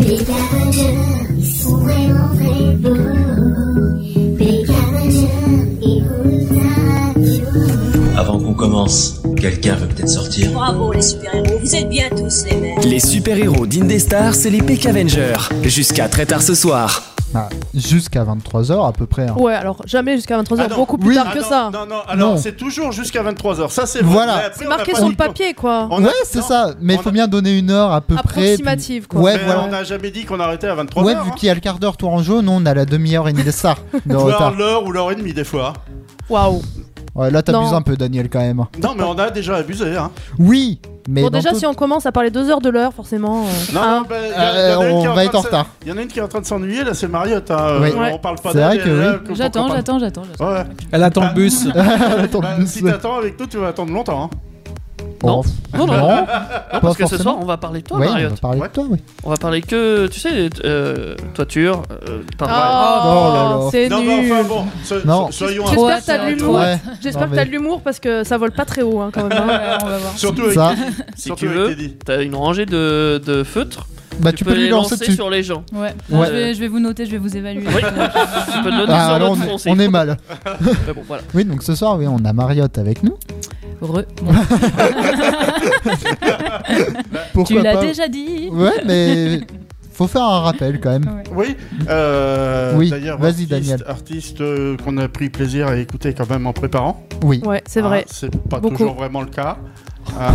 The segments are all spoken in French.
Les garageurs, ils sont vraiment très beaux. Les garageurs, ils roulent à Avant qu'on commence, quelqu'un veut peut-être sortir. Bravo les super-héros, vous êtes bien tous les mêmes. Les super-héros d'Indestar, c'est les PK Avengers. Jusqu'à très tard ce soir. Ah, Jusqu'à 23h à peu près. hein. Ouais, alors jamais jusqu'à 23h, Ah non, beaucoup plus oui. tard que non, ça. Non, non, alors Non. c'est toujours jusqu'à 23h. Ça, c'est vrai. Voilà. Mais après, C'est on n'a marqué pas sur dit le papier, quoi. On a- ouais, c'est non, ça. Mais on il faut a- bien donner une heure à peu près. Approximative, quoi. Ouais, Mais voilà. On n'a jamais dit qu'on arrêtait à hein. 23h. Ouais, vu qu'il y a le quart d'heure tour en jaune, on a la demi-heure Indestar de retard. l'heure ou l'heure et demie des fois. Waouh. Ouais, là t'abuses Non. un peu, Daniel, quand même. Non, mais on a déjà abusé. Hein. Oui, mais. Bon, dans déjà, tout- si on commence à parler deux heures de l'heure, forcément. euh, Non, hein. non, bah, y a- Euh, y en a une on qui est va train être de en se- retard. Il y en a une qui est en train de s'ennuyer, là, c'est Mariotte. hein, euh, Oui. On Ouais. parle pas C'est vrai d'elle, que et là, oui. qu'on- qu'on J'attends, parle- j'attends, j'attends. j'attends. Ouais. Elle attend le bus. Attends, Bah, nous- si t'attends avec nous, tu vas attendre longtemps. hein. Oh, Non. Non, non, non. Non, parce que ce forcément. soir, on va parler de toi, Ouais, on va Mariotte. parler Ouais. de toi, oui. On va parler que, tu sais, euh, toiture, euh, Oh, paroi. là là. c'est Non, mais nul. enfin bon, so- Non. so- soyons un- Trop J'espère hâte, que t'as de hein, l'humour. trop Ouais. J'espère Non, que t'as mais- de l'humour parce que ça vole pas très haut hein, quand même. hein. Voilà, on va voir. Surtout avec, Ça, Si surtout tu avec veux, Teddy. t'as une rangée de, de feutres. bah tu, peux les lui lancer dessus. sur les gens. Ouais. Non, Ouais. Je, vais, je vais vous noter, je vais vous évaluer. Euh, Oui. Tu peux le noter Ah, sur là, notre on, front, est, c'est- on est mal. Mais bon, voilà. Oui, donc ce soir, oui, on a Mariotte avec nous. Re- Pourquoi tu l'as pas déjà dit. Ouais, mais faut faire un rappel quand même. Oui, euh, Oui, d'ailleurs, vas-y, artiste- Daniel. Artiste euh, qu'on a pris plaisir à écouter quand même en préparant. Oui. Ouais, c'est Hein, vrai. C'est pas Beaucoup. toujours vraiment le cas. Euh,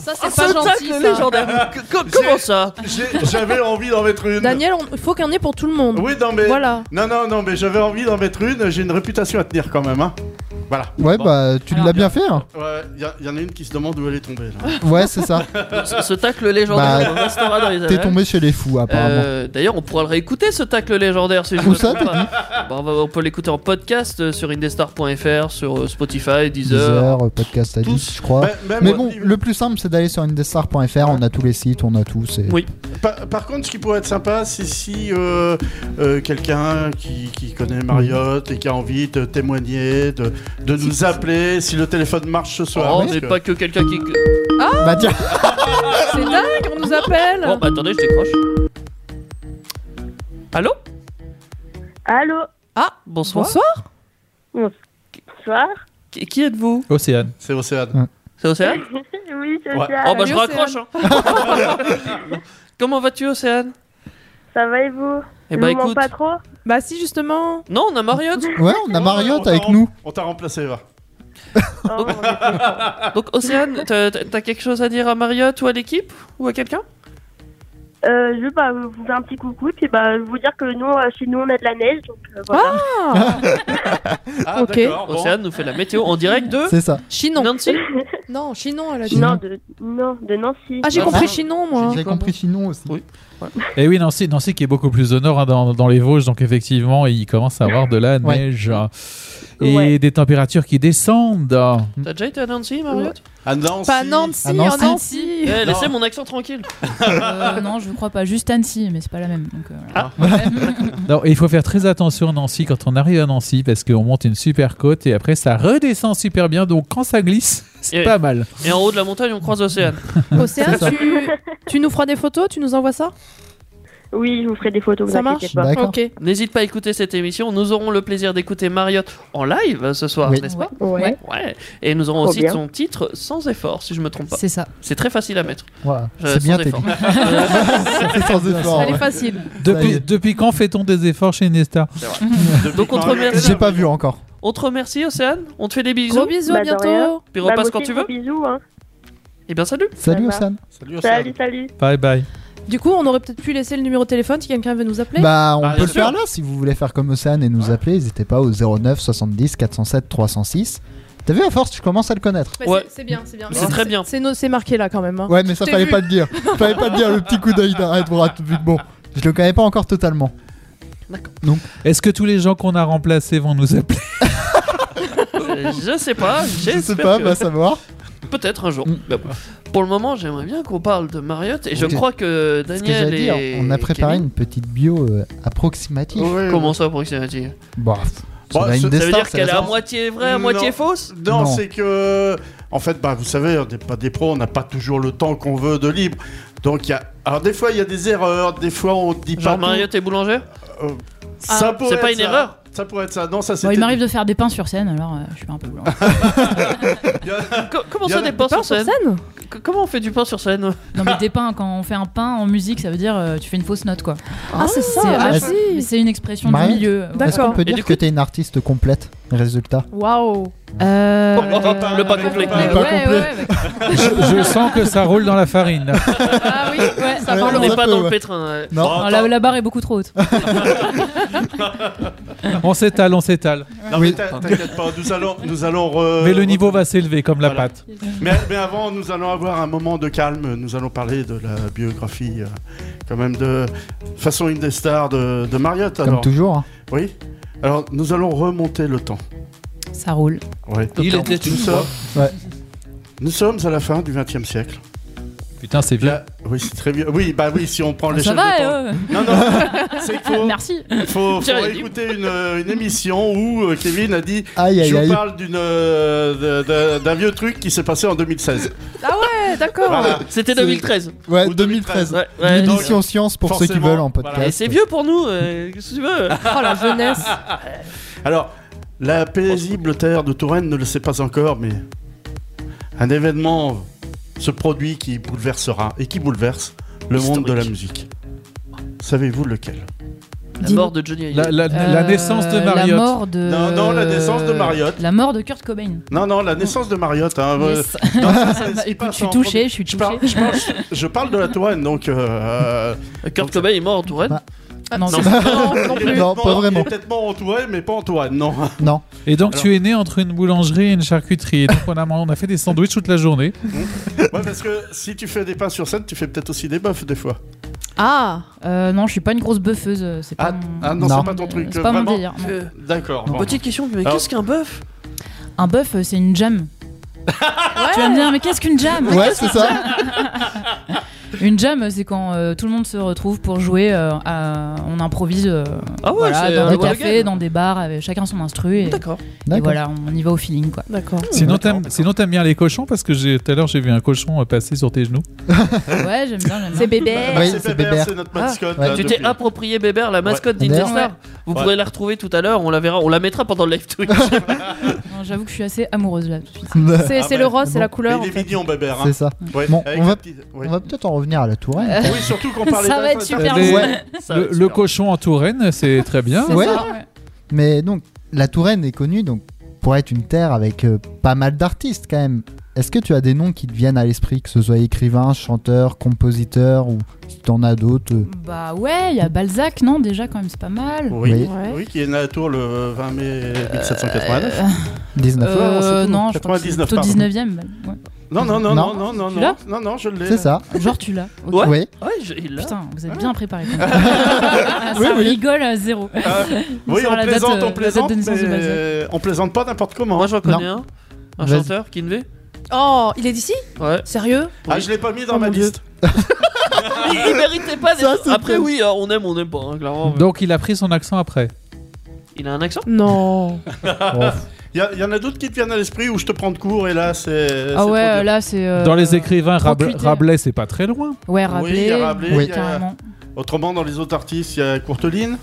Ça, c'est Ah, pas ce gentil. tacle ça. légendaire. Que- que- Comment ça j'ai- J'avais envie d'en mettre une. Daniel, on- il faut qu'il y en ait pour tout le monde. Oui, non, mais. Voilà. Non, non, non, mais j'avais envie d'en mettre une. J'ai une réputation à tenir quand même. Hein. Voilà. Ouais, Bon. bah tu Alors, l'as bien fait. hein. Ouais, y, a- y en a une qui se demande où elle est tombée. là. Ouais, c'est ça. ce, ce tacle légendaire Bah, on restera dans les T'es annales. tombé chez les fous, apparemment. Euh, D'ailleurs, on pourra le réécouter ce tacle légendaire si je Où me ça, trompe pas. Bah, on, va- on peut l'écouter en podcast euh, sur indestar.fr, sur euh, Spotify, Deezer. Deezer, euh, podcast addict, tous. je crois. Bah, même- Mais bon, le plus simple, c'est d'aller sur indestar.fr. On a tous les sites, on a tout. C'est Oui. par, par contre, ce qui pourrait être sympa, c'est si euh, euh, quelqu'un qui, qui connaît Mariotte et qui a envie de témoigner, de, de nous appeler, si le téléphone marche ce soir. Oh, parce mais que- pas que quelqu'un qui. Bah tiens, Ah C'est dingue, on nous appelle. Bon, bah attendez, je décroche. Allô Ah, Allô Bonsoir. Bonsoir. Bonsoir Qui, qui êtes-vous Océane. C'est Océane. C'est Océane Oui, c'est Ouais. ça. Oh, bah Salut, je raccroche. hein. Comment vas-tu, Océane Ça va et vous Eh Je bah vous mens écoute. pas trop Bah si justement. Non, on a Mariotte. ouais, on a On Mariotte t'a avec rem- nous. On t'a remplacé, va. Oh, on est- Donc, Océane, t'as t'as quelque chose à dire à Mariotte ou à l'équipe Ou à quelqu'un euh, Je vais bah, vous faire un petit coucou et puis bah, vous dire que nous, euh, chez nous, on a de la neige. Donc, euh, voilà. Ah, Ah, Ok. d'accord, bon. Océane nous fait la météo en direct de C'est ça. Chinon. Nancy Non, Chinon, elle a dit. non, de... non, de Nancy. Ah, j'ai Non. compris Chinon, moi. J'ai compris Chinon aussi. Bah, Oui. Et oui, Nancy, Nancy qui est beaucoup plus au nord hein, dans, dans les Vosges, donc effectivement, il commence à avoir de la Ouais. neige hein. et Ouais. des températures qui descendent. T'as déjà été à Nancy, Mariotte À Nancy. Pas Nancy, Ah, en Nancy. Nancy. Eh, laissez mon accent tranquille. Euh, non, je crois pas. Juste Annecy, mais c'est pas la même. Donc, euh, voilà. Ah. Non, et il faut faire très attention à Nancy quand on arrive à Nancy parce qu'on monte une super côte et après ça redescend super bien. Donc quand ça glisse, c'est Et- pas mal. Et en haut de la montagne, on croise Océane. Océane, C'est ça. tu... tu nous feras des photos, tu nous envoies ça Oui, je vous ferai des photos, vous Ça inquiétez pas. D'accord. Ok. N'hésite pas à écouter cette émission. Nous aurons le plaisir d'écouter Mariotte en live euh, ce soir, Oui. n'est-ce pas Ouais. Ouais. Et nous aurons Trop aussi bien. son titre sans effort, si je me trompe pas. C'est ça. C'est très facile à mettre. Voilà, Euh, c'est bien sans t'es effort. dit. C'est sans effort. Elle est ouais. facile. y Depuis, est. depuis quand fait-on des efforts chez Nesta Depuis Donc, on te Mariotte est remercie. là. J'ai pas vu encore. On te remercie, Océane. On te fait des bisous. Gros bisous, Bah, à de rien. bientôt. Puis Bah, repasse vous quand aussi, tu veux. gros Bisous, hein. Et bien, salut. Salut va. Océane. Salut, Océane. Salut, salut. Bye bye. Du coup, on aurait peut-être pu laisser le numéro de téléphone si quelqu'un veut nous appeler. Bah, on Bah, peut bien le sûr. faire là si vous voulez faire comme Océane et nous appeler. N'hésitez pas au 09 70 407 306. T'as vu, à force, tu commences à le connaître. Bah, c'est- ouais. C'est bien, c'est bien. C'est Mais très bien. C'est no- c'est marqué là quand même. hein. Ouais, mais ça Je t'ai fallait vu. pas le dire. fallait pas le dire, le petit coup d'œil d'arrêt pour tout de suite. Bon, je le connais pas encore totalement. Est-ce que tous les gens qu'on a remplacés vont nous appeler Euh, je sais pas. Je j'espère sais pas, que- va savoir. Peut-être un jour. Mm. Mais bon. Pour le moment, j'aimerais bien qu'on parle de Mariotte. Et je Ok. crois que Ce que Daniel j'allais dire, et. on a préparé Kevin- une petite bio euh, approximative. Ouais, Comment ça, pour que ça dire Bah, Bon, on a ça- une ça des Ça veut stars, dire c'est qu'elle la est à chance. moitié vraie, à moitié Non. fausse Non, Non. c'est que. En fait, bah, vous savez, on n'est pas des pros, on n'a pas toujours le temps qu'on veut de libre. Donc, il y a... Alors, des fois, il y a des erreurs, des fois, on dit Genre pas. Mariotte et boulanger tout. Euh, ça Ah. pourrait C'est pas être une ça. erreur Ça pourrait être ça. Non, ça Bon, c'était. il m'arrive de faire des pains sur scène, alors euh, je suis pas un peu blanc. Comment ça, des pains sur scène C- Comment on fait du pain sur scène Non mais des pains, quand on fait un pain en musique, ça veut dire euh, tu fais une fausse note quoi. Ah, c'est ça, C'est, ah, ah, si. mais c'est une expression Marie, du milieu. Est-ce qu'on peut Et dire du que t'es une artiste complète Résultat. Waouh Euh... Oh, Le pas complet. Le pas Ouais, complet. ouais, je, je sens que ça roule dans la farine. là. Ah oui, ouais, ça Ouais, parle on n'est haut. pas dans le pétrin. ouais. Non. Non, Ah, la, la barre est beaucoup trop haute. On s'étale, on s'étale. Non, mais t'in- t'inquiète pas, nous allons. Nous allons re- Mais le niveau va s'élever comme la pâte. Mais, mais avant, nous allons avoir un moment de calme. Nous allons parler de la biographie, euh, quand même, de façon une des stars de, de Mariotte. Comme alors. toujours. hein. Oui. Alors, nous allons remonter le temps. Ça roule. Ouais. Il était Nous une sommes, fois. Ouais. nous sommes à la fin du XXe siècle. Putain, c'est vieux. Là- oui, c'est très bien. Oui, bah oui, si on Ah, prend l'échelle de Ça temps. va, euh, Non, non, c'est faux. merci. Il faut, faut Tiens, il- écouter une, euh, une émission où euh, Kevin a dit Aïe, aïe, Je vous aïe. parle d'une, euh, de- de- d'un vieux truc qui s'est passé en 2016. Ah ouais, d'accord. Voilà. C'était 2013. Ouais, Ou 2013. 2013. Ouais, ouais. Donc, L'émission science pour ceux qui forcément, veulent en voilà. podcast. Et c'est vieux pour nous, euh, qu'est-ce que tu veux Oh la jeunesse. Alors, la paisible terre de Touraine ne le sait pas encore, mais un événement se produit qui bouleversera et qui bouleverse le monde de la musique. Savez-vous lequel La mort de Johnny Hallyday. La, la- la Euh, naissance de La Mariotte. mort de. Non, non, la naissance de Mariotte. La mort de Kurt Cobain. Non, non, la naissance de Mariotte. hein, euh, Yes. non, ça, ça, Bah, c'est écoute, pas je suis sans touchée, je suis Je touchée. parle, je parle- je parle de la Touraine, donc. euh, euh, Kurt Cobain est mort en Touraine. Ah, Bah, Non, non. c'est- Non, non il est plus. peut-être Non, pas mort- vraiment. Il est peut-être mort en Touraine, mais pas en Touraine, non. Non. Et donc, Alors- tu es né entre une boulangerie et une charcuterie. Et donc, on a, on a fait des sandwichs toute la journée. Ouais, parce que si tu fais des pas sur scène, tu fais peut-être aussi des buffs des fois. Ah Euh, non, je suis pas une grosse bœufeuse. euh, C'est pas Ah, mon- ah non, Non. c'est pas ton truc. C'est pas mon vraiment délire. non. Euh, D'accord. bon. Petite question, mais Alors- qu'est-ce qu'un bœuf Un bœuf, euh, c'est une jam. Tu vas me dire, mais qu'est-ce qu'une jam Ouais, c'est ça. Une jam, c'est quand euh, tout le monde se retrouve pour jouer. euh, à- on improvise euh, Ah ouais, voilà, c'est dans un des board cafés, game. dans des bars, avec chacun son instru. Et, D'accord. et D'accord. voilà, on y va au feeling. quoi. D'accord. Sinon, d'accord, t'aimes d'accord. sinon, t'aimes bien les cochons parce que j'ai- tout à l'heure, j'ai vu un cochon euh, passer sur tes genoux. Ouais, j'aime bien, j'aime bien. C'est bébé. Bah, Oui, c'est c'est Bébert, Bébert. c'est notre Ah, mascotte. ouais. là, Tu depuis. t'es approprié Bébert, la mascotte d'Indestar. D'ailleurs- Vous Ouais. pourrez la retrouver tout à l'heure, on la verra, on la mettra pendant le live Twitch. Non, J'avoue que je suis assez amoureuse là tout de suite. C'est Ah c'est bah, le rose, c'est la Mais couleur. il en est fait. mignon, Bébert. hein. C'est ça. Ouais, Bon, avec on la va- petite- ouais. On va peut-être en revenir à la Touraine. Euh, Euh, Oui, surtout qu'on parlait Ça va d'un- être super Les- Ouais. Ça va Le, être le super. cochon en Touraine, c'est très bien. C'est Ouais. ça, ouais. Mais donc, la Touraine est connue donc, pour être une terre avec euh, pas mal d'artistes quand même. Est-ce que tu as des noms qui te viennent à l'esprit, que ce soit écrivain, chanteur, compositeur ou si t'en as d'autres euh, Bah ouais, il y a Balzac, non Déjà, quand même, c'est pas mal. Oui. Oui. Ouais. Oui, qui est né à Tours le 20 mai 1789. Euh, 19 fois, avant, c'est euh, tout. non, je crois que c'est 99, plutôt pardon. 19ème. Non, non, non, non, non, Non. non, Tu l'as non, non, non, je l'ai. C'est ça. Genre, tu l'as. Ok. Ouais. Oui. Ouais, je- il l'a. Putain, vous êtes bien préparé. Ah, ça rigole à zéro. Ah, oui, Sur on la date, plaisante, euh, la on date plaisante, de naissance de mais, Balzac. euh, on plaisante pas n'importe comment. hein. Moi j'en connais un. Un Vas-y. chanteur, Kinvey Oh, il est d'ici Ouais. Sérieux ah, je l'ai pas mis dans Oh ma mon Dieu. liste. Il, il méritait pas Ça, d'être. c'est Après, fait. oui, euh, on aime, on aime pas, hein, clairement. mais- Donc, il a pris son accent après. Il a un accent Non. Bon, Il y, a- y en a d'autres qui te viennent à l'esprit où je te prends de court et là c'est. c'est Ah ouais, trop euh, dur. là, c'est. euh, Dans les écrivains, trop Rabel- cuté. Rabelais, c'est pas très loin. Ouais, Oui, il y Rabelais. euh, a Rabelais, Oui. il y a- Carrément. Autrement, dans les autres artistes, il y a Courteline.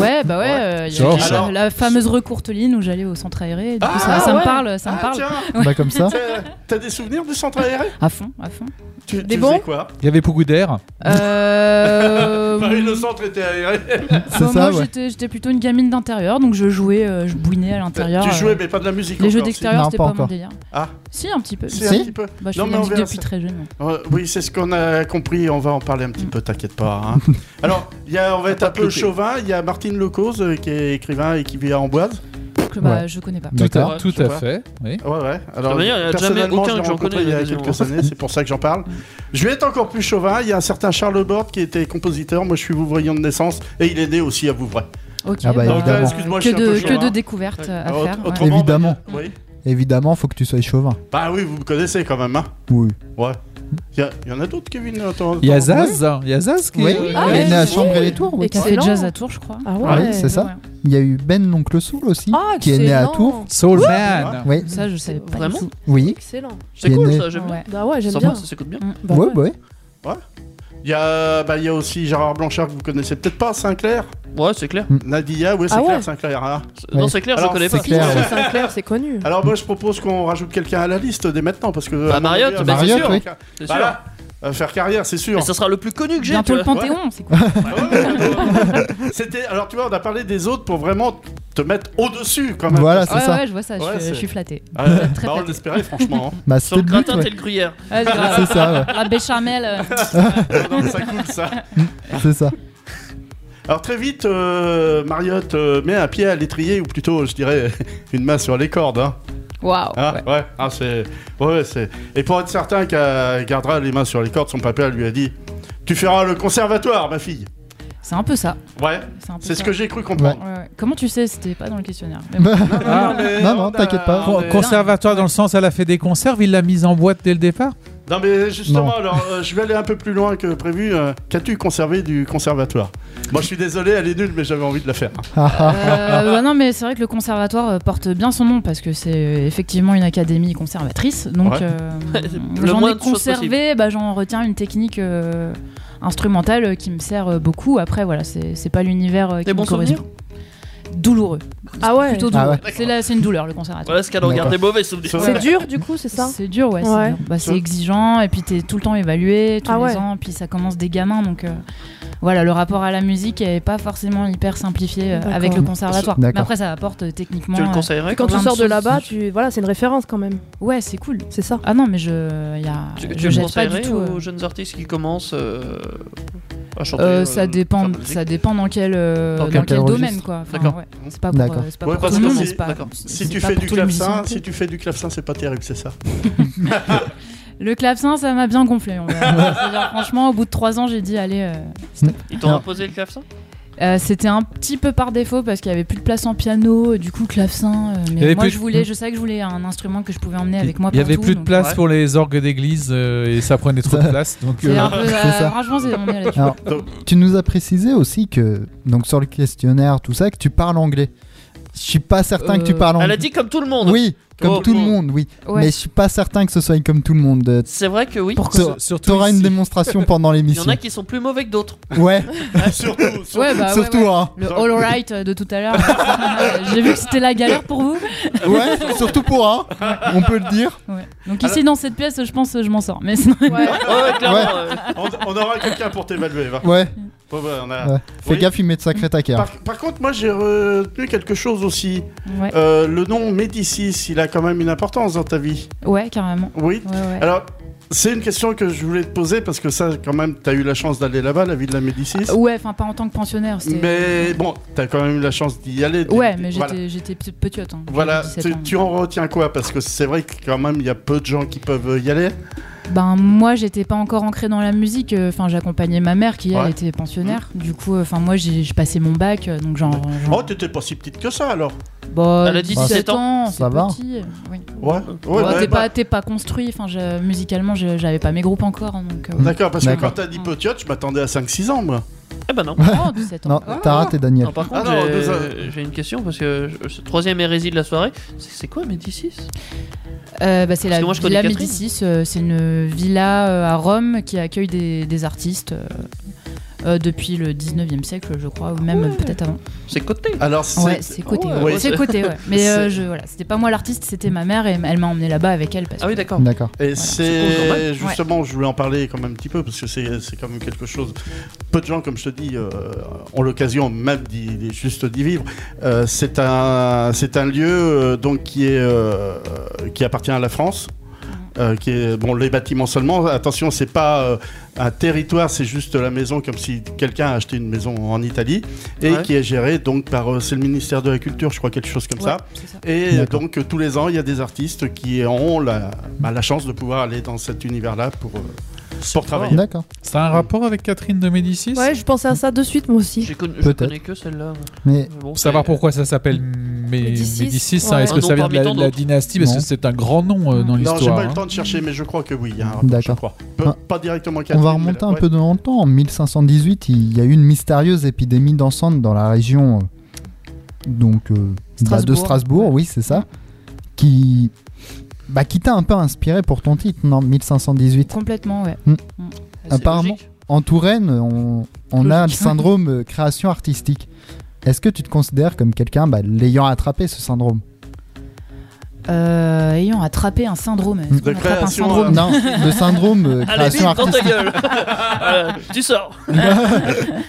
Ouais, bah ouais, euh, il y a Genre, la- alors- la fameuse recourteline où j'allais au centre aéré. et Du coup, Ah, ça, ça me ouais. parle, ça ah, me parle. tiens, bah, comme ça. t'as- t'as des souvenirs du centre aéré À fond, à fond. Tu, Des tu bons faisais quoi Il y avait Pougoudaire. Euh... Bah oui, le centre était aéré. C'est Bah, ça, moi, ouais. j'étais- j'étais plutôt une gamine d'intérieur, donc je jouais, euh, je bouinais à l'intérieur. Bah, Tu euh, jouais, mais pas de la musique. les jeux encore, si. d'extérieur, Non, c'était pas pas, mon encore. délire. Ah. Si, un petit peu. C'est un Si. petit peu. Bah, je Non, fais de mais la on musique verra depuis ça. très jeune. Euh, oui, c'est ce qu'on a compris. On va en parler un petit peu, t'inquiète pas. hein. Alors, il y a, on va être un peu clouter. chauvin. Il y a Martine Lecause euh, qui est écrivain et qui vit à Amboise. Donc, bah, Je connais pas. Tout D'accord. à, tout Je sais à pas. fait. Oui. Ouais, ouais. Alors, De manière, il y a jamais personnellement, aucun je l'ai que j'en rencontré connais, il y a évidemment. quelques années, c'est pour ça que j'en parle. Je vais être encore plus chauvin. Il y a un certain Charles Borde qui était compositeur. Moi, je suis Vouvrayon de naissance et il est né aussi à Vouvray. Ok, Ah bah, bah, évidemment. Excuse-moi, je que, suis un peu de, chauvin. que de découvertes euh, à Alors, faire. autre- ouais. autrement, Évidemment. bah, oui. Évidemment, faut que tu sois chauvin. Bah oui, vous me connaissez quand même. Hein. Oui. Ouais. Il y a- il y, en a d'autres, Kevin. euh, attends, Il y a attends. Zaz. Il y a Zaz qui Oui. est- Il est né à Chambre et les Tours. oui. Et qui a Ah, fait Excellent. jazz à Tours, je crois. Ah Ah ouais. oui, c'est ça. Il y a eu Ben l'oncle Soul aussi, Ah, qui est né à excellent. Tours. Soul Man. Oui. Ça, je savais pas. du Vraiment tout. Oui. Excellent. Qui C'est est cool né- ça, j'aime bien. Ouais. Bah ouais, j'aime Ça bien. Mm. passe, ça s'écoute bien. Ouais, bah ouais. Il y, a, bah, il y a aussi Gérard Blanchard que vous connaissez peut-être pas, Sinclair Ouais, c'est clair. Mm. Nadia, ouais, c'est Ah ouais. clair, Sinclair. hein. Non, c'est clair, je Alors, connais c'est pas. clair, ouais. Sinclair, c'est connu. Alors moi je propose qu'on rajoute quelqu'un à la liste dès maintenant parce que... Bah, à mon Mariotte, avis, bah, à c'est Mariotte, sûr. oui. C'est sûr. Voilà. Euh, faire carrière, c'est sûr. Mais ça sera le plus connu que j'ai. Bientôt tu le vois. Panthéon, c'est quoi C'était alors tu vois on a parlé des autres pour vraiment te mettre au dessus quand même. Voilà, c'est Ouais, ça. ouais, je vois ça, je, Ouais, suis- c'est- je suis flatté. Ah, très bah, on flatté. l'espérait franchement. hein. Bah, Sur c'était le le but. gratin, ouais. t'es le gruyère. Ah, grave. C'est ça, ouais. La béchamel. euh, Non, mais ça coule ça. C'est ça. Alors très vite euh, Mariotte euh, met un pied à l'étrier ou plutôt je dirais une main sur les cordes. hein. Waouh. Ah, ouais. ouais. Ah, c'est... ouais, ouais, c'est... Et pour être certain qu'elle gardera les mains sur les cordes, son papa lui a dit Tu feras le conservatoire, ma fille. C'est un peu ça. Ouais, C'est un peu c'est ce ça. que j'ai cru comprendre. Ouais, ouais. Comment tu sais C'était pas dans le questionnaire. Mais bon. Ah, mais Non, non, on a- t'inquiète pas. on Con- est- Conservatoire dans le sens, elle a fait des conserves, il l'a mise en boîte dès le départ. Non, mais justement, Non. alors euh, je vais aller un peu plus loin que prévu. Euh, Qu'as-tu conservé du conservatoire Moi, je suis désolé, elle est nulle, mais j'avais envie de la faire. Ah, ah. Euh, bah non, mais c'est vrai que le conservatoire euh, porte bien son nom parce que c'est euh, effectivement une académie conservatrice. Donc, Ouais. euh, Le j'en moins ai de choses conservé, bah, j'en retiens une technique euh, instrumentale euh, qui me sert euh, beaucoup. Après, voilà, c'est c'est pas l'univers euh, qui Des me bons correspond. souvenirs Douloureux. Ah ouais. Plutôt Ah douloureux. ouais. C'est la- c'est une douleur, le conservatoire. Voilà ce qu'elle regarde, des mauvais souvenirs. C'est dur, du coup, c'est ça C'est dur, ouais. c'est Ouais. dur. Bah, C'est Ouais. exigeant, et puis t'es tout le temps évalué, tous Ah les ouais. ans, puis ça commence des gamins, donc euh, voilà, le rapport à la musique est pas forcément hyper simplifié euh, D'accord. avec le conservatoire. D'accord. Mais après, ça apporte euh, techniquement. Tu le euh, conseillerais Puis quand Plein tu de sors de choses. là-bas, tu... voilà, c'est une référence quand même. Ouais, c'est cool. C'est ça. Ah non, mais je, y a, Tu, je tu le jette pas conseillerais du tout. aux euh. jeunes artistes qui commencent euh, à chanter Euh, euh, ça dépend, faire de la ça musique dépend dans quel, euh, Dans dans quel quel registre. domaine quoi. Enfin, D'accord. Ah, ouais, C'est pas pour, D'accord. euh, c'est pas Ouais, pour parce tout que le monde, si- c'est pas. d'accord. c'est- Si c'est tu, pas fais pour du tous les clavecin, musiciens. si tu fais du clavecin, c'est pas terrible, c'est ça Le clavecin, ça m'a bien gonflé. on va- C'est-à-dire, franchement, au bout de trois ans, j'ai dit allez. euh, Ils t'ont Hmm. Non. imposé le clavecin Euh, c'était un petit peu par défaut parce qu'il y avait plus de place en piano, euh, du coup clavecin. euh, y avait mais moi plus- je voulais, je savais que je voulais un instrument que je pouvais emmener avec moi Il y avait partout, plus de donc- place ouais. pour les orgues d'église euh, et ça prenait trop de place. Donc, C'est euh, un peu, euh, C'est ça. franchement, c'est on est là-dessus. Alors, tu nous as précisé aussi que, donc sur le questionnaire, tout ça, que tu parles anglais. Je suis pas certain que tu Euh, parles Elle a anglais. dit comme tout le monde. Oui, comme Oh, tout le oh. monde, oui. Ouais. Mais je suis pas certain que ce soit comme tout le monde. Euh, C'est vrai que oui. T'auras sur- surtout t'auras une ici. démonstration pendant Il y en l'émission. a Ah, qui sont plus mauvais que d'autres. Ouais, Surtout, surtout. Ouais, bah, ouais, surtout, ouais. hein. Le All Right euh, de tout à l'heure, euh, j'ai vu que c'était la galère pour vous. Ouais, surtout pour un, on peut le dire. Ouais. Donc ici dans cette pièce, je pense euh, je m'en sors. Mais sinon- Ouais. Ouais, ouais, clairement. Ouais. euh, On, on aura quelqu'un pour t'évaluer, va. Ouais, Ouais, ouais, on a- ouais. fais Oui. gaffe, il met de sacrés taquets. hein. Par, par contre, moi j'ai retenu quelque chose aussi. ouais, Euh, le nom Médicis, il a quand même une importance dans ta vie. ouais, carrément. Oui, Ouais, ouais. Alors, c'est une question que je voulais te poser parce que ça, quand même, t'as eu la chance d'aller là-bas, la ville de la Médicis. Ouais, enfin pas en tant que pensionnaire. c'était- mais bon, t'as quand même eu la chance d'y aller. T'es- Ouais, t'es- mais voilà. j'étais j'étais petite petite. hein. Voilà, J'avais tu, 17 ans. tu en retiens quoi Parce que c'est vrai que quand même, il y a peu de gens qui peuvent y aller. Ben moi j'étais pas encore ancrée dans la musique, euh, enfin j'accompagnais ma mère qui elle Ouais. Mmh. était pensionnaire, du coup euh, enfin moi j'ai j'ai passé mon bac euh, donc genre... genre- Oh, t'étais pas si petite que ça alors Bah, Elle a dit 17 ans, c'est Ça va. petit, euh, oui. Ouais, ouais, Bah, ouais, t'es bah, pas, t'es pas construit, enfin je- musicalement je- j'avais pas mes groupes encore hein, donc... euh, ouais. D'accord, parce que D'accord. quand t'as dit petite, je m'attendais à 5-6 ans, moi. Eh ben non. Oh, 17 Non, ans. t'as raté, Daniel. Non, par contre, Ah non, j'ai- deux ans. Euh, j'ai une question parce que je- ce troisième hérésie de la soirée, c'est c'est quoi Médicis Euh, bah, c'est Parce la que moi, je connais Villa Catherine. Médicis, euh, c'est une villa euh, à Rome qui accueille des, des artistes euh, euh, depuis le 19e siècle je crois, ou même euh, peut-être avant. C'est côté. Alors, c'est. Ah Ouais, c'est côté. Ouais, ouais. ouais, C'est c'est- côté, ouais. Mais euh, c'est- je, voilà, c'était pas moi l'artiste, c'était ma mère et elle m'a emmené là-bas avec elle. Parce Ah oui, d'accord. D'accord. Et c'est cool, quand c'est même. justement, je voulais en parler quand même un petit peu parce que c'est c'est quand même quelque chose. Peu de gens, comme je te dis, euh, ont l'occasion même d'y d'y- juste d'y vivre. Euh, c'est un c'est un lieu euh, donc qui est euh, qui appartient à la France. Mm. euh, qui est bon les bâtiments seulement attention c'est pas euh, un territoire c'est juste la maison comme si quelqu'un a acheté une maison en Italie et Ouais. qui est géré donc par euh, c'est le ministère de la culture je crois quelque chose comme Ouais, ça c'est ça. et D'accord. donc euh, tous les ans, il y a des artistes qui ont la, bah, la chance de pouvoir aller dans cet univers-là pour, euh, pour Ah travailler. D'accord. ça a un rapport avec Catherine de Médicis Ouais, je pensais à ça de suite, moi aussi. J'ai connu- Je Peut-être. connais que celle-là. mais Mais Bon, Pour c'est- savoir pourquoi ça s'appelle Mé- Médicis, Médicis, hein, ouais. est-ce Un que nom ça vient de la, parmi tant la d'autres. dynastie Parce Non. que c'est un grand nom euh, Non, dans j'ai l'histoire. pas eu le hein. temps de chercher, mais je crois que oui. il y a un rapport, D'accord. Hein, je crois. Peu- Ah. Pas directement on Catherine, va mais remonter là- un ouais. peu dans le temps. En 1518, il y a eu une mystérieuse épidémie d'encens dans la région euh, donc, euh, bah, de Strasbourg. Strasbourg, oui, c'est ça, qui, bah, qui t'a un peu inspiré pour ton titre, non 1518. Complètement, ouais. Mm. Mm. Apparemment, en Touraine, on, on a le syndrome euh, création artistique. Est-ce que tu te considères comme quelqu'un bah, l'ayant attrapé ce syndrome Euh, ayant attrapé un syndrome. Est-ce De qu'on attrape un création, syndrome Non, le syndrome euh, Allez, vite, création dans ta artistique. gueule Voilà, Tu sors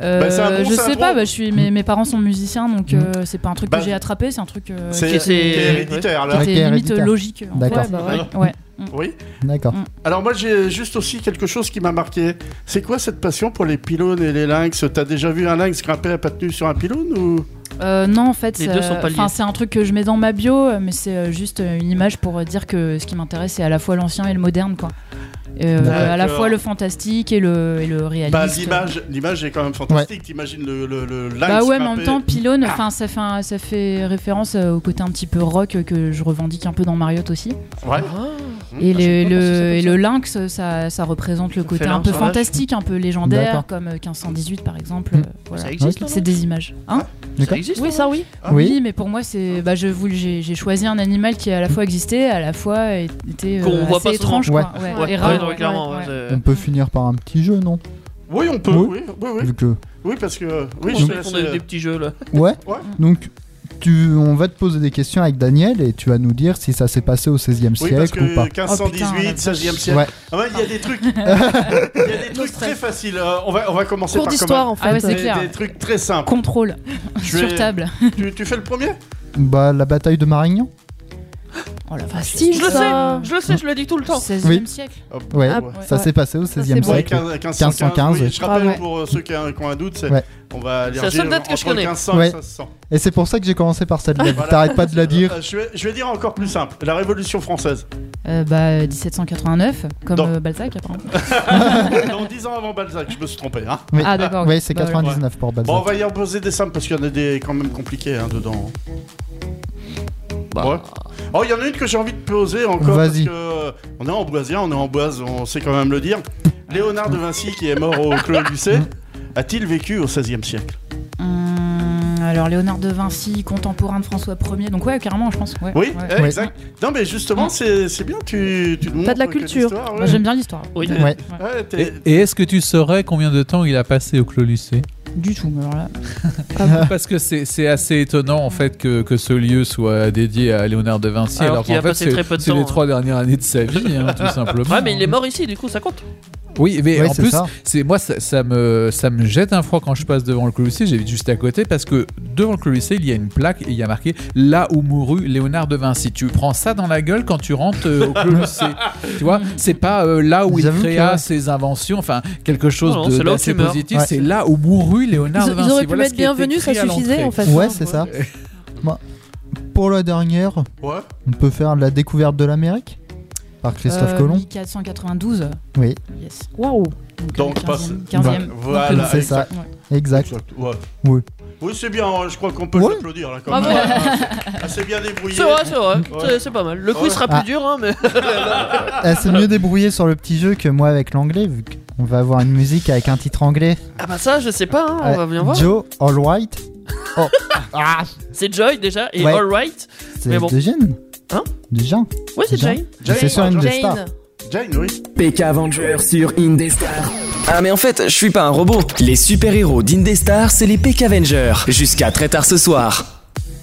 Euh, Bah, c'est un bon je sais syndrome. pas, bah, je suis, mes, mes parents sont musiciens, donc Mm. euh, c'est pas un truc Bah, que j'ai attrapé, c'est un truc euh, C'est qui, Ok, c'est- qui est héréditaire, là. qui Ouais, qui était est limite héréditaire. logique. en D'accord. Ouais, bah ouais. Ah, Alors, fait. Ouais. oui. D'accord. Hmm. Alors moi j'ai juste aussi quelque chose qui m'a marqué. C'est quoi cette passion pour les pylônes et les lynx T'as déjà vu un lynx grimper à pas tenu sur un pylône ou Euh, non, en fait, Les ça- deux sont pas liés. enfin, c'est un truc que je mets dans ma bio, euh, mais c'est euh, juste euh, une image pour euh, dire que ce qui m'intéresse, c'est à la fois l'ancien et le moderne, quoi. Euh, D'accord. à la fois le fantastique et le, et le réaliste. Bah l'image, l'image est quand même fantastique. T'imagines le, le, le lynx Bah ouais, mais en grimper. même temps, Ah. Pylône, enfin, ça fait, un- ça fait référence euh, au côté un petit peu rock euh, que je revendique un peu dans Marriott aussi. Ouais. Et, le, Ah, je sais pas le- si c'est et comme le lynx, ça, ça représente le Ça côté fait un peu lynx sauvage. fantastique, un peu légendaire, D'accord. comme euh, 1518 par exemple. Mm. euh, voilà. Ça existe Ok. non C'est des images. Hein Ça D'accord. existe Ah. Oui, ça oui. oui. Oui. mais pour moi, c'est, bah, je vous, j'ai, j'ai choisi un animal qui à la fois existait, à la fois était euh, Qu'on voit assez pas souvent. étrange, quoi. Ouais, Ouais, et ouais, rare. non, ouais, clairement, ouais, ouais, ouais. c'est- On peut finir par un petit jeu, non Oui, on peut. Oui, Oui. oui, oui. Vu que- Oui, parce que oui, On je se te fait laisse, fondre des, euh, des petits jeux là. Ouais. Ouais. Donc, tu, on va te poser des questions avec Daniel et tu vas nous dire si ça s'est passé au 16e Oui, parce que siècle ou pas. 1518, Oh, putain, la vache. 16e siècle. Ouais. Ah ouais, il y a des trucs, il y a des trucs très faciles. Euh, on va, on va commencer Cours par d'histoire en fait. Ah ouais, c'est des, clair. des trucs très simples. Contrôle Je sur vais- table. tu, tu fais le premier Bah, la bataille de Marignan Oh la vache. Facile Je le Ah, ça. sais, je le sais, je le dis tout le temps. 16e Oui. siècle. Ouais, Ah, ça ouais. s'est passé au 16e c'est bon. Ouais, siècle. 15- 1515. oui. je Ah rappelle ouais. pour euh, ceux qui ont, qui ont un doute, c'est Ouais. on va C'est lire la seule date que je connais. 1500 Ouais. et 500. Et c'est pour ça que j'ai commencé par celle-là. Voilà. T'arrêtes pas de la dire. Euh, je, vais, je vais dire encore plus simple. La Révolution française. Euh, bah 1789, comme Non. euh, Balzac apparemment. Dans 10 ans avant Balzac, je me suis trompé. hein. Oui. Ah d'accord. Ouais, ok. c'est Bah, voilà. 99 pour Balzac. Bon, on va y en poser des simples parce qu'il y en a des quand même compliqués hein, dedans. Bah. Ouais. Oh, il y en a une que j'ai envie de poser encore. parce Vas-y. que, euh, On est en boisien, on est en boise, on sait quand même le dire. Léonard de Vinci, qui est mort au Clos Lucé, a-t-il vécu au 16 siècle Hum, alors Léonard de Vinci, contemporain de François Ier. Donc ouais, carrément, je pense. ouais, Oui, ouais. eh, Ouais. exact. Non, mais justement, c'est c'est bien, tu, tu nous T'as de la montres que culture. l'histoire, ouais. Moi, J'aime bien l'histoire. Oui. Ouais. Ouais, t'es- Et, et est-ce que tu saurais combien de temps il a passé au Clos Lucé Du tout. Alors là. Ah Parce que c'est c'est assez étonnant en fait que, que ce lieu soit dédié à Léonard de Vinci. Alors Alors, qu'il qu'en a fait, passé c'est- très peu de c'est temps, les hein. trois dernières années de sa vie, hein, tout simplement. Ah. Ouais, mais il est mort ici, du coup ça compte. Oui, mais Ouais, en c'est plus, ça. c'est moi ça, ça me ça me jette un froid quand je passe devant le Colisée. J'habite juste à côté parce que devant le Colisée, il y a une plaque et il y a marqué là où mourut Léonard de Vinci. Tu prends ça dans la gueule quand tu rentres euh, au Colisée. tu vois, c'est pas euh, là où il J'avoue que, créa ouais. ses inventions, enfin quelque chose Non, non, de c'est hein. là où d'assez tu meurs. positif. Ouais. C'est là où mourut Léonard Ils, de ils Vinci. auraient pu Voilà mettre ce qui est bienvenue, ça écrit à suffisait l'entrée. en fait. hein. Ouais, c'est ça. Bon, Pour la dernière, ouais. on peut faire la découverte de l'Amérique par Christophe Euh, Colomb. 1492. Oui. Yes. Waouh. Donc, euh, 15e, passe- 15e. Voilà, C'est ça. Ouais. Exact. Exact, ouais. Oui. Oui, c'est bien, hein, je crois qu'on peut Ouais. l'applaudir là quand Bravo. même. Ah, c'est bien débrouillé. C'est vrai, c'est vrai, Ouais. C'est- c'est pas mal. Le quiz Ouais. sera plus Ah. dur, hein, mais. Elle s'est Ah, mieux débrouillée sur le petit jeu que moi avec l'anglais, vu qu'on va avoir une musique avec un titre anglais. Euh, Ah bah ça, je sais pas, hein, on va bien voir. Joe All White. Oh, ah, C'est Joy déjà, et Ouais. Alright. Mais c'est bon. de Jane. Hein De Jean. Ouais, c'est Jean. Joy. Jane, C'est sur Jane. Indestar. Jane, oui. PK Avenger sur Indestar. Ah mais en fait, je suis pas un robot. Les super-héros d'Indestar, c'est les PK Avengers. Jusqu'à très tard ce soir.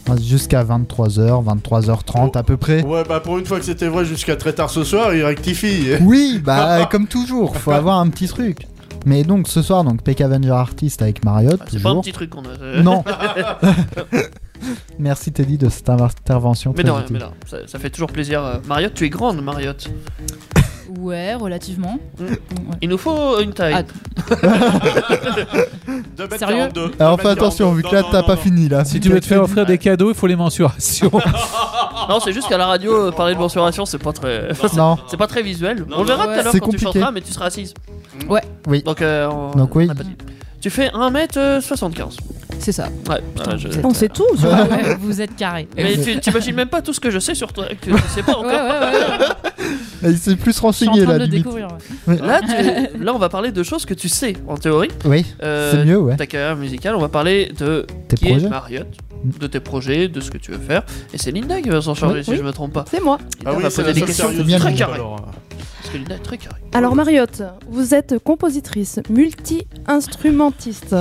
Ah, Jusqu'à 23h, 23h30 à peu près. Ouais, bah pour une fois que c'était vrai jusqu'à très tard ce soir, il rectifie. Oui, bah comme toujours, faut avoir un petit truc. Mais donc ce soir, donc Peck Avenger Artist avec Marriott. Ah, C'est pas un toujours. petit truc qu'on a. euh, Non. Merci Teddy de cette intervention. Mais non, positive. mais non, ça, ça fait toujours plaisir. euh, Mariotte, tu es grande, Mariotte. Ouais, relativement. Mm. Ouais. Il nous faut une taille. Ah, 2 mètres Sérieux 42. deux Alors mètres fais attention, 42. vu que là Non, t'as non, pas non. fini là. Si tu veux te faire offrir des cadeaux, il faut les mensurations. Non, c'est juste qu'à la radio, euh, parler de mensuration, c'est pas très. Non. C'est pas très visuel. Non, on le verra non. tout à l'heure C'est quand tu compliqué. chanteras, mais tu seras assise. Ouais. Oui. Donc, euh, Oh, on- Donc oui. on a pas dit. Tu fais 1m75. c'est ça. Ouais, Putain, ouais, je- vous êtes- On sait tout. ça. Ouais, vous êtes carré. Mais tu t'imagines même pas tout ce que je sais sur toi, que tu ne sais pas Ouais, encore. ouais, ouais. ouais. Et Il s'est plus Je suis en renseigné train là, de le limite. découvrir. ouais. Là, tu- là, on va parler de choses que tu sais, en théorie. Oui, Euh, c'est mieux, ouais. Ta carrière musicale, on va parler de Tes qui est projets. Mm. Mariotte, de tes projets, de ce que tu veux faire. Et c'est Linda qui va s'en charger, Oui, si oui. je me trompe pas. C'est moi. Linda Ah oui, va c'est poser la des seule questions sérieuse. bien très dit. carrées. Alors, que Lina est très carrée. Alors Mariotte, vous êtes compositrice, multi-instrumentiste.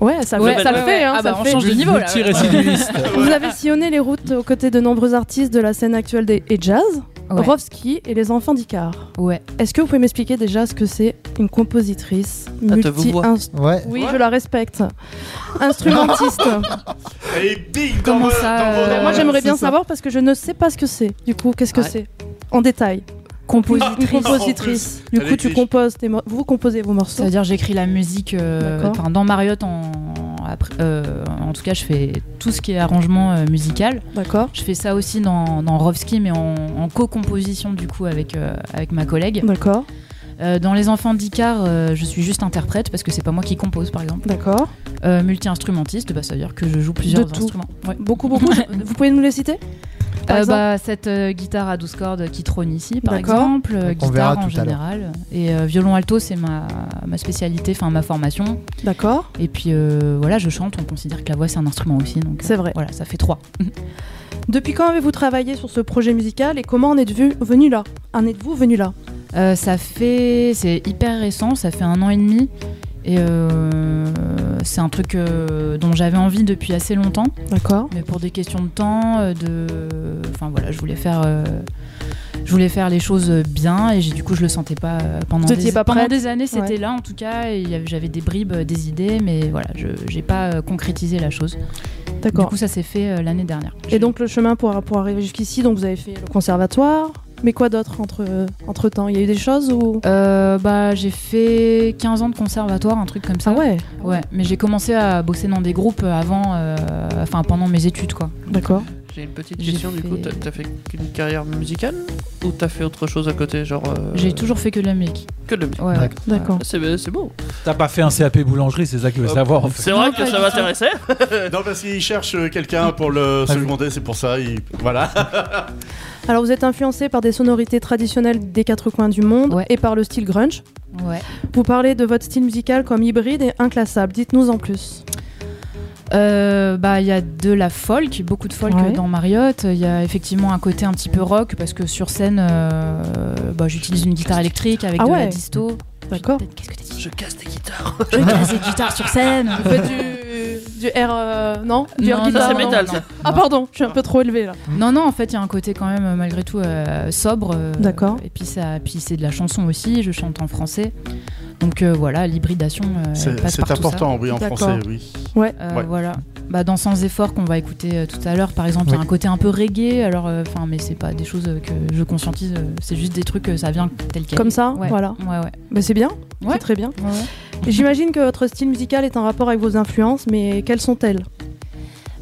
Ouais, ça, Ouais, fait- ça ouais, le ouais. fait, hein, Ah ça bah, on fait. change de niveau, là. Multirécidiviste. Vous avez sillonné les routes aux côtés de nombreux artistes de la scène actuelle des et jazz, Ouais. Rovski et les enfants d'Icar. Ouais. Est-ce que vous pouvez m'expliquer déjà ce que c'est une compositrice Ah, te vous multi vois. Ouais. Oui, je la respecte. Instrumentiste. Et big dans Comment vos- ça, dans vos- euh, Bah, moi, j'aimerais c'est bien ça. savoir parce que je ne sais pas ce que c'est. Du coup, qu'est-ce que Ouais. c'est En détail. Une Compositrice. compositrice. plus, Du elle coup, tu exige. composes tes mo- vous composez vos morceaux. C'est-à-dire j'écris la musique euh, D'accord. enfin, dans Mariotte en après- euh, en tout cas je fais tout ce qui est arrangement euh, musical. D'accord. Je fais ça aussi dans, dans Rovski mais en, en co-composition du coup avec, euh, avec ma collègue. D'accord. Euh, dans Les Enfants d'Icar euh, je suis juste interprète parce que c'est pas moi qui compose par exemple. D'accord. Euh, Multi-instrumentiste, bah, ça veut dire que je joue plusieurs tout. instruments. Ouais. Beaucoup, beaucoup. vous pouvez nous les citer Par Euh, exemple bah, cette euh, guitare à 12 cordes qui trône ici, par D'accord. exemple, euh, On guitare verra en tout à l'heure. général, et euh, violon alto, c'est ma, ma spécialité, enfin ma formation. D'accord. Et puis euh, voilà, je chante, on considère que la voix c'est un instrument aussi, donc euh, C'est vrai. voilà, ça fait trois. Depuis quand avez-vous travaillé sur ce projet musical et comment en êtes-vous venu là En êtes-vous venu là Euh, ça fait, c'est hyper récent, ça fait un an et demi, et euh, c'est un truc euh, dont j'avais envie depuis assez longtemps. D'accord. mais pour des questions de temps, euh, de, enfin voilà, je voulais faire, euh, je voulais faire les choses euh, bien et j'ai du coup je le sentais pas euh, pendant. Vous des... étiez pas pendant prête des années, c'était Ouais. là en tout cas. et il y avait- J'avais des bribes, euh, des idées, mais voilà, je j'ai pas euh, concrétisé la chose. Du D'accord. coup, ça s'est fait euh, l'année dernière. Et donc le chemin pour, pour arriver jusqu'ici, donc vous avez fait le conservatoire, mais quoi d'autre entre, entre temps Il y a eu des choses ou Euh, bah j'ai fait 15 ans de conservatoire, un truc comme ça. Ah ouais, Ouais, mais j'ai commencé à bosser dans des groupes avant, euh, enfin pendant mes études quoi. d'accord. J'ai une petite J'ai question du coup. T'as fait- t'as fait une carrière musicale ou t'as fait autre chose à côté, genre euh, J'ai toujours fait que de la musique. que de la musique. Ah, Ouais, ouais. D'accord. D'accord. C'est c'est beau. T'as pas fait un CAP boulangerie, c'est ça qu'il veut Hop. savoir en fait. C'est vrai Non, que pas ça du tout. m'intéressait. Non, parce qu'il cherche euh, quelqu'un pour le Ah, seconder, c'est pour ça. il- Voilà. Alors vous êtes influencé par des sonorités traditionnelles des quatre coins du monde Ouais. et par le style grunge. Vous parlez de votre style musical comme hybride et inclassable. Dites-nous en plus. Euh, bah il y a de la folk, beaucoup de folk Ouais. euh, dans Marriott. Il y a effectivement un côté un petit peu rock parce que sur scène, euh, bah, j'utilise une guitare électrique avec Ah de la ouais. disto. D'accord. Qu'est-ce que t'as dit Je casse des guitares. Je casse des guitares sur scène. Vous faites du, du air euh, non Du air Non, guitar, Ça, c'est non métal, ça. Ah pardon, je suis un peu trop élevé là. Non non, en fait il y a un côté quand même euh, malgré tout euh, sobre. euh, D'accord. Et puis ça, puis c'est de la chanson aussi. Je chante en français. Donc euh, voilà, l'hybridation. euh, elle C'est passe c'est par tout ça. important, oui, en D'accord. français, oui. Euh, Ouais. Voilà. Bah, dans Sans effort qu'on va écouter euh, tout à l'heure, par exemple, il y a Oui. un côté un peu reggae. Alors, euh, enfin, mais c'est pas des choses euh, que je conscientise. euh, c'est juste des trucs, euh, ça vient tel quel. Comme ça, Ouais. voilà. Ouais, ouais. Bah c'est bien, Ouais. c'est très bien. Ouais, ouais. Et J'imagine que votre style musical est en rapport avec vos influences, mais quelles sont-elles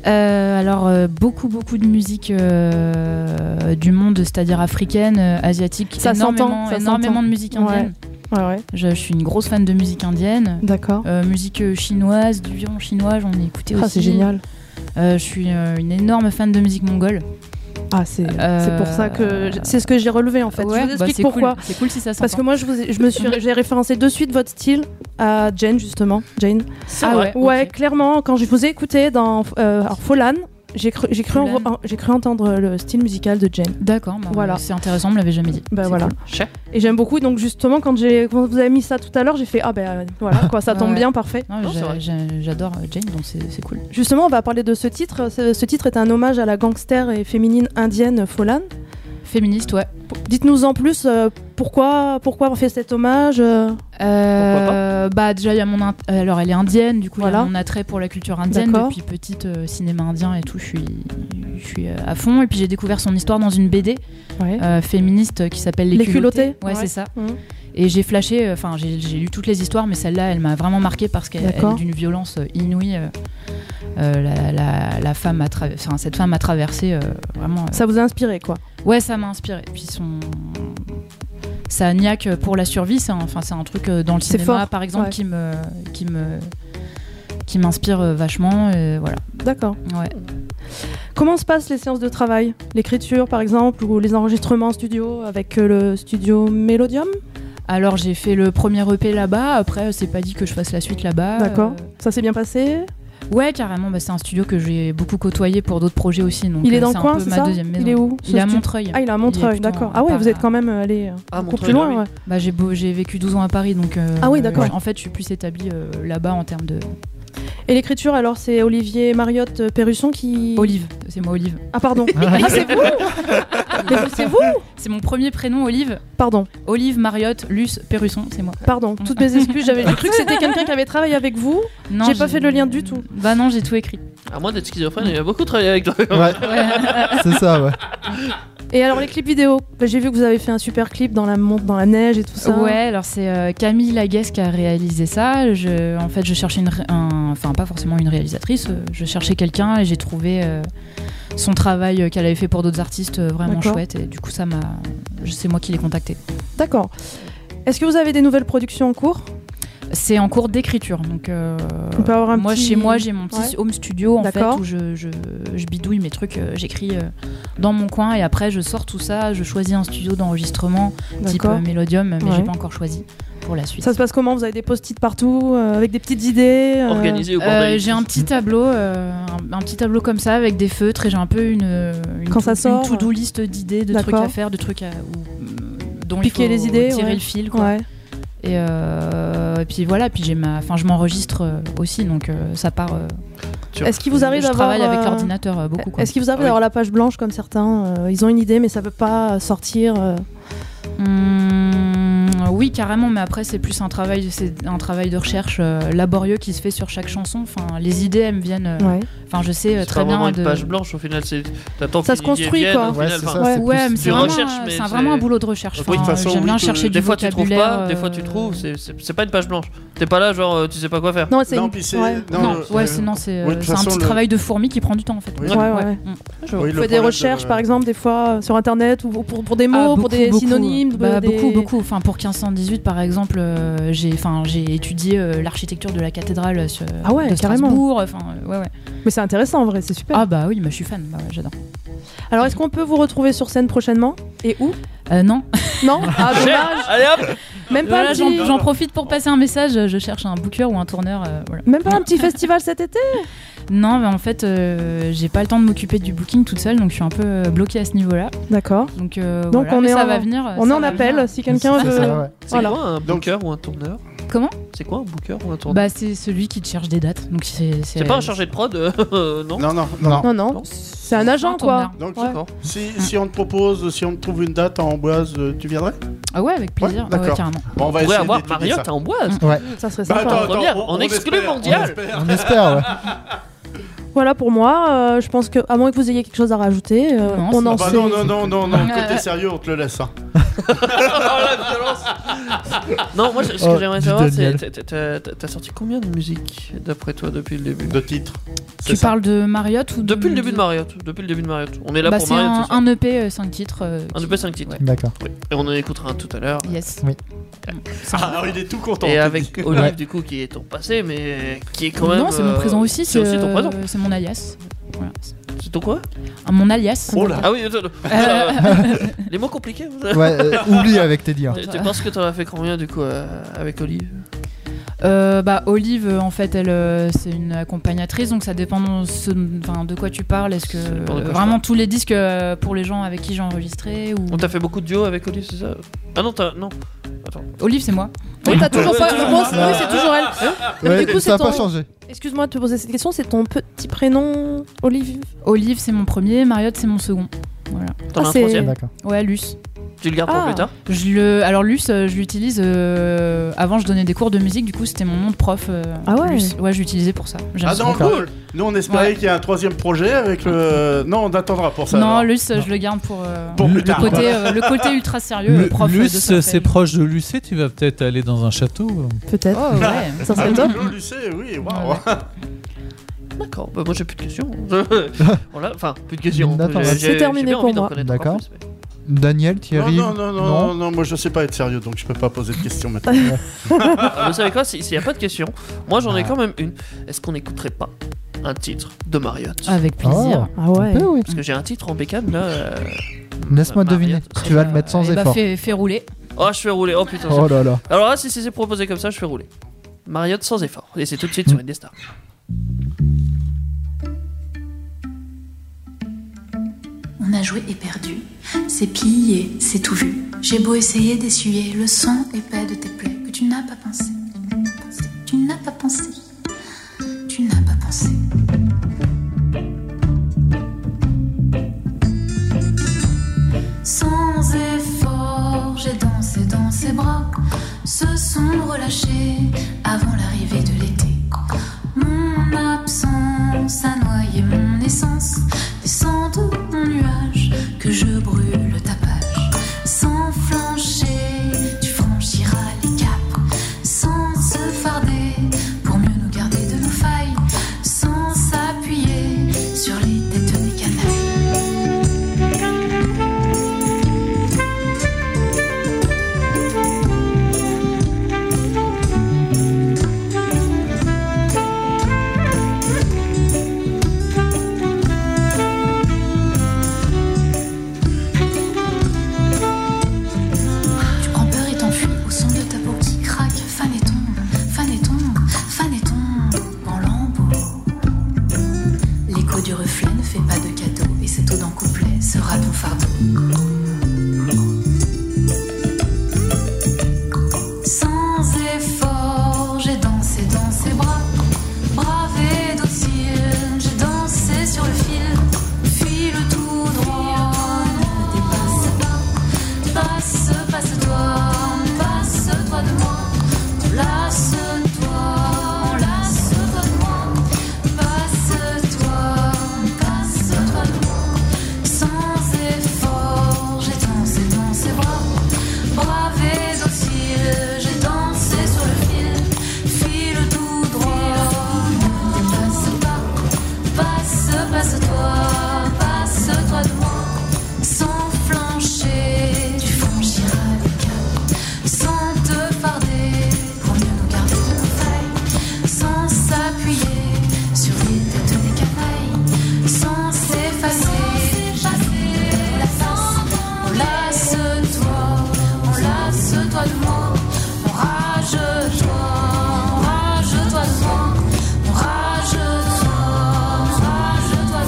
Euh, alors, euh, beaucoup, beaucoup de musique euh, du monde, c'est-à-dire africaine, euh, asiatique. Ça énormément, s'entend, ça énormément s'entend. de musique indienne. Ouais, ouais, Je, je suis une grosse fan de musique indienne. d'accord. Euh, musique euh, chinoise, du violon chinois, j'en ai écouté Ah, aussi. c'est génial. Euh, je suis euh, une énorme fan de musique mongole. Ah, c'est c'est pour ça que. Euh, C'est ce que j'ai relevé en fait. Ouais, je vous bah, explique c'est cool. pourquoi. C'est cool si ça s'entend. Parce que moi, je, vous ai- je me suis, j'ai référencé de suite votre style à Jane justement. Jane. C'est Ah vrai. ouais. Ouais, ok. clairement, quand je vous ai écouté dans euh, alors, Folan, j'ai cru, j'ai cru, en- Folan. en- j'ai cru entendre le style musical de Jane. D'accord, bah, Voilà. c'est intéressant, on me l'avait jamais dit. Bah C'est voilà. cool. Cher. Et j'aime beaucoup, donc justement, quand, j'ai, quand vous avez mis ça tout à l'heure, j'ai fait Ah ben euh, voilà, quoi, ça Ah Ouais, tombe ouais. bien, parfait. Non, Non, j'a- c'est vrai. j'a- J'adore euh, Jane, donc c'est c'est cool. Justement, on va parler de ce titre. Ce, ce titre est un hommage à la gangster et féminine indienne Folan. Féministe, ouais. P- Dites-nous en plus euh, pourquoi, pourquoi on fait cet hommage. euh, Euh, bah déjà il y a mon int- euh, alors elle est indienne du coup il y a Voilà. mon attrait pour la culture indienne D'accord. depuis petite euh, cinéma indien et tout je suis je suis euh, à fond et puis j'ai découvert son histoire dans une BD euh, féministe euh, qui s'appelle les, Les culottés, ouais, ouais. c'est ça Mhm. et j'ai flashé euh, enfin j'ai j'ai lu toutes les histoires mais celle-là elle m'a vraiment marquée parce qu'elle elle D'accord. est d'une violence euh, inouïe euh, euh, la, la- la femme a traversé cette femme a traversé euh, vraiment euh, Ça vous a inspiré, quoi. Ouais, ça m'a inspiré. Puis son. Sa niaque pour la survie, c'est un, enfin, c'est un truc euh, dans le C'est cinéma, fort, par exemple, ouais. qui me. qui me. qui m'inspire euh, vachement. et voilà. D'accord. Ouais. Comment se passent les séances de travail L'écriture, par exemple, ou les enregistrements en studio avec euh, le studio Melodium Alors, E j'ai fait le premier EP là-bas. Après, c'est pas dit que je fasse la suite là-bas. D'accord. Euh, Ça s'est bien passé Ouais, carrément. Bah, c'est un studio que j'ai beaucoup côtoyé pour d'autres projets aussi. Donc, Il est euh, dans c'est le un coin, peu c'est ma ça deuxième maison. Il est où Il est à ce tu- Montreuil. Ah, il est à est Montreuil, plutôt d'accord. à- Ah ouais, pas- vous êtes quand même allé euh, Ah, beaucoup plus loin. ouais. Bah, j'ai, beau- j'ai vécu 12 ans à Paris, donc. euh, Ah oui, d'accord. En fait, je suis plus établie euh, là-bas en termes de. Et l'écriture, alors, c'est Olivier Mariotte euh, Perrusson qui. Olive, c'est moi Olive. Ah, pardon. ah, c'est vous Mais vous, c'est vous C'est mon premier prénom, Olive. Pardon. Olive Mariotte Luce Perrusson, c'est moi. Pardon, toutes mes excuses, j'avais j'ai cru que c'était quelqu'un qui avait travaillé avec vous. Non, J'ai pas j'ai- fait le lien du tout. Bah non, j'ai tout écrit. À moins d'être schizophrène, il a beaucoup travaillé avec toi. C'est ça, ouais. Et alors les clips vidéo, Bah, j'ai vu que vous avez fait un super clip dans la montre, dans la neige et tout ça. Ouais, alors c'est euh, Camille Laguesse qui a réalisé ça. Je, en fait, je cherchais une, ré- un- enfin pas forcément une réalisatrice, euh, je cherchais quelqu'un et j'ai trouvé euh, son travail euh, qu'elle avait fait pour d'autres artistes euh, vraiment D'accord. chouette. Et du coup, ça m'a, je- c'est moi qui l'ai contacté. D'accord. Est-ce que vous avez des nouvelles productions en cours C'est en cours d'écriture, donc euh, On peut avoir un moi petit- chez moi j'ai mon petit Ouais. home studio en fait D'accord. où je, je- je bidouille mes trucs, euh, j'écris euh, dans mon coin et après je sors tout ça, je choisis un studio d'enregistrement type D'accord. euh, Mélodium, mais Ouais. j'ai pas encore choisi pour la suite. Ça se passe comment Vous avez des post-it partout euh, avec des petites idées euh, Organisé ou pas Euh, organisé J'ai un petit tableau, euh, un, un petit tableau comme ça avec des feutres et j'ai un peu une, une to- Quand ça une sort, euh, to-do list d'idées, de trucs D'accord. à faire, de trucs à ou, dont Piquer il faut les idées, tirer ouais. le fil quoi. Ouais. Et, euh, et puis voilà, puis j'ai ma, enfin je m'enregistre euh, aussi donc euh, ça part. euh, Est-ce qu'il vous arrive je d'avoir travaille avec euh, l'ordinateur euh, beaucoup quoi. Est-ce qu'il vous arrive Ah d'avoir la page blanche comme certains euh, Ils ont une idée mais ça peut pas sortir. euh. Mmh, oui, carrément, mais après c'est plus un travail, c'est un travail de recherche euh, laborieux qui se fait sur chaque chanson. Enfin, les idées elles me viennent. euh, Ouais. Enfin, je sais euh, C'est très pas vraiment bien une de. page blanche au final, c'est t'attends Ça que se l'idée construit, vienne, quoi. au Ouais, final, c'est enfin, ça. Ouais. c'est Ouais, plus- mais Tu c'est vraiment, recherches, mais c'est c'est- vraiment un boulot de recherche. De toute Enfin, façon, J'aime oui, bien tu- chercher du Des fois tu trouves vocabulaire. euh. pas, des fois tu trouves, c'est- c'est c'est pas une page blanche. T'es pas là genre euh, tu sais pas quoi faire. Non, c'est Non, une- puis c'est- ouais. Non, non, le- ouais, c'est non, c'est oui, de euh, toute c'est un façon, petit le- travail de fourmi qui prend du temps en fait. Oui. Ouais, ouais. Mm. Je Oui, le vous fais des problème de- recherches, par exemple, des fois euh, sur internet ou pour, pour des mots, Ah, pour beaucoup, des beaucoup. synonymes. Bah, des- Beaucoup, beaucoup. Enfin, pour 1518, par exemple, euh, j'ai enfin, j'ai étudié euh, l'architecture de la cathédrale sur, Ah ouais, de carrément. Strasbourg. Enfin, euh, ouais, ouais. Mais c'est intéressant en vrai, c'est super. Ah bah oui, bah, je suis fan, bah, ouais, j'adore. Alors est-ce qu'on peut vous retrouver sur scène prochainement Et où Euh, non, Non Ah dommage Allez hop Même pas, Voilà, un j'en petit... j'en profite pour passer un message. Je cherche un booker ou un tourneur. euh, voilà. Même pas un petit festival cet été Non, mais en fait, euh, j'ai pas le temps de m'occuper du booking toute seule, donc je suis un peu euh, bloquée à ce niveau-là. D'accord. Donc, euh, Donc voilà. on Mais est ça en- va venir. On ça est en va appel venir. si quelqu'un C'est veut. ça, ouais. C'est Voilà. quoi un Donc- booker ou un tourneur Comment C'est quoi un booker ou un tourneur Bah, c'est celui qui te cherche des dates. Donc c'est. C'est pas un chargé de prod, euh, non Non, non, non. Non, non. Non. C'est un agent tourneur. quoi. Donc, Ouais. D'accord. si, si on te propose, si on te trouve une date en Amboise, euh, tu viendrais Ah ouais, avec plaisir. Ouais, Ah ouais, d'accord. carrément. Bon, On va On pourrait avoir d'étudier Mariotte ça. à Amboise. Ça serait Bah, sympa. attends, attends, Première, on- en on exclu espère, on mondial. espère. On espère, ouais. Voilà pour moi. euh, je pense que, à moins que vous ayez quelque chose à rajouter, euh, Non, on c'est- en Ah bah sait. non, non, non, non, non, Ouais. côté sérieux, on te le laisse. hein. Oh, Non, moi, je- ce que Oh, j'aimerais dis savoir, c'est Daniel. t'as- t'as- t'as t'as sorti combien de musique d'après toi depuis le début De titre. Tu parles de Mariotte ou de- Depuis le début de Mariotte. Depuis le début de Mariotte. On est là Bah, pour c'est Mariotte. un, ce soir. un EP 5 titres. euh, Un qui- EP 5 titres. Ouais. D'accord. Oui. Et on en écoutera un tout à l'heure. Yes. Oui. Ah, il est tout content. Et on te avec dit. Olive, Ouais. du coup, qui est ton passé, mais qui est quand même. non, c'est mon euh, présent aussi. C'est aussi ton euh, présent. C'est mon alias. Voilà. C'est- C'est ton quoi ah, Mon Euh. alias. Oh là Ah oui, attends, euh, les mots compliqués. vous savez. Ouais, euh, oublie avec tes dires. Tu tu penses que t'en as fait combien du coup euh, avec Olive Euh, bah, Olive, euh, en fait, elle, euh, c'est une accompagnatrice, donc ça dépend de, ce- enfin, de quoi tu parles. Est-ce que Ça dépend de quoi je vraiment parle. tous les disques euh, pour les gens avec qui j'ai enregistré ou... On t'a fait beaucoup de duos euh. avec Olive, c'est ça Ah non, t'as. Non. Olive, c'est moi. Oui, t'as toujours pas. Ouais. je pense- oui, c'est toujours elle. Ouais, du coup, c'est ça n'a ton- pas changé. Excuse-moi de te poser cette question. C'est ton petit prénom, Olivier Olive, c'est mon premier. Mariotte, c'est mon second. Voilà. T'en Ah, as un c'est- troisième D'accord. Ouais, Luce. Tu le gardes pour Ah. plus tard Je le... Alors, Luce, euh, je l'utilise. euh, Avant, je donnais des cours de musique, du coup, c'était mon nom de prof. euh, Ah ouais. Luce. Ouais, je l'utilisais pour ça. J'aime Ah ça. non, D'accord. cool Nous, on espérait Ouais. qu'il y ait un troisième projet avec le. Non, on attendra pour ça. Non, alors. Luce, je le garde pour. euh, Pour plus Le tard. côté, euh, le côté ultra sérieux, euh, prof. euh, de Luce, solfège. c'est proche de Lucé, tu vas peut-être aller dans un château. Peut-être. Oh, ouais. Ça Ah, serait le top. Lolo Lucet, oui, waouh Ouais. D'accord, bah moi j'ai plus de questions. voilà, enfin, plus de questions. D'accord. J'ai- C'est j'ai- j'ai terminé bien pour envie d'en moi. connaître D'accord. encore plus, mais- Daniel, Non, Thierry. non, non, non, non, non, moi je sais pas être sérieux, donc je peux pas poser de questions maintenant. Ah, Vous savez quoi, s'il n'y a pas de questions, moi j'en ai Ah. quand même une. Est-ce qu'on n'écouterait pas un titre de Mariotte Avec Oh. plaisir. Ah ouais. On peut, oui. Parce que j'ai un titre en bécane là. euh, Laisse-moi Mariotte. deviner. Tu vas le mettre sans Eh bah, effort. fais, fais rouler. Oh, je fais rouler, oh putain. Oh là là. Alors là, si c'est proposé comme ça, je fais rouler. Mariotte sans effort. Et c'est tout de suite sur Indestar. joué est perdu. C'est pillé, c'est tout vu. J'ai beau essayer d'essuyer le sang épais de tes plaies que tu n'as pas pensé. Pensé. Tu n'as pas pensé. Tu n'as pas pensé. Sans effort, j'ai dansé dans ses bras. Se sont relâchés avant l'arrivée de l'été. Mon absence a noyé mon essence. Descends de mon nuage que je brûle le tapage. Sans flancher, tu franchiras les caps. Sans se farder pour mieux nous garder de nos failles. Sans s'appuyer sur les têtes des canailles. Tu prends peur et t'enfuis au son de ta peau qui craque. Fan et tombe, fan et tombe, fan et tombe en lambeaux. L'écho du reflet ne fait pas de cadeau et cette eau d'un couplet sera ton fardeau. Sans effort, j'ai dansé dans ses bras. Brave et docile, j'ai dansé sur le fil. File tout droit, ne dépasse pas. Passe, passe-toi, passe-toi de moi. Place-toi, lasse-toi de moi. Passe-toi, passe-toi de moi. Sans effort, j'ai dansé dans ses bras. Brave et docile, j'ai dansé sur le fil. File tout droit, ne dépasse pas. Passe, passe-toi, passe-toi de moi. Sans flancher, tu franchiras les caps. Sans te farder, pour mieux nous garder de nos failles. Sans s'appuyer sur les têtes des canailles. Sans s'effacer, on la face. On lasse-toi, on lasse-toi de moi. On rage-toi, on rage-toi de moi. On rage-toi, on rage-toi de moi.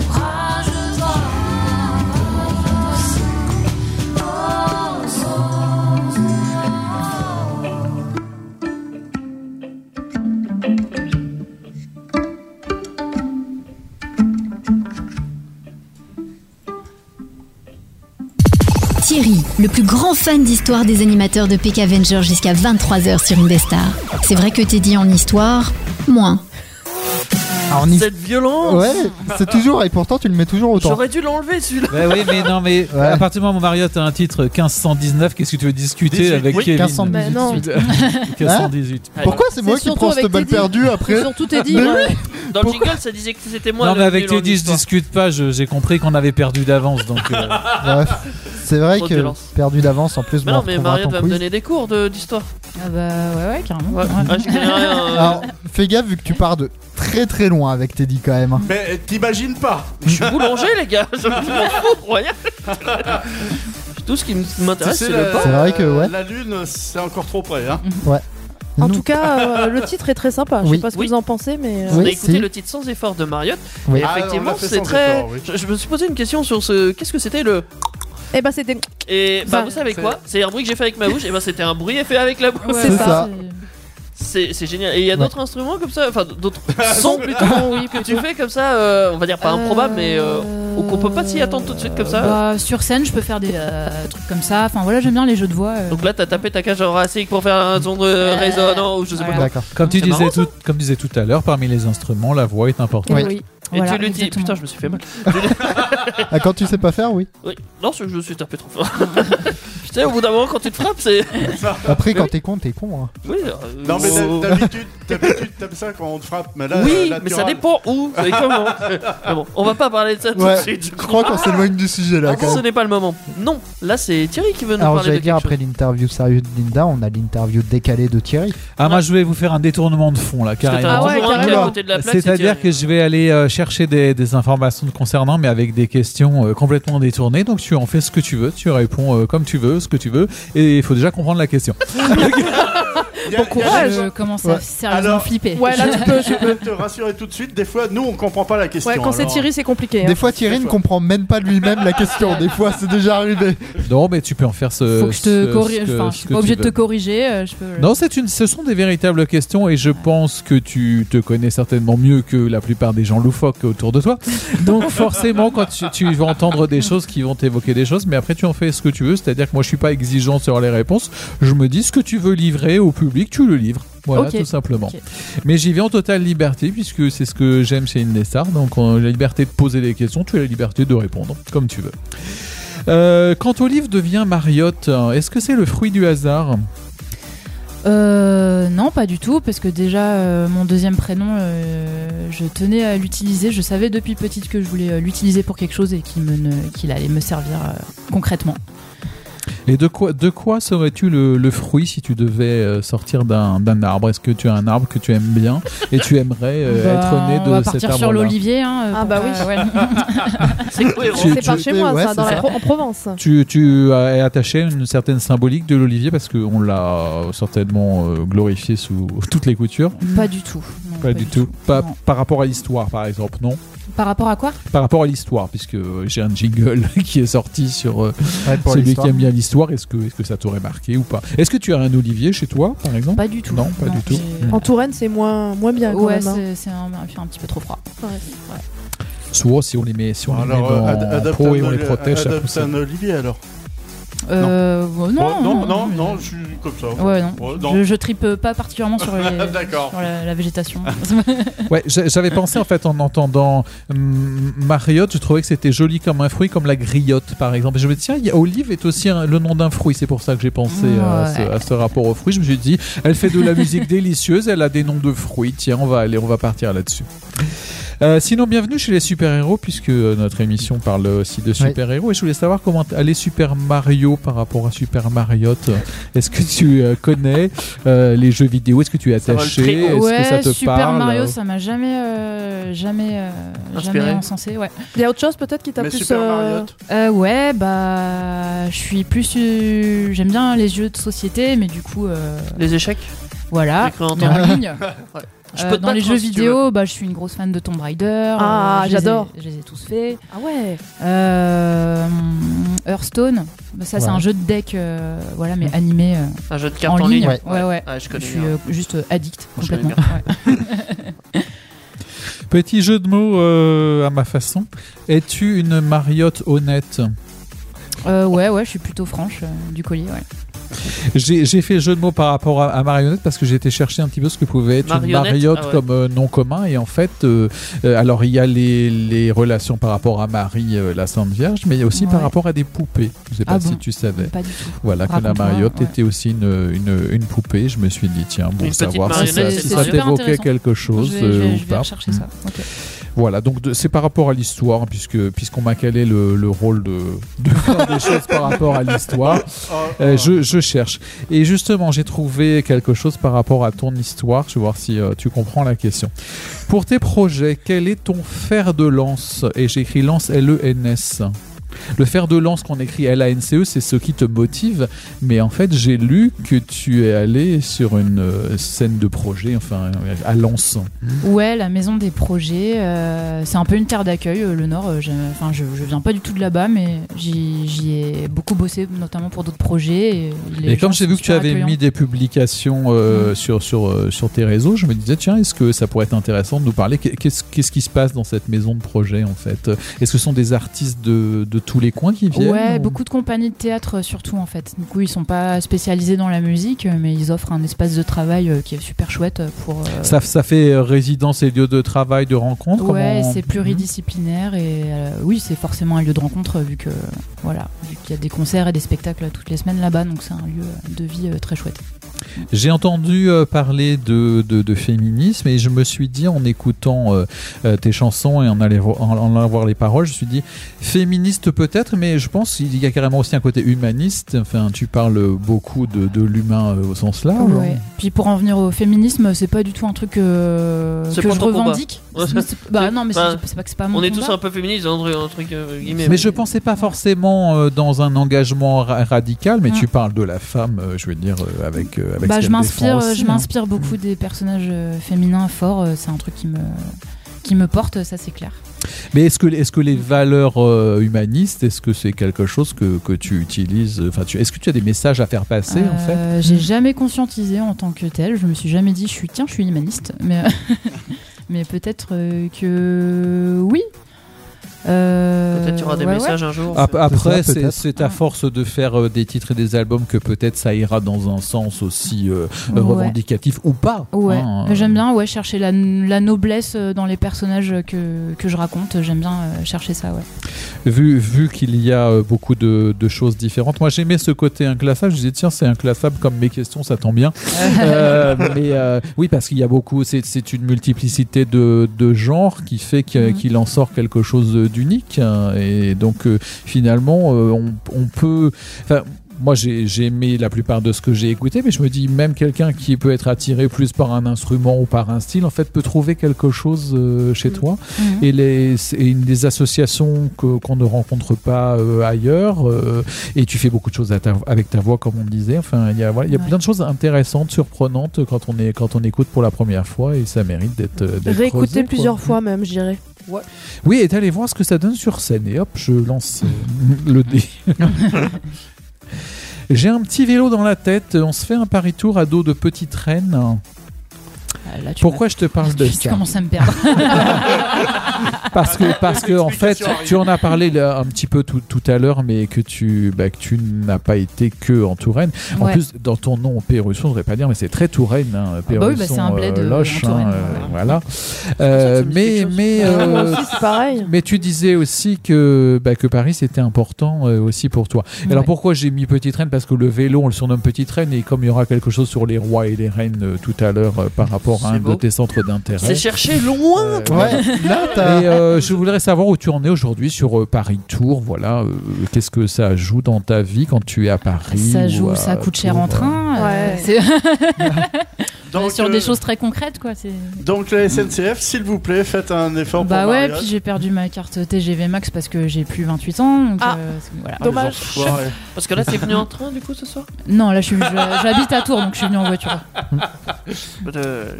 On rage-toi. Thierry, le plus grand fan d'histoire des animateurs de PK Avenger jusqu'à 23h sur Indestar. C'est vrai que t'es dit en histoire, moins. Cette violence Ouais, c'est toujours, et pourtant tu le mets toujours autant. J'aurais dû l'enlever celui-là. Bah oui, mais non, mais à partir du moment où Mario t'as un titre 1519, qu'est-ce que tu veux discuter 18, avec oui. Kevin 1518. Bah, Ben non. 1518. Hein Pourquoi c'est moi qui prends cette balle perdue après Mais oui. Dans le jingle, ça disait que c'était moi. Non, le mais avec violent Teddy, je histoire. discute pas, je- j'ai compris qu'on avait perdu d'avance, donc. euh, Bref, c'est vrai Trop que de violence. perdu d'avance en plus. Mais bon, on Bah non, mais retrouvera Mariette ton va me quiz. donner des cours de- d'histoire. Ah bah ouais, ouais, carrément. Ouais, je connais rien, euh, Alors, fais gaffe vu que tu pars de très très loin avec Teddy quand même. hein. Mais euh, t'imagines pas Je suis boulanger, les gars. Je m'en fous, royal. Tout ce qui m- m'intéresse, Tu sais, c'est le la- pain. C'est vrai que, ouais. La lune, c'est encore trop près. Hein. Mm-hmm. Ouais. En tout cas, euh, le titre est très sympa. Je Oui. sais pas ce que Oui. vous en pensez, mais. euh, On a écouté le titre sans effort de Mariotte. Oui. Et Ah, effectivement, on l'a fait c'est sans très. effort, oui. je, je me suis posé une question sur ce. Qu'est-ce que c'était le. Eh ben, c'était. Et bah, Enfin, vous savez c'est- quoi C'est un bruit que j'ai fait avec ma bouche. Et bah, c'était un bruit fait avec la bouche. Ouais, bah, C'est c'est ça. ça. C'est c'est génial. Et il y a Ouais. d'autres instruments comme ça, enfin d'autres Ah, sons plutôt que tu fais comme ça, euh, on va dire pas improbable, mais euh, qu'on peut pas s'y attendre tout de suite comme ça. Bah, sur scène, je peux faire des euh, trucs comme ça. Enfin voilà, j'aime bien les jeux de voix. euh. Donc là, t'as tapé ta cage thoracique pour faire un son de résonant ou je sais pas. quoi. Comme tu C'est marrant, disais tout, comme disais tout à l'heure, parmi les instruments, la voix est importante. Et Voilà, tu l'utilises. exactement. Putain, je me suis fait mal. Ah, quand tu sais pas faire, oui. Oui. Non, c'est que je me suis tapé trop fort. tu sais, au bout d'un moment, quand tu te frappes, c'est. Après, Mais quand oui. t'es con, t'es con. hein. Oui, euh, Non, mais oh. d'hab- d'habitude, d'habitude, t'aimes ça quand on te frappe. Mais là, oui, euh, là, mais tu ça râles. dépend où et comment. Mais bon, on va pas parler de ça tout de Ouais, suite. je crois qu'on s'éloigne du sujet là. Ah, quand ce même. n'est pas le moment. Non, là c'est Thierry qui veut nous Alors, parler de j'allais quelque dire après l'interview sérieuse de Linda, on a l'interview décalée de Thierry. Ah, moi je vais vous faire un détournement de fond là, t'as carrément. toujours Ah ouais, un qui est à carrément. côté de la plaque, c'est C'est-à-dire Thierry. que je vais aller euh, chercher des, des informations te concernant, mais avec des questions euh, complètement détournées. Donc tu en fais ce que tu veux, tu réponds euh, comme tu veux, ce que tu veux, et il faut déjà comprendre la question. y a- y Bon a- courage. y a- Je commence à sérieusement flipper. Ouais, là, tu peux, tu Je peux te rassurer tout de suite, des fois, nous, on comprend pas la question. Ouais, quand c'est alors. Thierry, c'est compliqué. hein. Des fois, Thierry ne comprend même pas lui-même la question. Des fois, c'est déjà arrivé. Non, mais tu peux en faire ce. Faut que je te ce- corrige. ce que- Enfin, je ce suis que tu pas obligée de te veux. corriger. euh, Je peux. Non, c'est une, ce sont des véritables questions et je pense que tu te connais certainement mieux que la plupart des gens loufoques autour de toi. Donc forcément, quand tu, tu vas entendre des choses qui vont t'évoquer des choses, mais après tu en fais ce que tu veux. C'est-à-dire que moi, je suis pas exigeant sur les réponses. Je me dis ce que tu veux livrer au public, tu le livres. Voilà, Ok. tout simplement. Ok. Mais j'y vais en totale liberté puisque c'est ce que j'aime chez Indestar. Donc on a la liberté de poser des questions, tu as la liberté de répondre comme tu veux. Euh, quant au livre devient Mariotte, hein, est-ce que c'est le fruit du hasard Euh, non, pas du tout, parce que déjà, euh, mon deuxième prénom, euh, je tenais à l'utiliser. Je savais depuis petite que je voulais euh, l'utiliser pour quelque chose et qu'il me ne- qu'il allait me servir euh, concrètement. Et de quoi, de quoi serais-tu le, le fruit si tu devais euh, sortir d'un d'un arbre Est-ce que tu as un arbre que tu aimes bien et tu aimerais euh, Bah, être né de on va cet partir arbre sur l'olivier. Hein, Ah bah oui. C'est cohérent. Tu- C'est par tu- chez moi, ouais, ça, c'est dans la ça. Pro- en Provence. Tu, tu as attaché une certaine symbolique de l'olivier parce qu'on l'a certainement euh, glorifié sous toutes les coutures. Pas du tout. non, pas, du tout. Pas, par rapport à l'histoire, par exemple, non Par rapport à quoi Par rapport à l'histoire, puisque euh, j'ai un jingle qui est sorti sur euh, Ouais, pour celui l'histoire. qui aime bien l'histoire. Est-ce que, est que ça t'aurait marqué ou pas Est-ce que tu as un olivier chez toi, par exemple Pas du tout. Non, pas du tout. Hmm. En Touraine, c'est moins, moins bien. quand Ouais, même, hein. c'est c'est un, il fait un petit peu trop froid. Ouais. Souvent, si on les met, si on Alors, euh, ad- les met dans adopte pro et un on les oli- protège, ça adopte fonctionne. un olivier alors. Euh, bon, Bon, non, non, non, mais- non, je suis comme ça. Ouais, non. Ouais, Je, je tripe pas particulièrement sur, les- D'accord. sur la, la végétation. Ah, Ouais, j'a- j'avais pensé en fait en entendant hum, Mariotte, je trouvais que c'était joli comme un fruit, comme la griotte par exemple. Et je me dis tiens, il y a- Olive est aussi un- le nom d'un fruit, c'est pour ça que j'ai pensé euh, à, ce, Ah, Ouais. à ce rapport au fruit. Je me suis dit, elle fait de la musique délicieuse, elle a des noms de fruits. Tiens, on va aller, on va partir là-dessus. Euh, sinon, bienvenue chez les super-héros, puisque euh, notre émission parle aussi de super-héros. Et je voulais savoir comment allait Super Mario par rapport à Super Mariotte. Est-ce que tu euh, connais euh, les jeux vidéo Est-ce que tu es Ça va le attaché frigo. Est-ce ouais, que ça te Super parle Mario, ça m'a jamais, euh, jamais, euh, Inspiré. jamais encensé. Ouais. Il y a autre chose peut-être qui t'a Mais plus. Super euh, Mariotte. Euh, ouais, bah, je suis plus, euh, j'aime bien les jeux de société, mais du coup, euh, Les échecs voilà, J'ai cru entendre. mais en ligne. Ouais. Je Euh, peux te dans les battre, hein, jeux si tu vidéo, bah, je suis une grosse fan de Tomb Raider. euh, Ah, je les ai- j'adore. Je les ai tous faits. Ah ouais. Euh, Hearthstone, bah, ça c'est Ouais. un jeu de deck, euh, voilà, Mm. mais animé. euh, Un jeu de cartes en ligne. ligne. Ouais, ouais. Ouais. Ouais, Ah, je connais suis bien. euh, juste euh, addict Moi, je connais complètement. ouais. Petit jeu de mots euh, à ma façon. Es-tu une Mariotte honnête Euh, ouais, ouais, je suis plutôt franche euh, du collier. Ouais. J'ai j'ai fait jeu de mots par rapport à, à marionnette parce que j'ai été chercher un petit peu ce que pouvait être une Marionnette, mariotte ah ouais. comme euh, nom commun. Et en fait, euh, euh, alors il y a les, les relations par rapport à Marie, euh, la Sainte Vierge, mais il y a aussi par Ouais. rapport à des poupées. Je sais pas Ah si bon tu savais. Pas du tout. Voilà, que la Raconte-moi, mariotte ouais. était aussi une, une, une poupée. Je me suis dit, tiens, bon, Une petite savoir si ça, marionnette, si c'est ça super t'évoquait intéressant. quelque chose Je vais, euh, je vais- ou je vais pas. rechercher ça. ok. Voilà, donc de- c'est par rapport à l'histoire, puisque puisqu'on m'a calé le, le rôle de, de faire des choses par rapport à l'histoire, euh, je, je cherche. Et justement, j'ai trouvé quelque chose par rapport à ton histoire. Je vais voir si euh, tu comprends la question. Pour tes projets, quel est ton fer de lance Et j'ai écrit lance L-E-N-S. Le fer de lance qu'on écrit L-A-N-C-E, E, c'est ce qui te motive. Mais en fait, j'ai lu que tu es allé sur une euh, scène de projet, enfin, euh, à Lens. Ouais, la maison des projets, euh, c'est un peu une terre d'accueil, euh, le Nord. euh, j'ai- Enfin, je, je viens pas du tout de là-bas, mais j'y j'y ai beaucoup bossé, notamment pour d'autres projets. Et, les Et comme gens j'ai vu sont Mm. que tu super avais accueillants. mis des publications euh, sur, sur, euh, sur tes réseaux, je me disais, tiens, est-ce que ça pourrait être intéressant de nous parler Qu'est- Qu'est-ce qu'est-ce qui se passe dans cette maison de projet, en fait Est-ce que ce sont des artistes de, de tous les coins qui viennent Ouais, ou- beaucoup de compagnies de théâtre euh, surtout en fait. Du coup, ils sont pas spécialisés dans la musique, euh, mais ils offrent un espace de travail euh, qui est super chouette euh, pour. euh, Ça, ça fait euh, résidence et lieu de travail, de rencontre Ouais, comment- hein. c'est pluridisciplinaire et euh, oui, c'est forcément un lieu de rencontre euh, vu que euh, voilà, vu qu'il y a des concerts et des spectacles euh, toutes les semaines là-bas, donc c'est un lieu euh, de vie euh, très chouette. J'ai entendu euh, parler de, de, de féminisme et je me suis dit en écoutant euh, euh, tes chansons et en, allant vo- en, en allant voir les paroles, je me suis dit féministe Marxiste peut-être, mais je pense qu'il y a carrément aussi un côté humaniste. Enfin, tu parles beaucoup de, de l'humain euh, au sens large. Ouais. Puis pour en venir au féminisme, c'est pas du tout un truc euh, C'est que pas je ton combat. revendique. Ouais. Mais c'est- Bah non, mais c'est Bah, c'est pas que c'est pas mon On est combat. tous un peu féministes, un truc, un truc euh, guillemets. Mais je pensais pas forcément euh, dans un engagement ra- radical, mais Mm. tu parles de la femme, euh, je veux dire, euh, avec, euh, avec Bah, ce je qu'elle m'inspire, défend aussi, je hein. m'inspire beaucoup des personnages euh, féminins forts. euh, C'est un truc qui me qui me porte, ça c'est clair. Mais est-ce que, est que les valeurs euh, humanistes, est-ce que c'est quelque chose que, que tu utilises Enfin, tu- Est-ce que tu as des messages à faire passer en fait Mm. Euh, J'ai jamais conscientisé en tant que tel. Je me suis jamais dit, je suis tiens, je suis humaniste. Mais, mais peut-être euh, que oui. Euh, Peut-être qu'il y aura des ouais, ouais. messages un jour. Ap- C'est Après, ça, c'est peut-être. c'est à force de faire euh, des titres et des albums que peut-être ça ira dans un sens aussi euh, euh, Ouais. revendicatif ou pas. Ouais, hein. Mais j'aime bien ouais, chercher la, la noblesse euh, dans les personnages que, que je raconte. J'aime bien euh, chercher ça, ouais. vu, vu qu'il y a euh, beaucoup de, de choses différentes. Moi, j'aimais ce côté inclassable. Je disais, tiens, c'est inclassable comme mes questions, ça tombe bien. Euh, mais euh, oui, parce qu'il y a beaucoup, c'est- c'est une multiplicité de, de genres qui fait que- Mhm. qu'il en sort quelque chose d'unique. hein. Et donc, euh, finalement, euh, on, on peut. enfin, moi, j'ai j'ai aimé la plupart de ce que j'ai écouté, mais je me dis, même quelqu'un qui peut être attiré plus par un instrument ou par un style, en fait, peut trouver quelque chose euh, chez toi. Mhm. Et les, c'est une des associations que- qu'on ne rencontre pas euh, ailleurs. euh, et tu fais beaucoup de choses à ta- avec ta voix, comme on le disait. Enfin, il y a, voilà, il y a Ouais. plein de choses intéressantes, surprenantes quand on, est, quand on écoute pour la première fois, et ça mérite d'être euh, d'être creusé, Réécouter quoi. plusieurs fois même, je dirais. Oui, et allez voir ce que ça donne sur scène. Et hop, je lance euh, le dé. J'ai un petit vélo dans la tête. On se fait un paris-tour à dos de petite reine. Ah, là, tu Pourquoi je te parle de Tu ça commences à me perdre. parce que parce que en fait tu en as parlé là, un petit peu tout, tout à l'heure mais que tu bah, que tu n'as pas été que en Touraine en Ouais. plus dans ton nom Pérusson je voudrais pas dire mais c'est très Touraine hein, bah oui, bah, Pérusson, c'est un bled, euh, euh, Loche en Touraine, hein, ouais. euh, voilà Euh, mais mais Ouais, moi euh, aussi, c'est pareil. mais tu disais aussi que bah, que Paris c'était important euh, aussi pour toi Et alors Ouais. pourquoi j'ai mis Petite Reine parce que le vélo on le surnomme Petite Reine et comme il y aura quelque chose sur les rois et les reines euh, tout à l'heure euh, par rapport à un de tes centres d'intérêt Euh, C'est chercher loin. et euh, je voudrais savoir où tu en es aujourd'hui sur euh, Paris Tour. Voilà, euh, qu'est-ce que ça joue dans ta vie quand tu es à Paris ça ou joue, à ça coûte cher Tours, en train. euh, Ouais. c'est- sur euh, des choses très concrètes, quoi. c'est- Donc la SNCF, s'il vous plaît, faites un effort Bah pour ouais, Marriott. puis j'ai perdu ma carte TGV Max parce que j'ai plus 28 ans. donc, Ah, euh, c'est- voilà. Parce que là, t'es Ah, venu en train du coup ce soir Non, là, je suis- je- j'habite à Tours, donc je suis venu en voiture.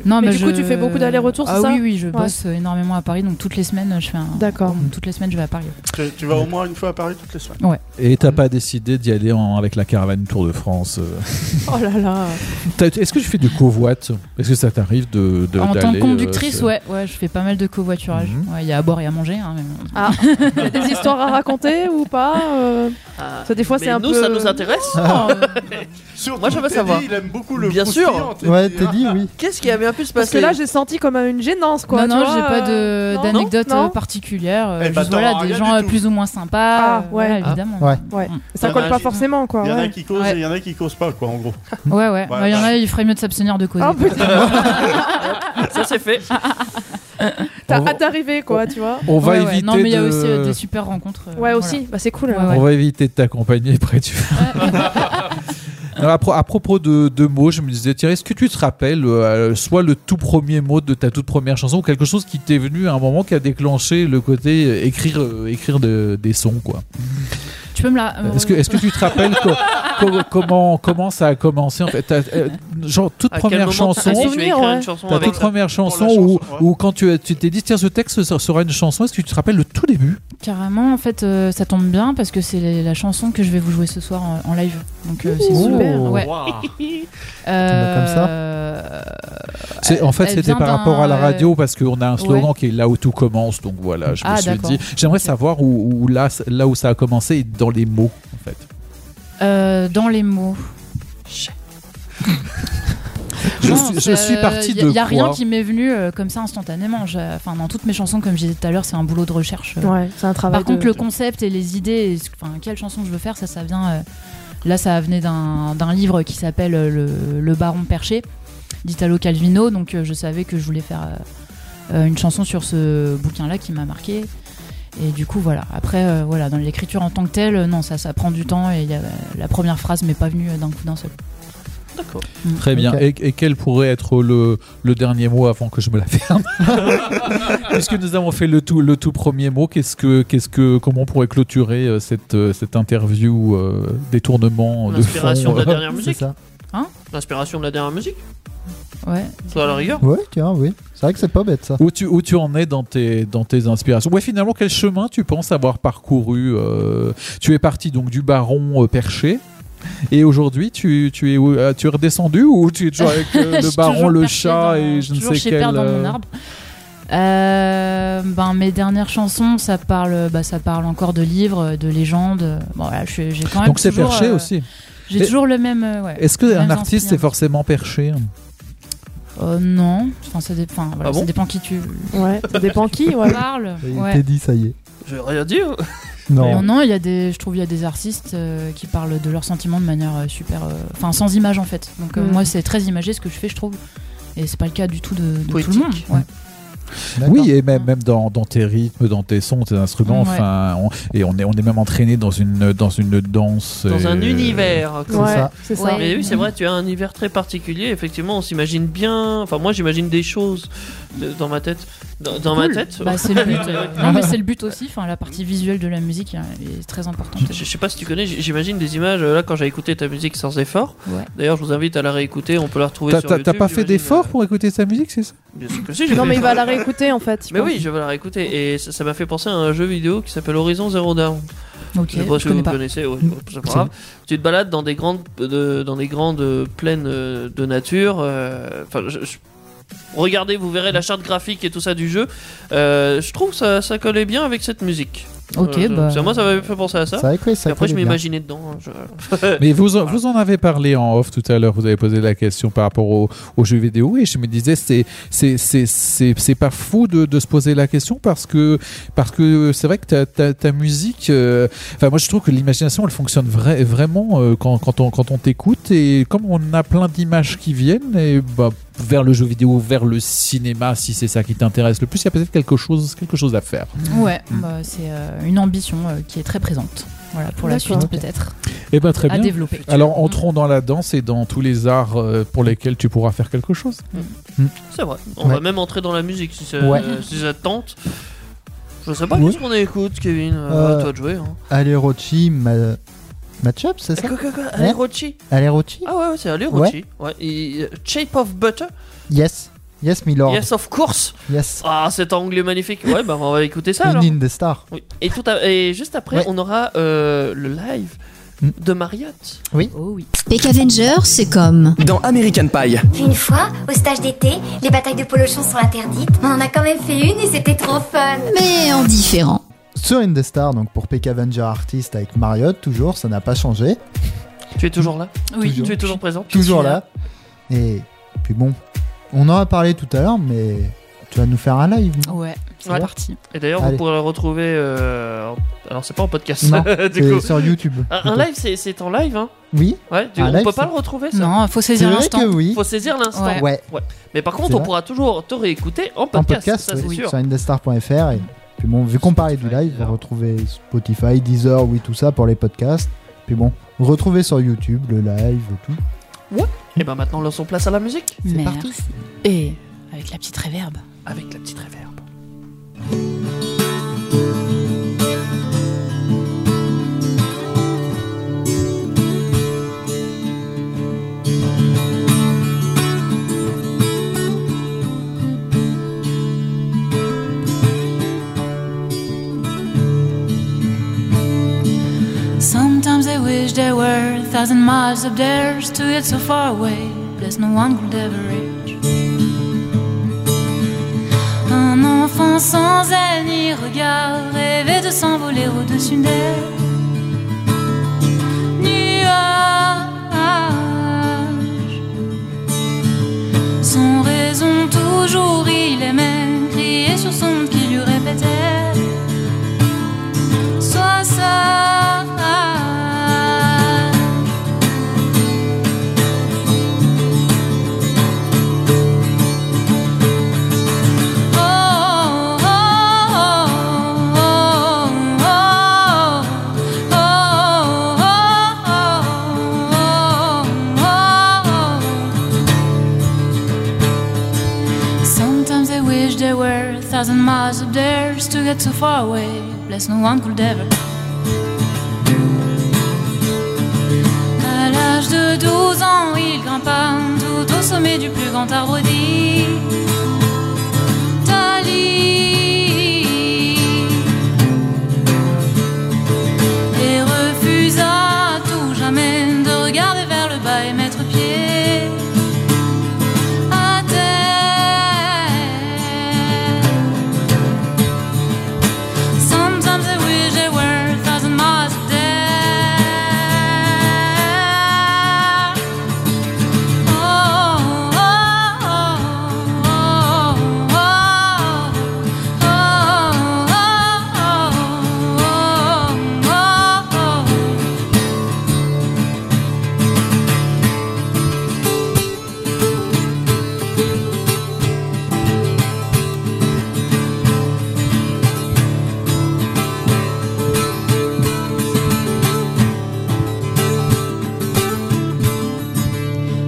Non, Mais mais du coup, tu fais beaucoup d'allers-retours, c'est Ah ça Oui, oui, je Ouais. bosse énormément à Paris, donc toutes les semaines, je fais un. D'accord. Toutes les semaines, je vais à Paris. Tu, tu vas au moins une fois à Paris toutes les semaines. Ouais. Et t'as pas décidé d'y aller en- avec la caravane Tour de France euh. Oh là là. T'as- Est-ce que tu fais du covoite Est-ce que ça t'arrive de, de en tant d'aller, que euh, conductrice, se- ouais, ouais, je fais pas mal de covoiturage. Ouais, Il y a à boire et à manger. Hein, mais bon. Ah, il y a des histoires à raconter ou pas euh, ça, Des fois, mais c'est un nous, peu. ça nous intéresse. hein. Surtout Ah, Moi, je veux Teddy, savoir. il aime beaucoup le Bien sûr. Ouais, t'es dit, oui. Qu'est-ce qui a bien pu se Parce que passer là, j'ai senti comme une gênance, quoi. non, tu non, vois, j'ai pas euh, de- non, d'anecdote non. euh, particulière. euh, Eh ben, juste, t'en voilà, auras des rien gens euh, plus ou moins sympas. Ah, euh, ouais. voilà, évidemment. Ouais. Ouais. Ça Il y en colle a pas qui- forcément, quoi, Il y en a ouais. qui causent Ouais. et il y en a qui causent pas, quoi, en gros. Ouais, ouais. Bah, Il y en a, il ferait mieux de s'abstenir de causer. Ça, c'est fait. Oh. T'as hâte d'arriver, quoi, tu vois. On va Ouais, ouais. éviter Non, mais il y a de- aussi euh, des super rencontres. Ouais, aussi. Bah, c'est cool. Ah On va éviter de t'accompagner après tu Non, à, pro- à propos de, de mots, je me disais, tiens, est-ce que tu te rappelles euh, soit le tout premier mot de ta toute première chanson ou quelque chose qui t'est venu à un moment qui a déclenché le côté euh, écrire, euh, écrire de- des sons quoi. Tu peux me la. euh, Est-ce que, est-ce que tu te rappelles co- co- comment, comment ça a commencé en fait T'as, euh, Genre toute À quel première moment chanson, t'as dit, je vais écrire une chanson ta avec toute ça première chanson où, où quand tu, as- tu t'es dit tiens ce texte sera- sera une chanson, est-ce que tu te rappelles le tout début Carrément, en fait, euh, ça tombe bien parce que c'est la- la chanson que je vais vous jouer ce soir en, en live. Donc euh, c'est Ouh. super. Wow. Ouais. Bah, Euh, C'est- En fait elle c'était vient par d'un, rapport à la euh, radio parce qu'on a un slogan ouais. qui est là où tout commence donc voilà je me Ah, suis d'accord. dit j'aimerais savoir où, où là, là où ça a commencé et dans les mots en fait. euh, dans les mots. Je Non, suis- je euh, suis parti y a- de y a rien quoi qui m'est venu euh, comme ça instantanément. J'ai- Enfin, dans toutes mes chansons, comme je disais tout à l'heure, c'est un boulot de recherche. euh. Ouais, c'est un travail Par contre, de- le concept et les idées, et ce- enfin, quelle chanson je veux faire, ça, ça vient. euh, là, ça venait d'un d'un livre qui s'appelle euh, le, Le Baron Perché d'Italo Calvino. Donc, euh, je savais que je voulais faire euh, euh, une chanson sur ce bouquin-là qui m'a marqué. Et du coup, voilà. Après, euh, voilà, dans l'écriture en tant que telle, euh, non, ça, ça prend du temps et il y a- la première phrase m'est pas venue euh, d'un coup d'un seul. D'accord. Mm. Très bien. Et, et quel pourrait être le, le dernier mot avant que je me la ferme Puisque nous avons fait le tout, le tout premier mot, qu'est-ce que, qu'est-ce que, comment on pourrait clôturer euh, cette, euh, cette interview euh, détournement de fond L'inspiration de la euh, dernière musique Hein L'inspiration de la dernière musique Ouais. Soit à la rigueur Ouais, tiens, oui. C'est vrai que c'est pas bête ça. Où tu, où tu en es dans tes, dans tes inspirations Ouais, finalement, quel chemin tu penses avoir parcouru euh, Tu es parti donc du baron euh, perché. Et aujourd'hui, tu, tu, es, où Ah, tu es redescendu ou tu es toujours avec euh, Je le suis toujours baron, le perchée chat dans- et je ne toujours sais chez quel. Père dans euh, mon arbre. Euh, ben, mes dernières chansons, ça parle, bah, ça parle encore de livres, de légendes. Bon, voilà, je suis- j'ai quand même Donc c'est toujours, perché euh, aussi. J'ai Et- toujours le même. euh, ouais, Est-ce les qu'un mêmes artiste est forcément perché Euh, non, enfin, ça, dépend, enfin, voilà, Ah bon ça dépend qui tu. Ouais, ça dépend qui, ouais. parle. Il ouais. t'est dit, ça y est. Je vais rien dire. Non, non, il y a des, je trouve il y a des artistes euh, qui parlent de leurs sentiments de manière euh, super, euh, enfin sans image en fait. Donc euh, Mm. moi c'est très imagé ce que je fais je trouve, et c'est pas le cas du tout de, de tout le monde. ouais. Oui, et même, même dans, dans tes rythmes, dans tes sons, tes instruments. Ouais. Enfin, on- et on est, on est même entraîné dans une, dans une danse. Dans un euh, univers. C'est ça. c'est ça. Mais oui, c'est Ouais. vrai, tu as un univers très particulier. Effectivement, on s'imagine bien. Enfin, moi, j'imagine des choses de- dans ma tête. Dans, dans ma Cool. tête. Bah, c'est le but. euh, non mais c'est le but aussi. Enfin la partie visuelle de la musique euh, est très importante. Je, je sais pas si tu connais, j- j'imagine des images. euh, Là, quand j'ai écouté ta musique sans effort. Ouais. D'ailleurs, je vous invite à la réécouter. On peut la retrouver T'as sur t'as- t'as YouTube, pas fait j'imagine. euh, d'effort pour écouter sa musique, c'est ça Bien sûr que si, j'ai Non, fait mais il l'effort. va la réécouter en fait. je Mais pense. oui, je vais la réécouter. Et ça ça m'a fait penser à un jeu vidéo qui s'appelle Horizon Zero Dawn. Ok, je sais pas je si connais vous pas. connaissez. ouais, Mm. ouais, c'est pas grave. Tu te balades dans des grandes, de- dans des grandes euh, plaines euh, de nature. euh, Enfin, je- je- regardez, vous verrez la charte graphique et tout ça du jeu. Euh, je trouve que ça, ça collait bien avec cette musique. Ok, Euh, bah. ça- Moi, ça m'avait fait penser à ça. C'est vrai que oui, ça Et après, je collait bien. m'imaginais dedans. hein, je- Mais vous, en- vous en avez parlé en off tout à l'heure, vous avez posé la question par rapport au- aux jeux vidéo et je me disais, c'est c'est- c'est- c'est- c'est pas fou de, de se poser la question parce que parce que c'est vrai que ta, ta, ta musique, euh, enfin moi je trouve que l'imagination elle fonctionne vra- vraiment euh, quand, quand on, quand on t'écoute et comme on a plein d'images qui viennent et bah, vers le jeu vidéo, vers le cinéma, si c'est ça qui t'intéresse le plus, il y a peut-être quelque chose, quelque chose à faire. Mm. Ouais, bah, c'est euh, une ambition euh, qui est très présente. Voilà pour la D'accord. suite peut-être. Eh ben très À bien. développer. Alors entrons dans la danse et dans tous les arts euh, pour lesquels tu pourras faire quelque chose. Mm. C'est vrai. On Ouais. va même entrer dans la musique si ça, Ouais. si ça te tente. Je sais pas Ouais. qu'est-ce qu'on écoute, Kevin. Euh, À toi de jouer. hein. Eh, Allez, Rochi, ma... match-up, c'est ça Quoi, quoi, quoi Hein Allez, Rochi Allez, Rochi Ah ouais, ouais, c'est Allez, Rochi. Ouais. et, euh, Shape of Butter Yes. Yes, Milord. Yes, of course Yes. Ah, cet anglais magnifique Ouais, bah on va écouter ça alors. Une in the star. Oui. Et, tout à- et juste après, Ouais. Mm. on aura euh, le live de Mariotte. Oh Oui. Peck Avenger, c'est comme. Dans American Pie. Une fois, au stage d'été, les batailles de polochon sont interdites, mais on en a quand même fait une et c'était trop fun. Mais en différent. Sur In the Star, donc pour Peck Avenger Artist avec Marriott, toujours, ça n'a pas changé. Tu es toujours là Oui. Toujours. Tu es toujours présent Toujours là. Et puis bon, on en a parlé tout à l'heure, mais tu vas nous faire un live. non Ouais, c'est Ouais. parti. Et d'ailleurs, vous Allez. pourrez le retrouver. euh, en- Alors, c'est pas en podcast. Non, du c'est coup. sur YouTube, Un- Un plutôt. live, c'est- c'est en live, hein Oui. Ouais, tu- Un on live, peut pas c'est- le retrouver, ça Non, faut saisir C'est vrai l'instant. que oui. Faut saisir l'instant. Ouais. Ouais. Mais par contre, C'est on vrai. pourra toujours te réécouter en En podcast. podcast, ça, c'est oui, sûr. euh. sur indestar.fr. Et puis bon, vu qu'on parlait du live, vous retrouvez Spotify, Deezer, oui, tout ça pour les podcasts. Puis bon, retrouvez sur YouTube le live et tout. Ouais. Et ben maintenant, laissons place à la musique. C'est parti. Et avec la petite réverbe. Avec la petite réverbe. Sometimes I wish there were a thousand miles up there, still yet so far away, place no one could ever reach. Un enfant sans aile ni regard rêvait de s'envoler au-dessus des nuages. Sans raison, toujours il aimait crier sur son monde qui lui répétait. Sois sage. Oh, oh, oh, oh, oh, Oh. they wish they were a thousand miles up there just to get so far away. Bless no one could ever. À l'âge de 12 ans, il grimpa tout au sommet du plus grand arbre d'Italie. Et refusa à tout jamais de regarder vers le bas et mettre pied à terre. Sometimes I wish I were a thousand miles up there. Oh, oh, oh, oh, oh.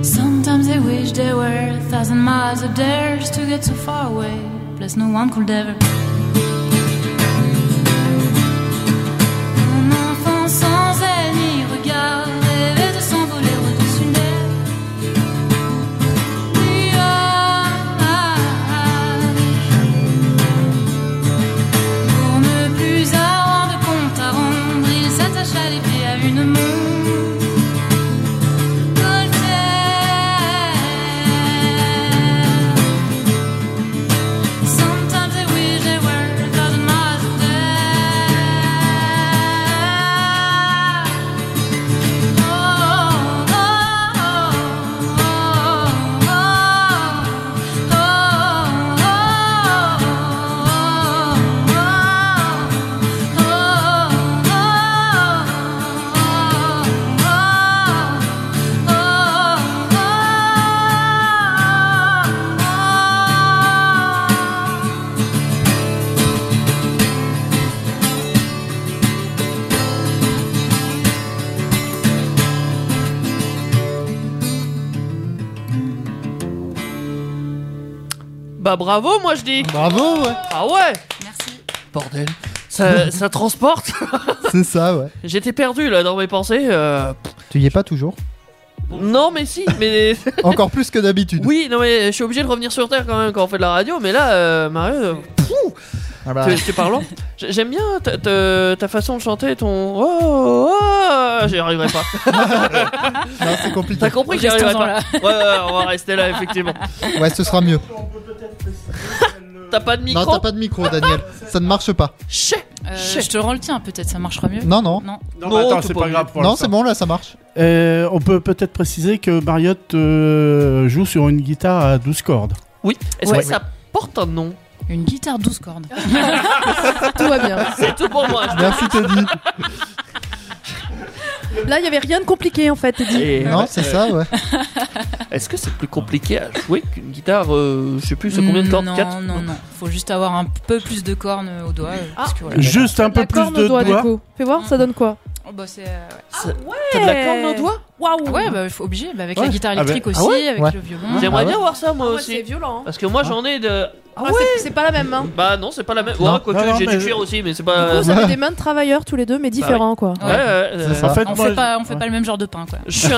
Sometimes I wish they were a thousand miles up there just to get so far away. Bless no one could ever. Mon enfant sans elle ni regard rêvait de s'envoler au-dessus d'elle. ah, Nuage. Pour ne plus avoir de compte à rendre, il s'attacha les pieds à une montre. Sometimes I wish I were a thousand miles Bah bravo, moi je dis. Bravo, ouais. Ah ouais. Bordel. Ça, ça transporte. C'est ça, ouais. J'étais perdu là dans mes pensées. euh, Tu y es pas toujours Non mais si, mais Encore plus que d'habitude. oui, non mais je suis obligé de revenir sur terre quand même quand on fait de la radio. Mais là, euh, Mario, euh, pfou, Ah bah. tu- tu es parlant. J'ai- J'aime bien ta, ta- ta façon de chanter, ton. Oh, oh, j'y arriverai pas. c'est compliqué. T'as compris que j'y arriverai pas. Ouais, ouais, on va rester là effectivement. Ouais, ce sera mieux. T'as pas de Non, micro. t'as pas de micro, Daniel. ça ne marche pas. Euh, je te rends le tien, peut-être ça marchera mieux. Non, non. Non, Non, mais attends, c'est pas grave pour Non, l'instant. c'est bon, là, ça marche. Euh, on peut peut-être préciser que Mariotte euh, joue sur une guitare à 12 cordes. Oui. Est-ce Ouais. que ça porte un nom Une guitare 12 cordes. Tout va bien. C'est tout pour moi. Merci, Teddy. Là, il y avait rien de compliqué en fait, Teddy. Et- Non, c'est ça, ouais. Est-ce que c'est plus compliqué à jouer qu'une guitare euh, Je sais plus, c'est combien de cordes Non, 4 non, non. Faut juste avoir un peu plus de cornes euh, au doigt. euh, parce que, voilà. Juste un peu plus corne au de doigt, doigts. du coup. Fais voir, ça donne quoi Oh, bah, c'est, euh, ouais. Ah, T'as de la corne au doigt Waouh Ouais, bah, faut obligé. bah, avec Ouais. la guitare Ah bah- électrique ah aussi, ouais avec Ouais. le violon. J'aimerais Ah bien ouais voir ça moi Ouais, aussi. C'est violent. hein. Parce que moi j'en ai de. Ah Ah, ouais c'est- C'est pas la même main. Bah non, c'est pas la même. Non. Ouais, quoique Non, non, j'ai du mais- cuir aussi, mais c'est Du pas. coup, ça fait des mains de travailleurs tous les deux, mais différents quoi. Euh, Ouais, ouais, euh, C'est ça. En fait, On moi, fait, pas, on fait ouais. pas le même genre de pain, quoi. Je suis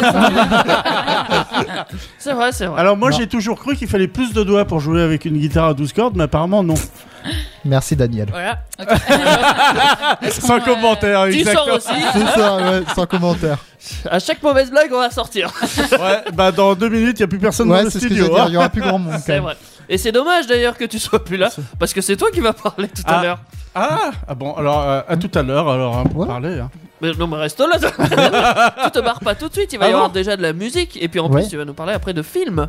un- C'est vrai, c'est vrai. Alors moi Non. j'ai toujours cru qu'il fallait plus de doigts pour jouer avec une guitare à 12 cordes, mais apparemment non. Merci, Daniel. Voilà. Ok. Sans qu'on, euh, commentaire, Tu sors exactement. aussi. C'est ça, ouais, sans commentaire. À chaque mauvaise blague, on va sortir. Ouais, bah dans deux minutes, il n'y a plus personne Ouais, dans le c'est ce que j'allais studio. dire. hein. Il y aura plus grand monde, quand C'est même. vrai. Et c'est dommage d'ailleurs que tu sois plus là, parce que c'est toi qui vas parler tout à Ah. l'heure. Ah, ah bon, alors euh, à tout à l'heure, alors hein, pour Ouais. parler. hein. Mais non, mais reste là. toi. tu te barres pas tout de suite. Il va Ah y bon avoir déjà de la musique, et puis en Ouais. plus tu vas nous parler après de films.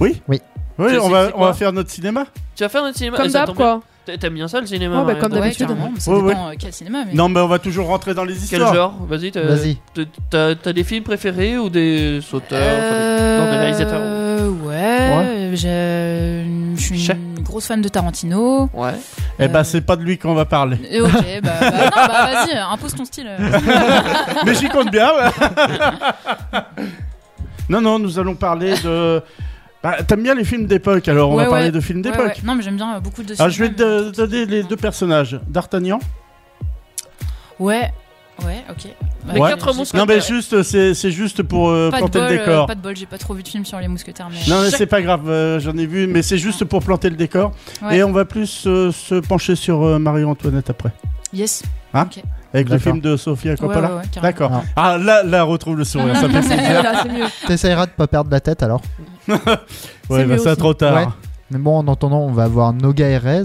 Oui, Tu on sais va, c'est on va quoi faire notre cinéma. Tu vas faire notre cinéma. Comme eh, ça d'hab tombe bien. quoi. T'a- T'aimes bien ça le cinéma Ouais, bah, Marie, comme toi Ouais, d'habitude. carrément, mais ça Ouais, dépend euh, quel cinéma. Mais... Non, mais on va toujours rentrer dans les Quel histoires. genre Vas-y. t'as- Vas-y. t'as- T'as t'as des films préférés ou des auteurs Euh, enfin, des- Non, des réalisateurs. Ouais, j'ai- je suis Chat. une grosse fan de Tarantino. Ouais. Eh bah c'est pas de lui qu'on va parler. Et ok, bah, bah, non, bah, vas-y, impose ton style. mais j'y compte bien. ouais. non, non, nous allons parler de Bah, T'aimes bien les films d'époque, alors on Ouais, va parler ouais. de films Ouais, d'époque. ouais. Non, mais j'aime bien euh, beaucoup de Ah, cinéma, je vais mais- te donner les deux personnages. D'Artagnan Ouais, ouais, ok. Bah, Ouais. j'ai- j'ai pas- Non, mais juste, c'est c'est juste pour euh, pas de planter bol, le euh, décor. Pas de bol, j'ai pas trop vu de films sur les mousquetaires. Mais... Non, mais Chaque- c'est pas grave, euh, j'en ai vu, mais c'est juste pour planter le décor. Ouais. Et on va plus euh, se pencher sur euh, Marie-Antoinette après. Yes. Hein Ok. Avec le D'accord. film de Sofia Coppola ouais, carrément. D'accord. Ah. Ah, là, là, retrouve le sourire, ça fait plaisir. T'essayeras de pas perdre la tête alors. Ouais, bah, ça, trop tard. Ouais. Mais bon, en attendant, on va voir Noga Erez,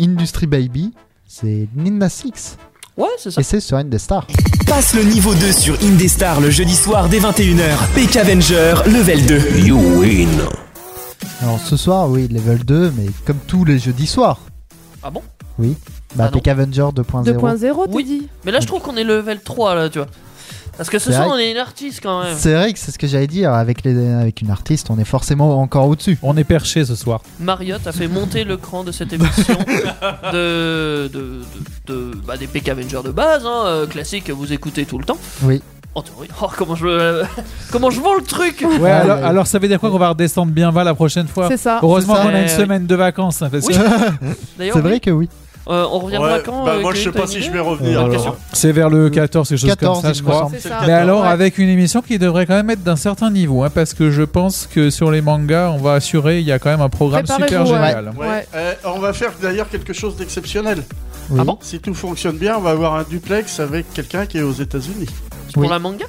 Industry Baby, c'est Ninja Six. Ouais, c'est Et c'est sur Indestar. Passe le niveau 2 sur Indestar le jeudi soir dès 21h. PK Avenger, level 2. You win. Alors ce soir, oui, level 2, mais comme tous les jeudis soirs. Ah bon Oui. Bah, Ah non. PK Avenger 2.0. t'as oui. Mais là, je trouve qu'on est level 3, là, tu vois. Parce que ce C'est soir, vrai. on est une artiste quand même. C'est vrai que c'est ce que j'allais dire. Avec, les, avec une artiste, on est forcément encore au-dessus. On est perché ce soir. Mariotte a fait monter le cran de cette émission de, de, de- de- bah, des PK Avengers de base, hein, euh, classique que vous écoutez tout le temps. Oui. En théorie. Oh, comment je, comment je vends le truc Ouais, alors, alors ça veut dire quoi qu'on va redescendre bien bas la prochaine fois C'est ça. Heureusement C'est ça. qu'on a une Eh, semaine de vacances. hein, parce Oui. que- D'ailleurs, C'est vrai oui. que oui. Euh, on reviendra Ouais, quand bah, euh, moi, je sais Kevin, pas t'as une si idée je vais revenir, alors. Bonne question. C'est vers le 14, quelque chose 14, comme ça, il je me crois. semble. C'est ça. Mais alors, Ouais. avec une émission qui devrait quand même être d'un certain niveau, hein, parce que je pense que sur les mangas, on va assurer, il y a quand même un programme super génial. Ouais. Euh, on va faire d'ailleurs quelque chose d'exceptionnel. Oui. Si tout fonctionne bien, on va avoir un duplex avec quelqu'un qui est aux États-Unis. Pour Oui. la manga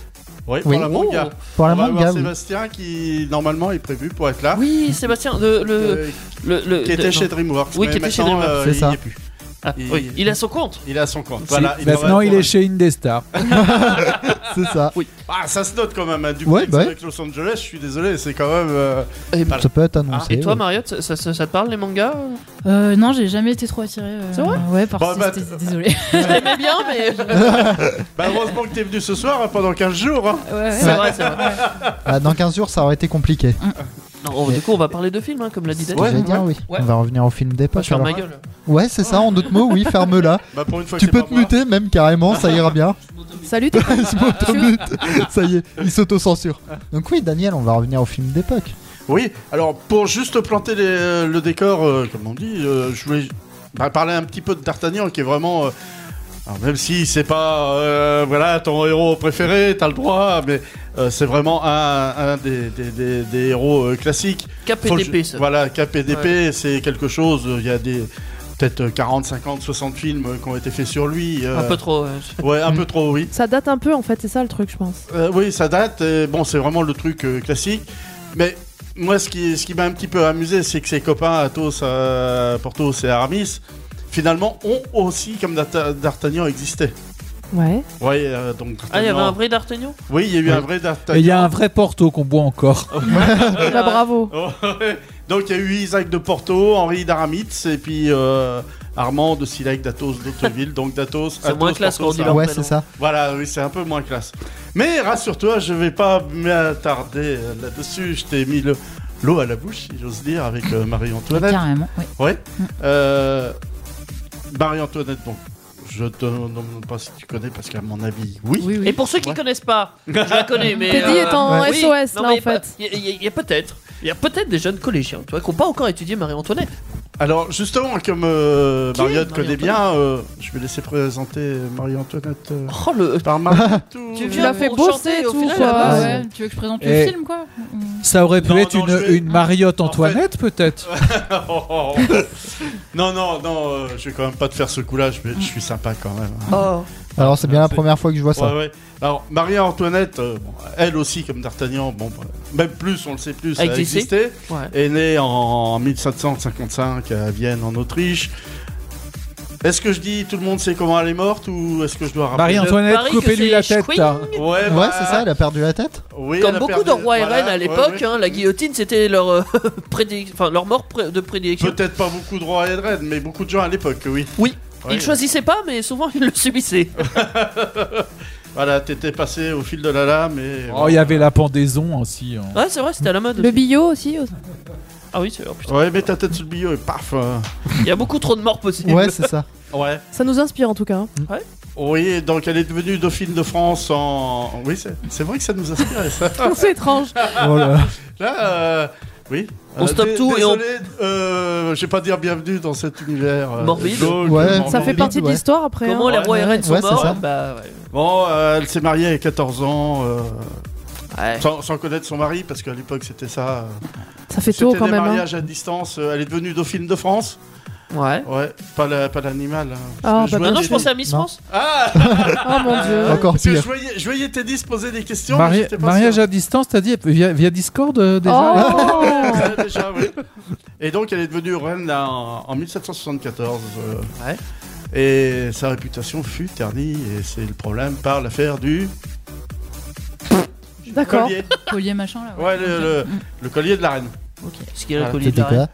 Oui, pour Oui. la manga. Pour la on va manga, avoir oui. Sébastien qui normalement est prévu pour être là. Oui, Sébastien, le. le, le, le- Euh, qui était non. chez DreamWorks. Oui, mais qui était chez maintenant, DreamWorks. euh, C'est il y ça. est plus. Ah, oui, il a son compte. Il a son compte. Si, Voilà, il Bah, Maintenant, devrait- il est chez Indestar. C'est ça. Oui. Ah, ça se note quand même. Un duplex Ouais, bah ouais. avec Los Angeles, je suis désolé, c'est quand même. euh, voilà. Ça peut être annoncé. Eh ben, ah, Et toi, oui. Mariotte, ça, ça- ça- ça te parle les mangas Euh, non, j'ai jamais été trop attirée. euh, C'est vrai Ouais, par Bah, bah, cécité, désolé. Je l'aimais bien, mais. bah, heureusement que t'es venu ce soir hein, pendant 15 jours. hein. C'est vrai, c'est vrai. Ah, dans 15 jours, ça aurait été compliqué. Non, on- du coup, on va parler de films, hein, comme l'a Mm. dit C'est ce Daniel. que j'allais dire, oui. Ouais. On va revenir au film Moi, d'époque. je ferme alors. ma gueule. Ouais, c'est ça, en d'autres mots, oui, ferme-la. Bah, pour une fois que tu c'est peux pas te muter même carrément, ça ira bien. Salut. Ah, Je m'automute. ça y est, il s'autocensure. Donc oui, Daniel, on va revenir au film d'époque. Oui, alors pour juste planter les- le décor, euh, comme on dit, euh, je voulais bah, parler un petit peu de D'Artagnan qui est vraiment. euh, alors, même si c'est pas euh, voilà ton héros préféré, t'as le droit, mais euh, c'est vraiment un, un des, des- des- des héros euh, classiques. KPDP, Faut- ça. Voilà, KPDP, Ouais. c'est quelque chose. euh, Il y a des peut-être euh, 40, 50, 60 films euh, qui ont été faits sur lui. euh, Un peu trop. ouais. Ouais, un peu trop, oui. Ça date un peu en fait, c'est ça le truc, je pense. Euh, oui, ça date. euh, bon, c'est vraiment le truc euh, classique. Mais moi, ce qui, ce qui m'a un petit peu amusé, c'est que ses copains, Athos, euh, Porthos et Aramis, finalement, ont aussi, comme Data- D'Artagnan existait. Ouais. Ouais, euh, donc. D'Artagnan- Ah, il y avait un vrai D'Artagnan Oui, il y a eu Oui. un vrai Et il y D'Artagnan. a un vrai Porto qu'on boit encore. Bah, bravo. donc, il y a eu Isaac de Porto, Henri d'Aramis, et puis euh, Armand de Silac d'Athos d'Hauteville. donc, d'Athos. C'est moins Athos, classe quand on Porthos, dit leur Aramis. Ouais, prénom. c'est ça. Voilà, oui, c'est un peu moins classe. Mais rassure-toi, je vais pas m'attarder euh, là-dessus. Je t'ai mis le- l'eau à la bouche, si j'ose dire, avec euh, Marie-Antoinette. Carrément, ouais. Ouais. Mm. Euh, Marie-Antoinette, donc, je te demande pas si tu connais, parce qu'à mon avis, oui. Oui, oui. Et pour ceux qui connaissent pas, je la connais, mais. euh, Teddy est en oui, SOS, non, là, mais en il y a fait. pas- Il y a- il y a peut-être. Il y a peut-être des jeunes collégiens, tu vois, qui n'ont pas encore étudié Marie-Antoinette. Alors, justement, comme euh, Qui est Mariotte connaît Marie-Antoinette bien, euh, je vais laisser présenter Marie-Antoinette euh, Oh le. par Marc. Tu l'as fait bosser et tout, quoi. Ah Ouais. ouais, tu veux que je présente Et- le film, quoi Ça aurait pu Non, être non, une, je vais- une Mariotte Antoinette, peut-être. Oh, non, non, non, euh, je vais quand même pas te faire ce coup-là, je, vais- je suis sympa quand même. hein. Oh. Alors c'est bien la première fois que je vois ça. Ouais, ouais. Alors, Marie-Antoinette, euh, bon, elle aussi, comme D'Artagnan, bon, bah, même plus, on le sait plus, elle a Existé. existé, Ouais. est née en 1755 à Vienne, en Autriche. Est-ce que je dis tout le monde sait comment elle est morte ou est-ce que je dois rappeler Marie-Antoinette, parie que coupez-lui c'est la tête. Schwing. hein. Ouais, bah, Ouais, c'est ça, elle a perdu la tête oui, elle Comme a beaucoup perdu- de rois et voilà, reines à ouais, l'époque, ouais. hein, la guillotine c'était leur, euh, prédé- enfin, leur mort pré- de prédilection. Peut-être pas beaucoup de rois et de reines, mais beaucoup de gens à l'époque, oui. Oui. Ouais. Ils choisissaient pas, mais souvent ils le subissaient. Voilà, t'étais passé au fil de la lame et. Oh, il y avait la pendaison aussi. hein. Ah, Ouais, c'est vrai, c'était à la mode. Le aussi. billot aussi. euh, aussi. Ah oui, c'est oh, putain. Ouais, mets ta tête sous le billot et paf euh. Il y a beaucoup trop de morts possibles. Ouais, c'est ça. Ouais. Ça nous inspire en tout cas. hein. Oui, donc elle est devenue Dauphine de France en. Oui, c'est c'est vrai que ça nous inspirait ça. C'est étrange. Oh là. Là, euh, Oui. On stoppe dé- tout et on- désolé, euh, je vais pas dire bienvenue dans cet univers. euh, Morbide. glauque, Ouais, morbide. ça fait partie de Ouais. l'histoire, après, Comment hein. les rois et reines sont Ouais, c'est morts, ça. bah, ouais. Bon, euh, elle s'est mariée à 14 ans. euh, Sans, sans connaître son mari, parce qu'à l'époque c'était ça. euh, Ça fait tôt, quand même, hein. C'était des mariages à distance. euh, Elle est devenue dauphine de France. Ouais. Ouais, pas la- pas l'animal. hein, parce Ah, que bah, voyais non, je des- pensais à Miss France. Ah Oh, mon Dieu. Encore Parce que pire. Je voyais, je voyais Teddy se poser des questions. mais Mari- j'étais pas mariage sûr. à distance, t'as dit via, via Discord euh, Oh. déjà Oh. Ouais, déjà, oui. Et donc, elle est devenue reine là, en, en 1774. euh, Et sa réputation fut ternie, et c'est le problème par l'affaire du. D'accord. Collier. Collier machin là. Ouais, le, le- le collier de la reine. Ok. Ce qu'il y a, le Voilà. collier de la reine.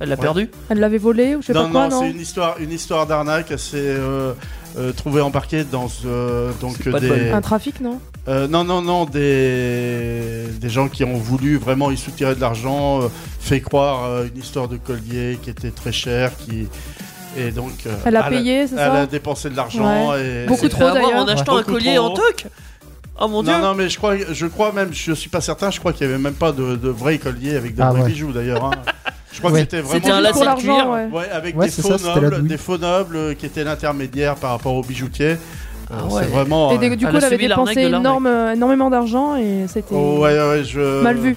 Elle l'a Ouais. perdu Elle l'avait volé ou je sais non, pas quoi, non, non c'est une histoire, une histoire d'arnaque. Elle s'est euh, euh, trouvée embarquée dans euh, donc pas des de bol. Un trafic, non Euh, Non, non, non, des des gens qui ont voulu vraiment y soutirer de l'argent, euh, fait croire euh, une histoire de collier qui était très cher, qui et donc euh, Elle a payé, c'est ça Elle a dépensé de l'argent Ouais. et Beaucoup Elle s'est trop, fait avoir d'ailleurs. en achetant un Beaucoup collier trop. en toc Oh mon dieu Non, non, mais je crois, je crois même, je suis pas certain, je crois qu'il y avait même pas de, de vrai collier avec de Ah, vrais ouais. bijoux d'ailleurs. hein. Je crois Ouais. que c'était vraiment C'était un du- lacet de Pour l'argent, cuir. ouais. ouais. avec Ouais, des, c'est faux ça, c'était la nobles, douille. des faux nobles euh, qui étaient l'intermédiaire par rapport aux bijoutiers. Euh, Ah ouais. Ah, C'est vraiment. Et des- euh, du coup, elle avait dépensé énorme, euh, énormément d'argent et c'était Oh, ouais, ouais, je... mal vu.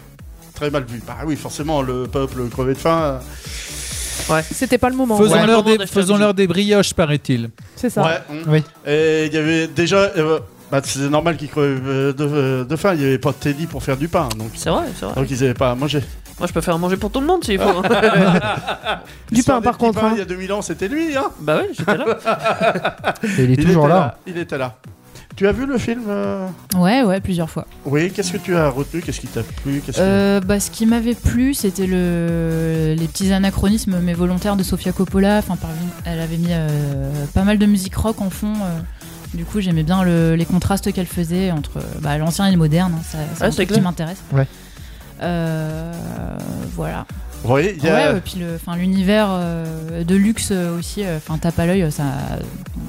Très mal vu. Bah oui, forcément, le peuple crevé de faim. euh, Ouais. C'était pas le moment. Ouais. Faisons-leur Comment des, d'acheter un faisons-leur des brioches, paraît-il. C'est ça. Ouais, hum. Et il y avait déjà. euh, bah, c'est normal qu'ils crevent euh, de, de faim. Il n'y avait pas de Teddy pour faire du pain. Donc. C'est vrai, c'est vrai. Donc ils n'avaient pas à manger. Moi je peux faire à manger pour tout le monde s'il faut. du pain par contre. Il y a 2000 ans, c'était lui. Hein bah oui, j'étais là. il est toujours était là. Il était là. Tu as vu le film euh, Ouais, ouais, plusieurs fois. Oui, qu'est-ce que tu as retenu Qu'est-ce qui t'a plu Qu'est-ce que- Euh, bah, ce qui m'avait plu, c'était le... les petits anachronismes mais volontaires de Sofia Coppola. Enfin, par exemple, elle avait mis euh, pas mal de musique rock en fond. euh. Du coup, j'aimais bien le- les contrastes qu'elle faisait entre euh, bah, l'ancien et le moderne. hein. Ça- C'est Ah, Ouais, un c'est truc qui clair. m'intéresse. Ouais. Euh, voilà. Oui, il y a- Ouais, et puis le- enfin, l'univers euh, de luxe euh, aussi, euh, enfin tape à l'œil, ça,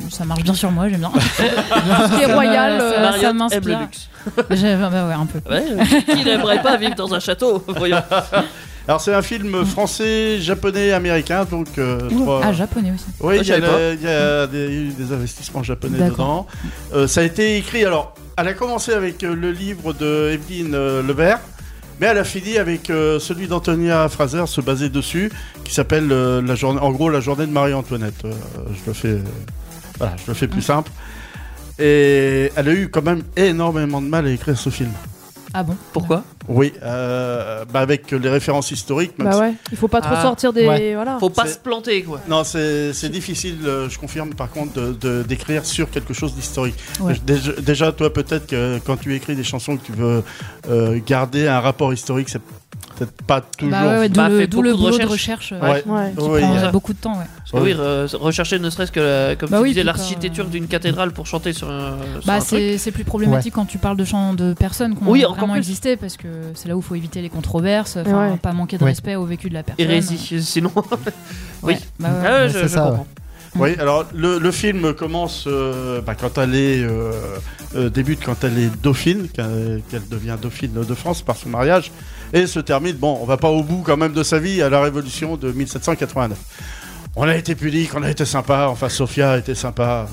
ça marche bien sur moi, j'aime bien. Ce qui est Ça me- royal, ça- euh, ça Marriott aime m'inspire. le luxe. J'aime- bah ouais, un peu. Ouais, euh, qui n'aimerait pas vivre dans un château Voyons. Alors c'est un film français, japonais, américain, donc euh, Ouh, trois- ah, japonais aussi. Oui, il Ah, y je a, savais le- il y a des, il y a eu des investissements japonais dedans. D'accord. Euh, ça a été écrit. Alors, elle a commencé avec euh, le livre de Evelyne euh, Lebert, mais elle a fini avec euh, celui d'Antonia Fraser, se baser dessus, qui s'appelle euh, la journée, en gros, la journée de Marie-Antoinette. Euh, je le fais, euh, voilà, je le fais plus simple. Et elle a eu quand même énormément de mal à écrire ce film. Ah bon Pourquoi Oui, euh, bah avec les références historiques. même Bah si- ouais, il faut pas trop Ah. sortir des. Ouais. Voilà. Faut pas se planter quoi. Non, c'est c'est difficile, euh, je confirme par contre, de- de- d'écrire sur quelque chose d'historique. Ouais. Je- Déjà, déjà, toi, peut-être que quand tu écris des chansons que tu veux euh, garder un rapport historique, c'est peut-être pas toujours. Bah ouais, ouais, d'où le, d'où le boulot de recherche, euh, Ouais. qui Oui, prend il y a- beaucoup de temps. Ouais. Parce que oui, re- rechercher ne serait-ce que, la- comme Bah tu oui, disais, puis quand, l'architecture d'une cathédrale pour chanter sur un. sur Bah, un truc. c'est c'est plus problématique quand tu parles de chants de personnes qui ont Oui, encore vraiment plus. existé parce que c'est là où il faut éviter les controverses, enfin, Ouais. pas manquer de Ouais. respect au vécu de la personne. Hérésie, sinon. oui. Ouais, bah ouais. Ah ouais, Ouais, je, c'est je ça, comprends. Oui, alors le, le film commence euh, bah, quand elle est euh, euh, débute quand elle est dauphine, qu'elle qu'elle devient dauphine de France par son mariage, et se termine. Bon, on va pas au bout quand même de sa vie à la Révolution de 1789. On a été pudique, on a été sympa. Enfin, Sofia a été sympa.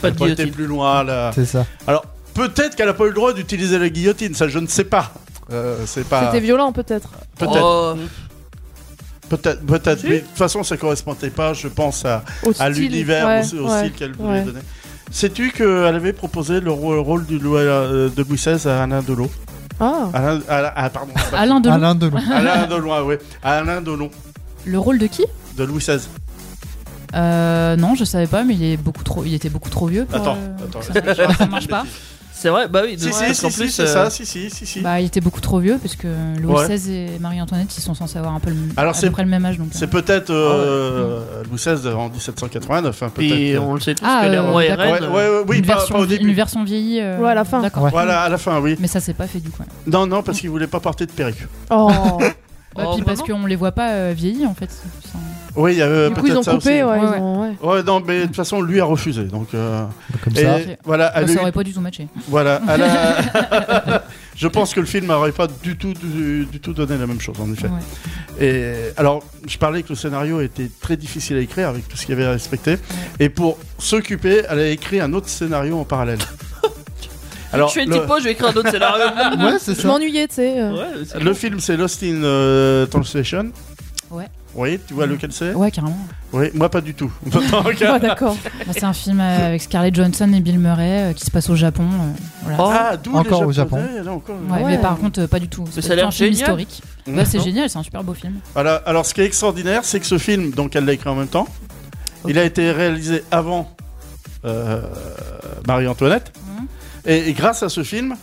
Pas Elle de a été guillotine. plus loin là. C'est ça. Alors peut-être qu'elle a pas eu le droit d'utiliser la guillotine, ça je ne sais pas. Euh, c'est pas. C'était violent peut-être. Peut-être. Oh. Peut-être, peut-être. Mais de toute façon, ça correspondait pas, je pense, à, Au à style, l'univers, ouais, au, au ouais, style qu'elle voulait ouais. donner. Sais-tu qu'elle avait proposé le rôle, rôle du Louis- euh, de Louis XVI à Alain Delon Ah. Alain, Alain- ah, pardon. Alain Delon. Alain Delon. Alain Delon, ah, oui. Alain Delon, Le rôle de qui de Louis XVI. Euh, non, je savais pas, mais il, est beaucoup trop, il était beaucoup trop vieux. Pour, Attends, euh, attends. que ça marche. ça marche pas C'est vrai, bah oui. Si, si, si, en si, plus, c'est euh, ça, si, si, si, si. Bah, il était beaucoup trop vieux parce que Louis Ouais. XVI et Marie-Antoinette, ils sont censés avoir un peu le, Alors, à c'est- peu près le même âge. Donc, Ah, C'est peut-être euh, Louis XVI en 1789. Hein, peut-être. Puis on le sait tous Ah, que les euh, rois et d'accord. reines. Ouais, ouais, ouais, oui, une, pas- version, pas au vie- début. une version vieillie. euh, Ouais, à la fin. D'accord. Voilà, à la fin, oui. Mais ça, c'est pas fait du coup. ouais. Non, non, parce qu'il voulait pas porter de perruque. Oh. Bah, puis parce qu'on les voit pas euh, vieillis en fait. Enfin, Oui, il y avait Du coup, peut-être ils ont ça coupé, aussi. ouais, ils Ouais, ont- ouais. Ouais, non, mais de toute façon, lui a refusé. Donc, euh, Comme et ça. voilà, Bah, elle a ça eu- aurait pas du tout matché. Voilà, elle a- Je pense que le film n'aurait pas du tout, du, du tout donné la même chose, en effet. Et alors, je parlais que le scénario était très difficile à écrire avec tout ce qu'il y avait à respecter. Et pour s'occuper, elle a écrit un autre scénario en parallèle. je fais une petite pause, je vais écrire un autre scénario. Ouais, c'est Je ça. m'ennuyais, tu sais. euh. Le film, c'est Lost in euh, Translation. Ouais. Oui, tu vois lequel c'est Ouais, carrément. Ah, Oui, moi pas du tout. Oh, d'accord. c'est un film euh, avec Scarlett Johansson et Bill Murray euh, qui se passe au Japon. euh, voilà. Ah, d'où les Japonais, là, encore. Ouais, Mais par contre, euh, pas du tout. Mais C'est ça a l'air un film génial. historique. Mmh. Ouais, c'est Non. génial, c'est un super beau film. Voilà, alors ce qui est extraordinaire, c'est que ce film, donc elle l'a écrit en même temps, il a été réalisé avant euh, Marie-Antoinette. Mmh. Et, et grâce à ce film,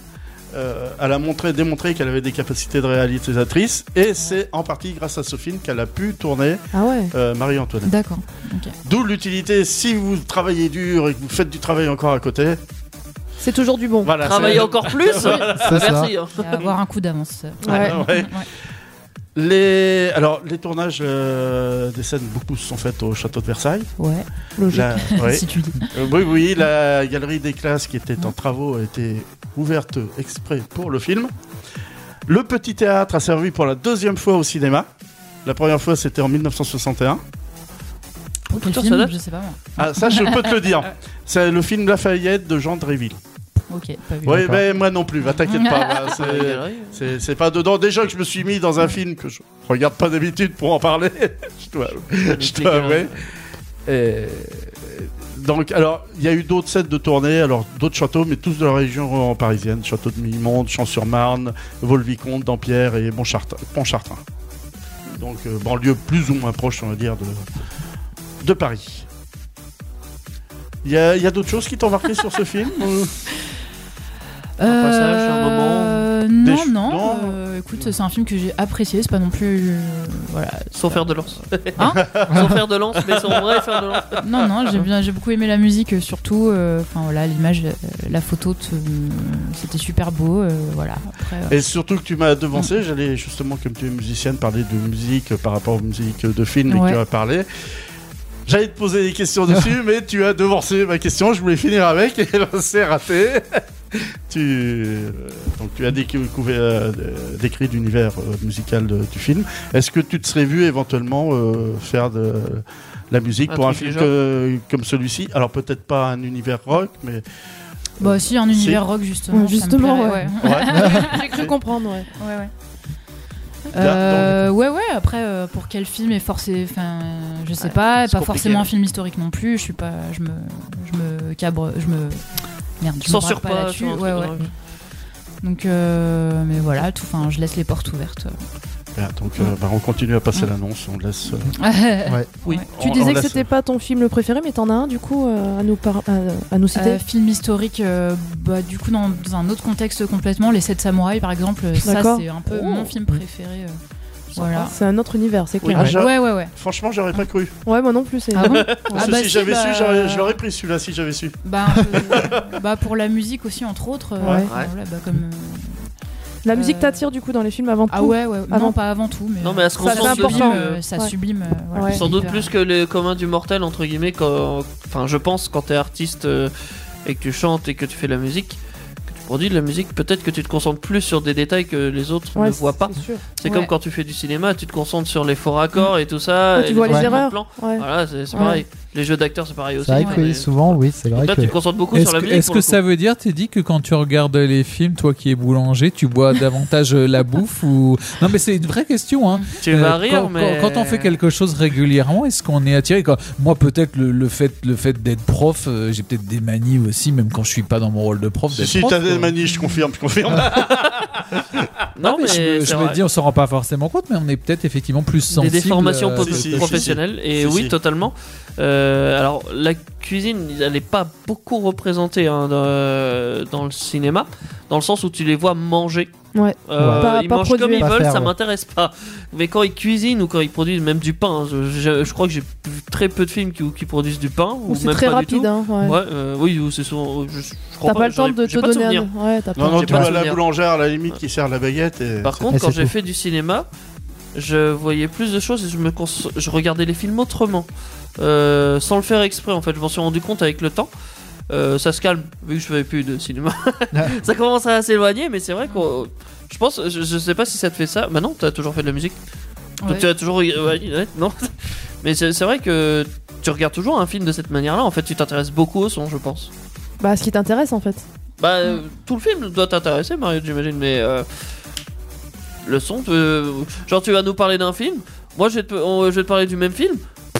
euh, elle a montré, démontré qu'elle avait des capacités de réalisatrice. Et c'est en partie grâce à ce film qu'elle a pu tourner Ah ouais. euh, Marie-Antoinette. D'accord. ok. D'où l'utilité, si vous travaillez dur et que vous faites du travail encore à côté. C'est toujours du bon. Voilà, Travaillez c'est- encore plus Voilà. Ah, Merci. hein. Et avoir un coup d'avance. Ouais. Oh. Ouais. Les... Alors, les tournages euh, des scènes, beaucoup se sont faits au château de Versailles. Ouais, logique. La- Si tu dis. Euh, oui, oui, la galerie des classes qui était en travaux a été ouverte exprès pour le film. Le petit théâtre a servi pour la deuxième fois au cinéma. La première fois, c'était en 1961. Pour Oh, quel putain, film ça date. Je sais pas moi. Ah, ça, je peux te le dire. C'est le film Lafayette de Jean Dréville. Ok, pas vu. Oui, mais moi non plus, va t'inquiète pas. voilà, c'est- Ouais, galerie. c'est- C'est pas dedans. Déjà que je me suis mis dans un film que je regarde pas d'habitude pour en parler. je dois, je dois avouer. Et- Donc, alors, il y a eu d'autres sets de tournée, alors d'autres châteaux, mais tous de la région euh, parisienne château de Mimonde, Champs-sur-Marne, Volvicomte, Dampierre et Montchart- Pontchartrain. Donc, euh, banlieue plus ou moins proche, on va dire, de, de Paris. Il y a, il y a d'autres choses qui t'ont marqué sur ce film ou- Euh, passage, un moment, des Non, ch- non. Non. euh, écoute, c'est un film que j'ai apprécié. C'est pas non plus. euh, voilà. Bah, Sans faire de lance. Hein sans faire de lance, mais sans vrai faire de lance. Non, non, j'ai bien, j'ai beaucoup aimé la musique, euh, surtout. euh, Enfin voilà, l'image, euh, la photo, t- euh, c'était super beau. euh, voilà. Après, euh, Et surtout que tu m'as devancé, j'allais justement, comme tu es musicienne, parler de musique euh, par rapport aux musiques euh, de films et Ouais. que tu as parlé. J'allais te poser des questions dessus, mais tu as devancé ma question. Je voulais finir avec et là, c'est raté. tu, euh, donc, tu as découvert, euh, décrit l'univers euh, musical de- du film. Est-ce que tu te serais vu éventuellement euh, faire de la musique Un pour un truc film du genre. que- comme celui-ci Alors, peut-être pas un univers rock, mais. bah si, un Si. univers rock justement. Ouais, ça me justement, plairait, ouais. Ouais. J'ai cru comprendre, ouais. Ouais, ouais. Dark, Euh, ouais, ouais, après, euh, pour quel film est forcé. Enfin, je sais Ouais, pas, et c'est pas compliqué, forcément un là. film historique non plus. Je suis pas. Je me. Je me cabre. Je me. Merde, je me Censure braque pas, pas, là-dessus. sur un truc Ouais, de ouais. rêve. Donc, euh, mais voilà, tout, enfin, je laisse les portes ouvertes. euh, Voilà, donc, euh, bah, on continue à passer l'annonce. On laisse. euh, Ouais. Oui. Tu On- on disais que laisse- c'était pas ton film préféré, mais t'en as un du coup euh, à, nous par- à, à nous citer. Euh, film historique, euh, bah, du coup, dans, dans un autre contexte complètement, Les 7 Samouraïs, par exemple, euh, ça, D'accord. c'est un peu Oh. mon film préféré. euh, voilà. C'est un autre univers, c'est Oui, clair. j'a- ouais, ouais. Franchement, j'aurais pas cru. Ouais, moi non plus. c'est- Ah bon Parce Ah que bah si si, j'avais bah, su, j'aurais- je l'aurais pris celui-là si j'avais su. Bah, un peu- bah, pour la musique aussi, entre autres. euh, Ouais. enfin, Ouais. voilà, bah, comme, euh, La musique t'attire du coup dans les films avant Ah tout ouais, ouais. Avant- Non, pas avant tout, mais. Non, mais à ce qu'on ça sent sublime, important. euh, ça Ouais. sublime. euh, voilà, Ouais. Sans doute hyper- plus que les communs du mortel, entre guillemets, quand... enfin, je pense, quand t'es artiste euh, et que tu chantes et que tu fais de la musique, que tu produis de la musique, peut-être que tu te concentres plus sur des détails que les autres Ouais, ne voient pas. c'est sûr. C'est Ouais. comme quand tu fais du cinéma, tu te concentres sur les faux raccords et tout ça. Ouais, tu et vois les changements de erreurs, plan. ouais. Voilà, c'est c'est Ouais. pareil. Les jeux d'acteurs, c'est pareil aussi. C'est vrai que mais- oui, souvent, oui, c'est vrai Là, que. tu te concentres beaucoup Est-ce sur la que, musique. est-ce pour que le ça veut dire, t'es dit que quand tu regardes les films, toi qui es boulanger, tu bois davantage euh, la bouffe ou Non, mais c'est une vraie question. Hein. Tu vas rire, quand, mais- quand- quand on fait quelque chose régulièrement, est-ce qu'on est attiré Quand- Moi, peut-être le, le fait, le fait d'être prof, euh, j'ai peut-être des manies aussi, même quand je suis pas dans mon rôle de prof. Si, d'être si prof, t'as quoi. Ah, des manies, je confirme, je confirme. Non, mais je me, c'est je me vrai. dis, on s'en rend pas forcément compte, mais on est peut-être effectivement plus sensible. Des déformations euh, pro- peut-être. professionnelles. Si, si. Et Si, oui, si. totalement. Euh, alors, la cuisine, elle n'est pas beaucoup représentée hein, dans, dans le cinéma, dans le sens où tu les vois manger. Ouais. Euh, Pas- ils pas mangent produire. comme ils Pas veulent, faire, ça ouais. m'intéresse pas. Mais quand ils cuisinent ou quand ils produisent même du pain, je, je- je crois que j'ai vu très peu de films qui, où- qui produisent du pain. Ou Où c'est même très pas du rapide, tout. hein, ouais. euh, oui, ou c'est souvent. Je, je crois T'as pas le temps j'aurais- de j'ai te pas de donner un. souvenir. Ouais, t'as Non, pas- non, J'ai tu pas vois de la souvenir. boulangère à la limite qui sert la baguette. Et Par c'est- contre, quand j'ai fait du cinéma, je voyais plus de choses et je, me cons- je regardais les films autrement. Euh, sans le faire exprès, en fait, je m'en suis rendu compte avec le temps. Euh, ça se calme, vu que je fais plus de cinéma. ça commence à s'éloigner, mais c'est vrai que je pense, je, je sais pas si ça te fait ça. Bah non, t'as toujours fait de la musique. Donc Ouais. tu as toujours. ouais, ouais, non. Mais c'est c'est vrai que tu regardes toujours un film de cette manière-là. En fait, tu t'intéresses beaucoup au son, je pense. Bah, ce qui t'intéresse en fait. Bah, euh, tout le film doit t'intéresser, Mario, j'imagine, mais euh, le son, peut- genre, tu vas nous parler d'un film, moi, je vais te, on- je vais te parler du même film.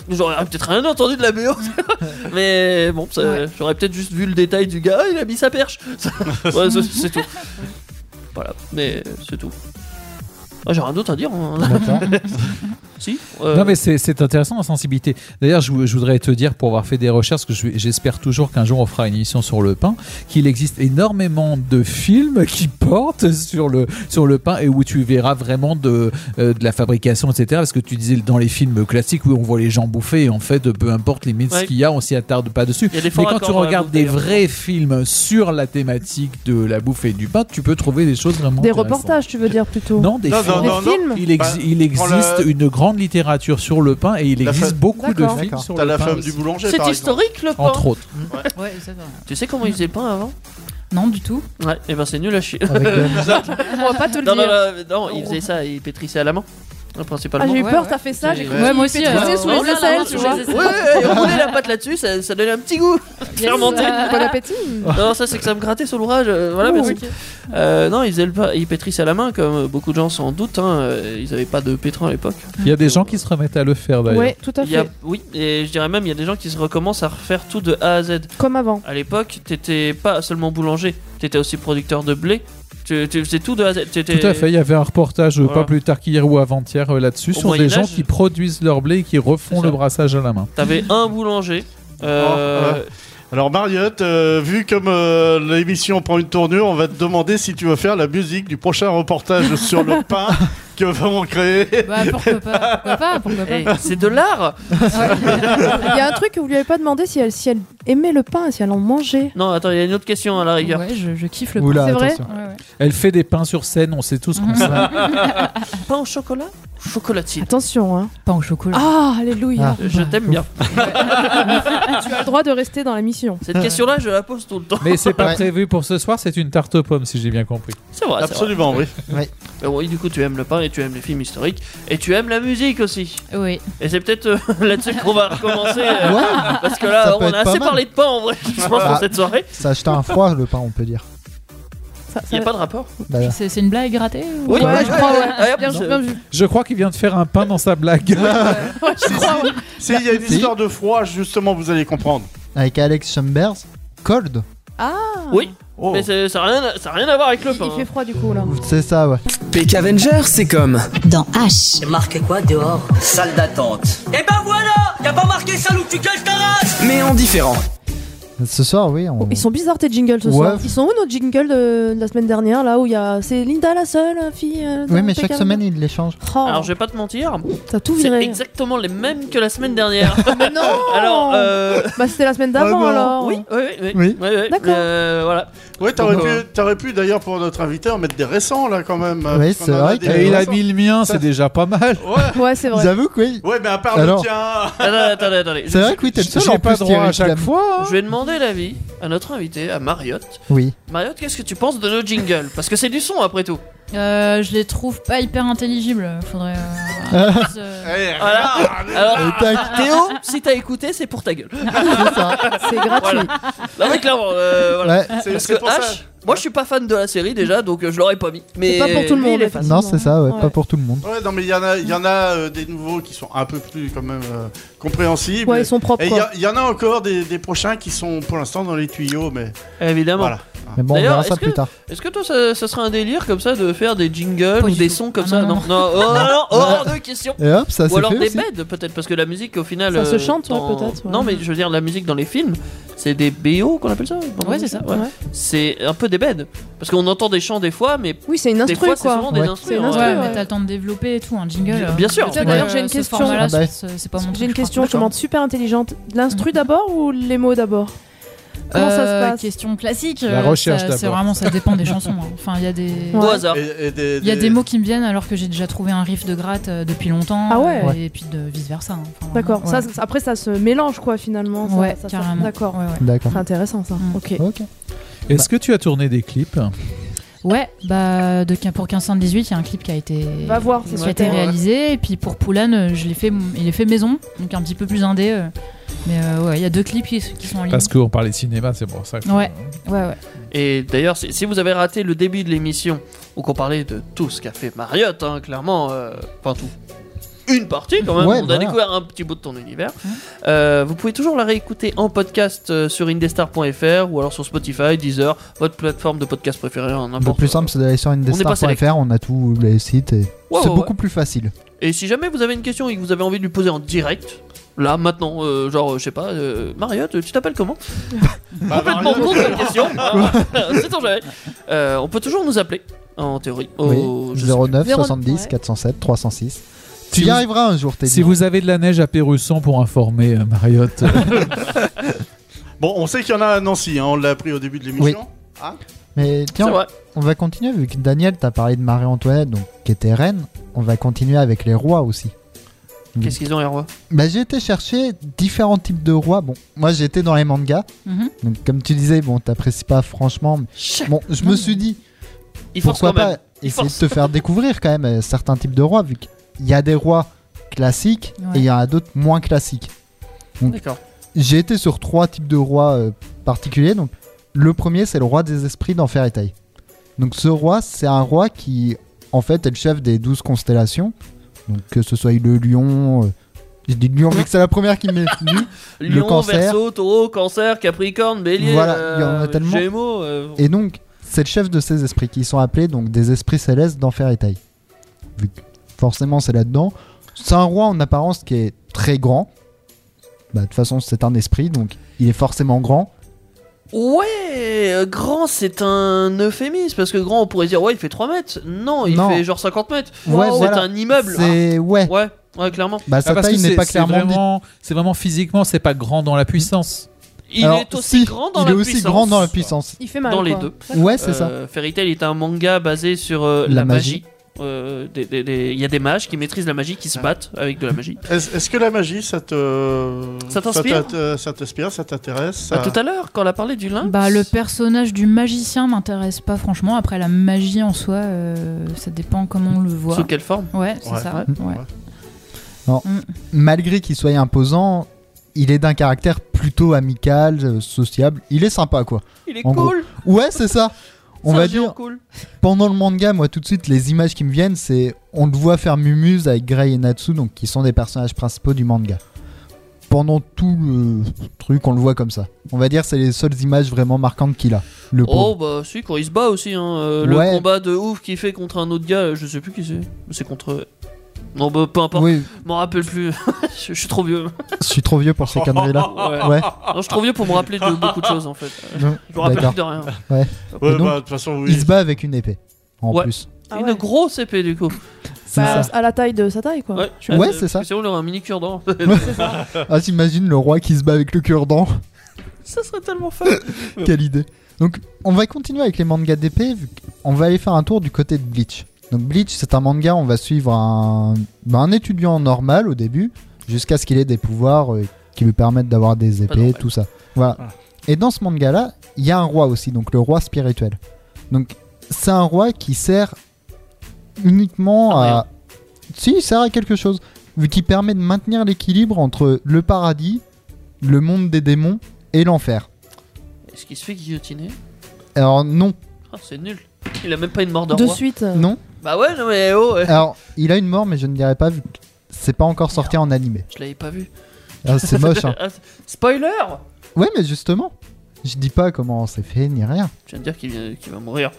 J'aurais peut-être rien entendu de la BO, mais bon, ça- j'aurais peut-être juste vu le détail du gars, Ah, il a mis sa perche. Ouais, ça, c'est tout. Voilà, mais c'est tout. Ah, J'ai rien d'autre à dire. hein. si euh, Non mais c'est c'est intéressant la sensibilité. D'ailleurs, je, vou- je voudrais te dire pour avoir fait des recherches que je vais- j'espère toujours qu'un jour on fera une émission sur le pain, qu'il existe énormément de films qui portent sur le sur le pain et où tu verras vraiment de euh, de la fabrication etc. Parce que tu disais dans les films classiques où on voit les gens bouffer et en fait peu importe les mythes Ouais. qu'il y a, on s'y attarde pas dessus. Il y a des faux mais quand raccords tu dans la regardes bouffe, des d'ailleurs. vrais films sur la thématique de la bouffe et du pain, tu peux trouver des choses vraiment Des intéressantes. reportages, tu veux dire plutôt Non, des films. Des films Il, exi- il Bah, prends existe le- une grande littérature sur le pain et il existe femme- beaucoup de D'accord. films D'accord. sur T'as le la pain femme aussi. du boulanger, C'est historique le pain Entre autres. Ouais, ça va. Tu sais comment ils faisaient le pain avant Non, du tout. Ouais, et ben c'est nul à chier. Avec On va pas te le non, dire. Non, non, mais non, ils faisaient ça, ils pétrissaient à la main. hein, Principalement. Ah, j'ai eu peur, t'as fait ça, j'ai cru Ouais, moi aussi, pétrisser hein. euh, sous oh les là là, aisselles, sous tu les vois. aisselles. Ouais, ouais, on roulait la pâte là-dessus, ça, ça donnait un petit goût. Fermenté. Bon appétit. Non, ça c'est que ça me grattait sur l'ouvrage. euh, voilà, Oh, merci. ok. Euh, non, ils, faisaient le pain- ils pétrissaient à la main, comme euh, beaucoup de gens sans doute. hein, euh, Ils n'avaient pas de pétrin à l'époque. Il y a des gens qui se remettent à le faire d'ailleurs. Ouais, tout à Il y a- fait. oui, et je dirais même, il y a des gens qui se recommencent à refaire tout de A à Z. Comme avant. À l'époque, t'étais pas seulement boulanger, t'étais aussi producteur de blé. Tu, tu faisais tout de A à Z. t'étais- Tout à fait, il y avait un reportage euh, Voilà. pas plus tard qu'hier ou avant-hier euh, là-dessus Au sur Moyen des gens Âge. qui produisent leur blé et qui refont le brassage à la main. T'avais un boulanger. Oh, Euh, ouais. Alors Mariotte, euh, vu comme euh, l'émission prend une tournure, on va te demander si tu veux faire la musique du prochain reportage sur le pain que vont créer. pourquoi pas Pourquoi pas, pourquoi pas. Eh, C'est de l'art Il y a un truc que vous lui avez pas demandé si elle, si elle aimait le pain et si elle en mangeait. Non, attends, il y a une autre question à la rigueur. Ouais, je, je kiffe le pain. Oula, C'est vrai attention. Elle fait des pains sur scène, on sait tous qu'on sait. Pain au chocolat ou Chocolatine. Attention, hein. Pain au chocolat. Ah, alléluia. Je t'aime bien. Ah. Tu as le droit de rester dans la mission. Cette question-là, je la pose tout le temps. Mais c'est pas prévu pour ce soir, c'est une tarte aux pommes si j'ai bien compris. C'est vrai, c'est Absolument, oui. Ouais. Mais oui, du coup, tu aimes le pain et tu aimes les films historiques et tu aimes la musique aussi. Oui. Et c'est peut-être euh, là-dessus qu'on va recommencer. euh, Ouais. Parce que là, Ça on peut a être pas assez mal. parlé de pain en vrai, je pense, Ah. pour cette soirée. Ça achetait un froid, le pain, on peut dire. Ah, Il n'y a pas de rapport. Bah, C'est c'est une blague ratée ou- Oui, Ouais, je crois, ouais. Ouais, Bien c'est- vu, bien vu. Je crois qu'il vient de faire un pain dans sa blague. S'il y a une histoire de froid, justement, vous allez comprendre. Avec Alex Chambers, Cold. Ah Oui, Oh. mais c'est- ça n'a rien, à- ça a rien à voir avec le Il pain. fait froid du coup là. C'est ça, ouais. PK Avenger, c'est comme Dans H. Marqué quoi dehors Salle d'attente. Eh ben voilà Y'a pas marqué salle où tu gueules ta race mais en différent. Ce soir, oui. On... Ils sont bizarres tes jingles ce Ouais. soir. Ils sont où nos jingles de, de la semaine dernière là où il y a c'est Linda la seule fille. euh, Oui, dans mais PK. chaque semaine, ils les changent. Oh, Alors, je vais pas te mentir, t'as tout c'est viré. exactement les mêmes que la semaine dernière. Mais non. Alors, euh, Bah c'était la semaine d'avant Ouais, bah, alors. oui, oui, oui. Oui. oui, oui. D'accord. Euh, voilà. euh, Oui, t'aurais Bon, pu, t'aurais pu d'ailleurs pour notre invité en mettre des récents là quand même. euh, Oui, parce qu'on c'est en a vrai des que- Et il a récents. mis le mien, c'est déjà ben, pas mal. Ouais, c'est vrai. J'avoue que oui. Ouais, mais à part Alors. le tien. Attendez, attendez, attendez. Ah C'est vrai que oui, t'es le seul en J'ai pas plus qui droit à réclame. chaque fois. hein. Je vais demander l'avis à notre invité, à Mariotte. Oui. Mariotte, qu'est-ce que tu penses de nos jingles Parce que c'est du son après tout. Euh, je les trouve pas hyper intelligibles. Faudrait. euh, plus, euh, Eh, Voilà. Alors, Ah. Et tac, Théo, si t'as écouté, c'est pour ta gueule. c'est ça. C'est gratuit. Voilà. Non mais clairement, euh, voilà. Ouais. c'est- Parce que c'est pour ça. H, moi je suis pas fan de la série déjà, donc euh, je l'aurais pas mis. C'est Mais pas pour tout le lui, il monde, est fan. Non, c'est ça, ouais, Ouais. Pas pour tout le monde. Ouais, non, mais il y en a, il y en a euh, des nouveaux qui sont un peu plus quand même euh, compréhensibles. Ouais, ils sont propres. Et il y quoi. a- il y, en a encore des, des prochains qui sont pour l'instant dans les tuyaux, mais Évidemment. voilà. Mais bon, on D'ailleurs, verra ça est-ce que- plus tard. Est-ce que toi ça, ça serait un délire comme ça de faire des jingles Pas ou du des tout. sons comme Ah, ça non, Non, non, oh, non, oh, hors de question. Et hop, ça Ou c'est alors fait des aussi. beds peut-être parce que la musique au final. Ça se euh, chante, ouais, dans- peut-être, ouais. Non mais je veux dire la musique dans les films, c'est des BO qu'on appelle ça. on Ouais, dit c'est ça, ouais. ouais. C'est un peu des beds parce qu'on entend des chants des fois, mais Oui, c'est une des instru fois c'est quoi. souvent des Ouais. instrus. C'est une hein. instru, ouais, ouais. mais t'as le temps de développer et tout, un jingle. Bien- euh, bien sûr. en fait, D'ailleurs, euh, j'ai une ce question. format-là, Ah bah. c'est c'est pas mon J'ai truc, une je question, crois. je m'en suis super intelligente. L'instru d'abord ou les mots d'abord Comment ça se passe Question classique. La euh, recherche ça- C'est d'abord. vraiment, ça dépend des chansons. hein. Enfin, il y a des. Au hasard. Et- et des- Il y a des- des mots qui me viennent alors que j'ai déjà trouvé un riff de gratte euh, depuis longtemps. Ah ouais euh, Ouais. Et puis de vice versa. hein. Enfin, D'accord. ouais. Ça, ça- après, ça se mélange quoi finalement. ça- Ouais, ça- ça- carrément. D'accord. D'accord. C'est intéressant ça. Ok. Est-ce que tu as tourné des clips Ouais, bah de, pour 1518, il y a un clip qui a été, Va voir, c'est qui a super. été réalisé. Et puis pour Poulan, euh, je l'ai fait, il est fait maison, donc un petit peu plus indé. euh. Mais euh, ouais, il y a deux clips qui, qui sont en ligne. Parce euh, qu'on parlait de cinéma, c'est pour ça. que- Ouais, Ah, ouais, ouais. Et d'ailleurs, si, si vous avez raté le début de l'émission, où qu'on parlait de tout ce qu'a fait Mariotte, hein, clairement, euh, enfin tout, une partie quand même, Ouais, bah on a voilà. découvert un petit bout de ton univers. Euh, vous pouvez toujours la réécouter en podcast euh, sur indestar.fr ou alors sur Spotify, Deezer, votre plateforme de podcast préférée en Le n'importe plus simple, c'est d'aller sur pas sélect. indestar.fr, on a tous les sites et Ouais, c'est ouais, beaucoup ouais. plus facile. Et si jamais vous avez une question et que vous avez envie de lui poser en direct, là, maintenant, euh, genre, euh, je sais pas, euh, Mariotte, tu t'appelles comment Complètement con comme question. C'est jamais. Euh, on peut toujours nous appeler, en théorie. au- oui. Oh, je sais plus. 09 70 407 306. Tu y vous- arriveras un jour, t'es Si vous avez de la neige à Pérusson pour informer euh, Mariotte. Bon, on sait qu'il y en a à Nancy, hein, on l'a appris au début de l'émission. Hein Mais tiens, C'est vrai. on va continuer vu que Daniel t'as parlé de Marie-Antoinette, donc qui était reine. On va continuer avec les rois aussi. Qu'est-ce qu'ils ont, les rois Bah, j'ai été chercher différents types de rois. Bon, moi j'étais dans les mangas. Mhm. Donc, comme tu disais, bon, t'apprécies pas franchement. mais- Bon, je me suis dit, Il force pourquoi quand même. pas essayer de te faire découvrir quand même euh, certains types de rois, vu qu'il y a des rois classiques Ouais. et il y en a d'autres moins classiques. Donc, D'accord. J'ai été sur trois types de rois euh, particuliers. Donc, le premier, c'est le roi des esprits dans Fairy Tail. Donc, ce roi, c'est un roi qui, en fait, est le chef des douze constellations. Donc, que ce soit le lion. euh, j'ai dit lion, mais que c'est la première qui m'est venue. le Lion, cancer. Verseau, Taureau, Cancer, Capricorne, Bélier, Voilà, euh, il y en a tellement. Gémeaux. euh, Et donc, c'est le chef de ces esprits qui sont appelés donc des esprits célestes dans Fairy Tail. Vu que forcément c'est là-dedans. C'est un roi en apparence qui est très grand. Bah, de toute façon, c'est un esprit, donc il est forcément grand. Ouais, euh, grand, c'est un euphémisme parce que grand, on pourrait dire ouais, il fait 3 mètres. Non, il Non. fait genre 50 mètres. Ouais, c'est voilà. un immeuble. C'est- ouais. ouais, ouais, clairement. Bah, sa Ah, parce taille que n'est c'est- pas c'est clairement dite. vraiment- C'est vraiment physiquement, c'est pas grand dans la puissance. Il Alors, est aussi si, grand dans il la est aussi puissance. grand dans la puissance. Il fait mal, Dans les quoi. deux. Ouais, c'est ça. Euh, Fairy Tail est un manga basé sur euh, la, La magie. magie. Ah. Euh, des- des- des- Il y a des mages qui maîtrisent la magie, qui se battent avec de la magie. Est-ce est-ce que la magie, ça te. Ça t'inspire t'a- Ça t'inspire, ça t'intéresse ça... Bah, tout à l'heure, quand on a parlé du lynx. Bah, le personnage du magicien m'intéresse pas franchement. Après, la magie en soi, euh, ça dépend comment on le voit. Sous quelle forme Ouais, c'est ça. Ouais. Mm. Non. Malgré qu'il soit imposant, il est d'un caractère plutôt amical, euh, sociable. Il est sympa, quoi. Il est En gros. cool. Ouais, c'est ça. On C'est un va géant dire. cool. Pendant le manga, moi, tout de suite, les images qui me viennent, c'est on le voit faire mumuse avec Grey et Natsu, donc qui sont des personnages principaux du manga. Pendant tout le truc, on le voit comme ça. On va dire, c'est les seules images vraiment marquantes qu'il a. Le Oh pauvre. bah si quand il se bat aussi hein. Euh, le Ouais. combat de ouf qu'il fait contre un autre gars euh, je sais plus qui c'est c'est contre euh, non bah peu importe Oui. je m'en rappelle plus je je suis trop vieux Je suis trop vieux pour ces conneries-là. Ouais. non, je suis trop vieux pour me rappeler de beaucoup de choses en fait Non, je me rappelle d'accord. plus de rien Ouais. Ouais, Et donc, bah, de toute façon, oui. Il se bat avec une épée, en Ouais. plus. une grosse épée du coup Bah, à la taille de sa taille quoi. ouais, suis- Ouais, c'est ça sinon il aurait un mini cure-dent Ah, t'imagines le roi qui se bat avec le cure-dent ça serait tellement fun Quelle idée. Donc, on va continuer avec les mangas d'épée. vu que- On va aller faire un tour du côté de Bleach. Donc, Bleach, c'est un manga, on va suivre un, bah, un étudiant normal au début, jusqu'à ce qu'il ait des pouvoirs euh, qui lui permettent d'avoir des épées, tout ça. Voilà. Et dans ce manga-là, il y a un roi aussi, donc le roi spirituel. Donc, c'est un roi qui sert uniquement à. Si, il sert à quelque chose. Vu qu'il permet de maintenir l'équilibre entre le paradis, le monde des démons et l'enfer. est-ce qu'il se fait guillotiner Alors non, Ah, c'est nul il a même pas une mort de De roi suite, euh. Non. bah ouais non mais oh euh, alors il a une mort mais je ne dirais pas vu que c'est pas encore sorti en animé. je l'avais pas vu Ah, c'est moche. Hein. Ah, spoiler Ouais mais justement, je dis pas comment c'est fait ni rien. tu viens de dire qu'il vient- qu'il va mourir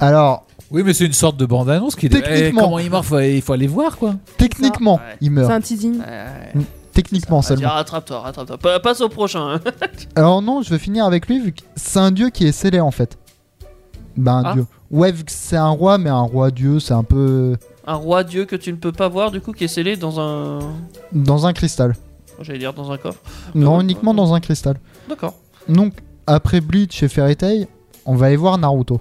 Alors Oui, mais c'est une sorte de bande-annonce qui Techniquement. Eh, comment il meurt, faut, il faut aller voir quoi. techniquement, il meurt. C'est un teasing. Mm, Techniquement Vas-y, seulement. rattrape-toi, rattrape-toi. Pa- Passe au prochain. hein. Alors non, je veux finir avec lui vu que c'est un dieu qui est scellé en fait. Ben un Ah. dieu. Ouais vu que c'est un roi mais un roi dieu c'est un peu un roi dieu que tu ne peux pas voir, du coup, qui est scellé dans un. dans un cristal. J'allais dire dans un coffre. Non uniquement dans un cristal. Euh, D'accord. Donc après Bleach et Fairy Tail, on va aller voir Naruto.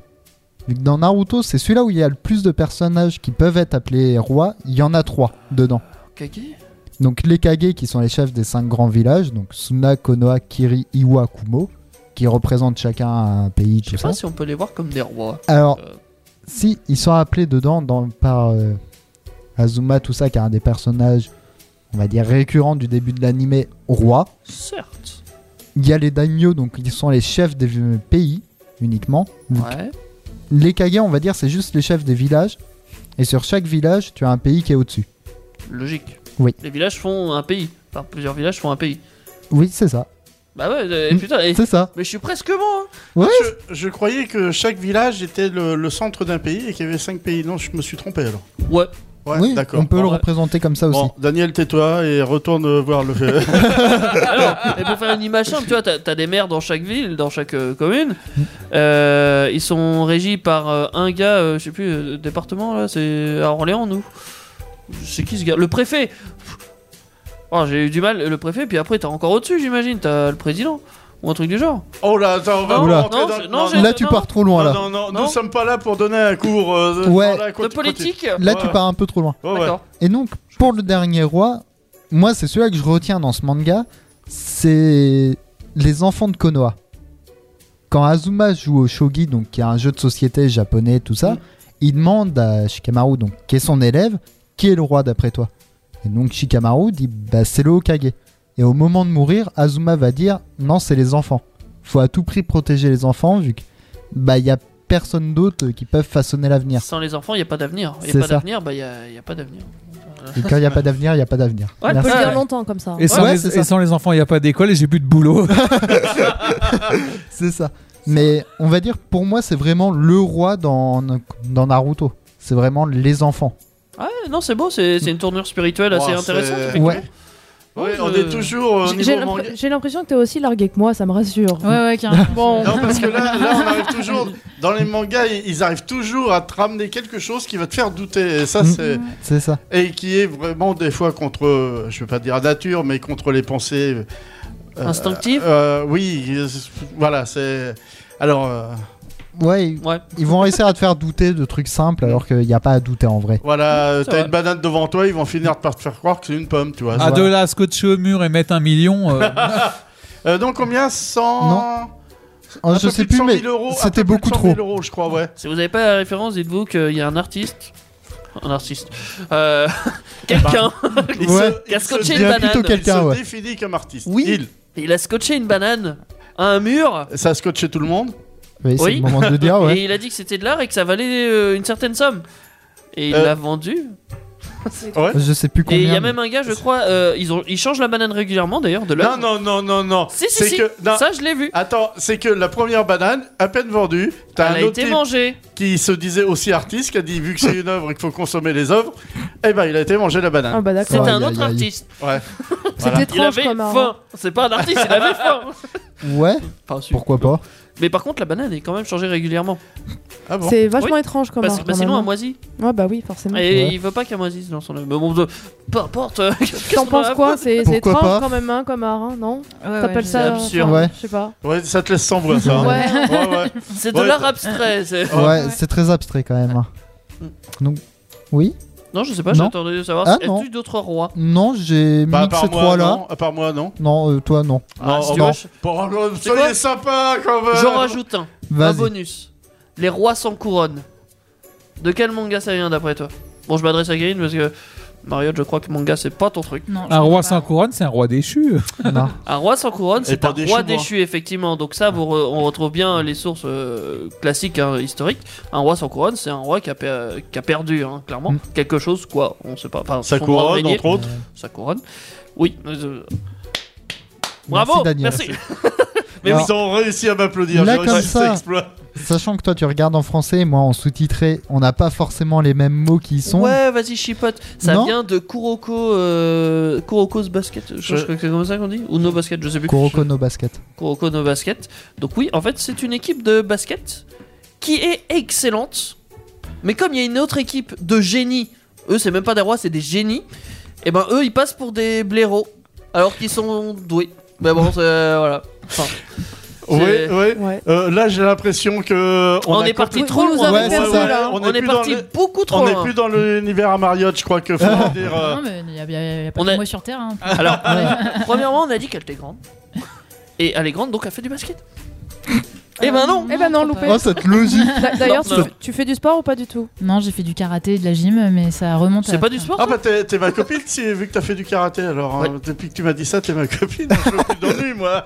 Vu que dans Naruto, c'est celui-là où il y a le plus de personnages qui peuvent être appelés rois. Il y en a trois dedans. Kaki Donc les Kage qui sont les chefs des cinq grands villages, donc Suna, Konoha, Kiri, Iwa, Kumo, qui représentent chacun un pays. Je sais pas si on peut les voir comme des rois. Euh, Alors, si ils sont appelés dedans dans, par euh, Azuma, tout ça, qui est un des personnages, on va dire récurrents du début de l'animé, roi. Certes. Il y a les daimyo, donc ils sont les chefs des euh, pays uniquement. Donc, Ouais. Les kage, on va dire, c'est juste les chefs des villages. Et sur chaque village, tu as un pays qui est au-dessus. Logique. Oui. Les villages font un pays. Enfin, plusieurs villages font un pays. Oui, c'est ça. Bah ouais, euh, et Mm, putain. et- c'est ça. Mais je suis presque bon. hein. je, je croyais que chaque village était le, le centre d'un pays et qu'il y avait cinq pays. Non, je me suis trompé alors. Ouais. Ouais, oui, d'accord. on peut le Bon, représenter comme ça aussi. Bon, Daniel, tais-toi et retourne euh, voir le. Ah. Alors, et pour faire une image simple, tu vois, t'as t'as des maires dans chaque ville, dans chaque euh, commune. Mm. Euh, ils sont régis par euh, un gars, euh, je sais plus, euh, département là, c'est à Orléans, nous. C'est qui ce gars Le préfet Oh, J'ai eu du mal, le préfet, puis après t'as encore au-dessus, j'imagine, t'as le président, ou un truc du genre. Oh là, attends, on va Non, pas Oula. rentrer non, dans- je- non, j'ai- Là, tu pars trop loin, Non, là. Non, non, nous sommes pas là pour donner un cours euh, Ouais. voilà, De politique Là, tu pars un peu trop loin. ouais. D'accord. Et donc, pour le dernier roi, moi, c'est celui-là que je retiens dans ce manga, c'est les enfants de Konoha. Quand Azuma joue au shogi, donc qui est un jeu de société japonais, tout Mm. ça, il demande à Shikamaru, donc qui est son élève, qui est le roi d'après toi. Et donc Shikamaru dit, bah c'est le Hokage. Et au moment de mourir, Azuma va dire, non, c'est les enfants. Faut à tout prix protéger les enfants vu que bah il y a personne d'autre qui peuvent façonner l'avenir. Sans les enfants, il n'y a pas d'avenir. Il C'est a pas ça. d'avenir, bah, il n'y a, y a pas d'avenir. Et quand il n'y a pas d'avenir, il n'y a pas d'avenir. Ouais, on peut Merci. le dire longtemps comme ça. Et sans, Ouais, les, c'est et ça. sans les enfants, il n'y a pas d'école et j'ai plus de boulot. Ah, C'est ça. Mais on va dire, pour moi, c'est vraiment le roi dans, dans Naruto. C'est vraiment les enfants. Ouais, Ah, non, c'est beau, c'est c'est une tournure spirituelle assez Ouais, intéressante. c'est- effectivement. Ouais. Ouais, je- on est toujours euh, au J'ai niveau l'impr- manga. j'ai l'impression que t'es aussi largué que moi, ça me rassure. Ouais, ouais, carrément. Bon. Non, parce que là, là, on arrive toujours. Dans les mangas, ils ils arrivent toujours à te ramener quelque chose qui va te faire douter. Et ça, Mm. c'est. C'est ça. Et qui est vraiment des fois contre, euh, je vais pas dire la nature, mais contre les pensées. euh, Instinctives euh, Oui, euh, voilà, c'est. Alors. euh, Ouais, ils- ils vont réussir à te faire douter de trucs simples alors qu'il n'y a pas à douter en vrai. Voilà, C'est t'as vrai. une banane devant toi, ils vont finir par te faire croire que c'est une pomme, tu vois. Ah, à de là, à scotcher au mur et mettre un million. euh, Euh, donc combien 100 Non. Un Ah, je peu sais de plus, 100 mais 000 euros, un peu plus c'était de beaucoup 100 trop. 000 euros, je crois, ouais. Si vous n'avez pas la référence, dites-vous qu'il y a un artiste. Un artiste. Euh, quelqu'un Il se- qui a il se scotché dé- une banane. Il se définit comme artiste. Oui. Il. Il a scotché une banane à un mur. Ça a scotché tout le monde. Oui, c'est le moment de le dire, ouais. Et il a dit que c'était de l'art et que ça valait euh, une certaine somme. Et il Euh. l'a vendu. Je sais plus combien. Et il y a mais- même un gars, je crois, euh, ils, ont, ils changent la banane régulièrement d'ailleurs, de l'art. Non, non, non, non, non. Si, si, C'est si. que- non. Ça, je l'ai vu. Attends, c'est que la première banane, à peine vendue, t'as Elle un a autre été type mangée. qui se disait aussi artiste, qui a dit vu que c'est une œuvre et qu'il faut consommer les œuvres, eh ben il a été mangé la banane. Ah bah d'accord. C'était un autre artiste. Ouais. Voilà. Il avait comme un- faim. C'est pas un artiste, il avait faim. Ouais. Pourquoi pas Mais par contre, la banane est quand même changée régulièrement. Ah C'est vachement étrange comme Parce art, que quand Bah, sinon, même, hein. elle moisit. Ouais, bah oui, forcément. Et Ouais. il veut pas qu'elle moisisse dans son œuvre. Mais bon, peu importe. euh, qu'est-ce T'en qu'on penses a- quoi C'est c'est Pourquoi étrange pas quand même, hein, comme art, hein, non T'appelles ça euh, absurde. enfin, Je sais pas. Ouais, ça te laisse sans voix, ça. hein. Ouais. ouais. C'est de Ouais. l'art abstrait. c'est- Ouais, c'est très abstrait quand même. hein. Donc, oui Non, je sais pas, Non. j'attendais de savoir Ah, si non. y a d'autres rois. Non, j'ai Bah, à mis que part ces moi, trois-là. non. À part moi, non. Non, euh, toi, non. Ah, si tu Non. veux, je- Bon, alors, C'est soyez quoi sympa quand même. J'en rajoute un. Un Vas-y. bonus. Les rois sans couronne. De quel manga ça vient d'après toi Bon, je m'adresse à Green parce que Mariotte, je crois que manga c'est pas ton truc. un roi sans couronne, c'est un roi déchu. Un roi sans couronne, Et c'est pas un déchu, roi moi. déchu, effectivement. Donc ça, vous re- on retrouve bien les sources euh, classiques, hein, historiques. Un roi sans couronne, c'est un roi qui a, pe- qui a perdu, hein, clairement. Hmm. Quelque chose, quoi, on sait pas. Enfin, Sa son droit de couronne, régner. entre autres. Sa couronne. Oui. euh, Bravo, Daniel. merci. Mais Alors, ils ont réussi à m'applaudir. Là, j'ai comme réussi cet ça, exploit. sachant que toi tu regardes en français et moi en sous-titré, on n'a pas forcément les mêmes mots qui y sont. Ouais, vas-y, chipote. Ça Non. vient de Kuroko, euh, Kuroko's Basket. Je- Je, je crois que c'est comme ça qu'on dit Ou No Basket, je sais plus. Kuroko no basket. Kuroko no Basket. Donc, oui, en fait, c'est une équipe de basket qui est excellente. Mais comme il y a une autre équipe de génies, eux, c'est même pas des rois, c'est des génies. Et ben, eux, ils passent pour des blaireaux. Alors qu'ils sont doués. Mais bon, c'est. Voilà. euh, Enfin, Oui, C'est- oui. Euh, là, j'ai l'impression que On a est parti compris- trop Vous loin. nous avez Ouais, c'est perdu, ça. là. On est plus dans parti le- beaucoup trop On n'est loin. plus dans l'univers à Mariotte, je crois que faut le dire. euh, Non, mais il n'y a, il y a- il y a pas On de a- moi sur Terre. hein. Alors, premièrement, on a dit qu'elle était grande. Et elle est grande, donc elle fait du basket. Ah Eh ben non Eh ben non, loupé. Oh, cette logique. D'a- D'ailleurs, Non, non. tu, tu fais du sport ou pas du tout Non, j'ai fait du karaté et de la gym, mais ça remonte à. C'est pas du sport Ah bah t'es t'es ma copine si, vu que t'as fait du karaté alors hein. depuis que tu m'as dit ça t'es ma copine je veux plus d'ennui moi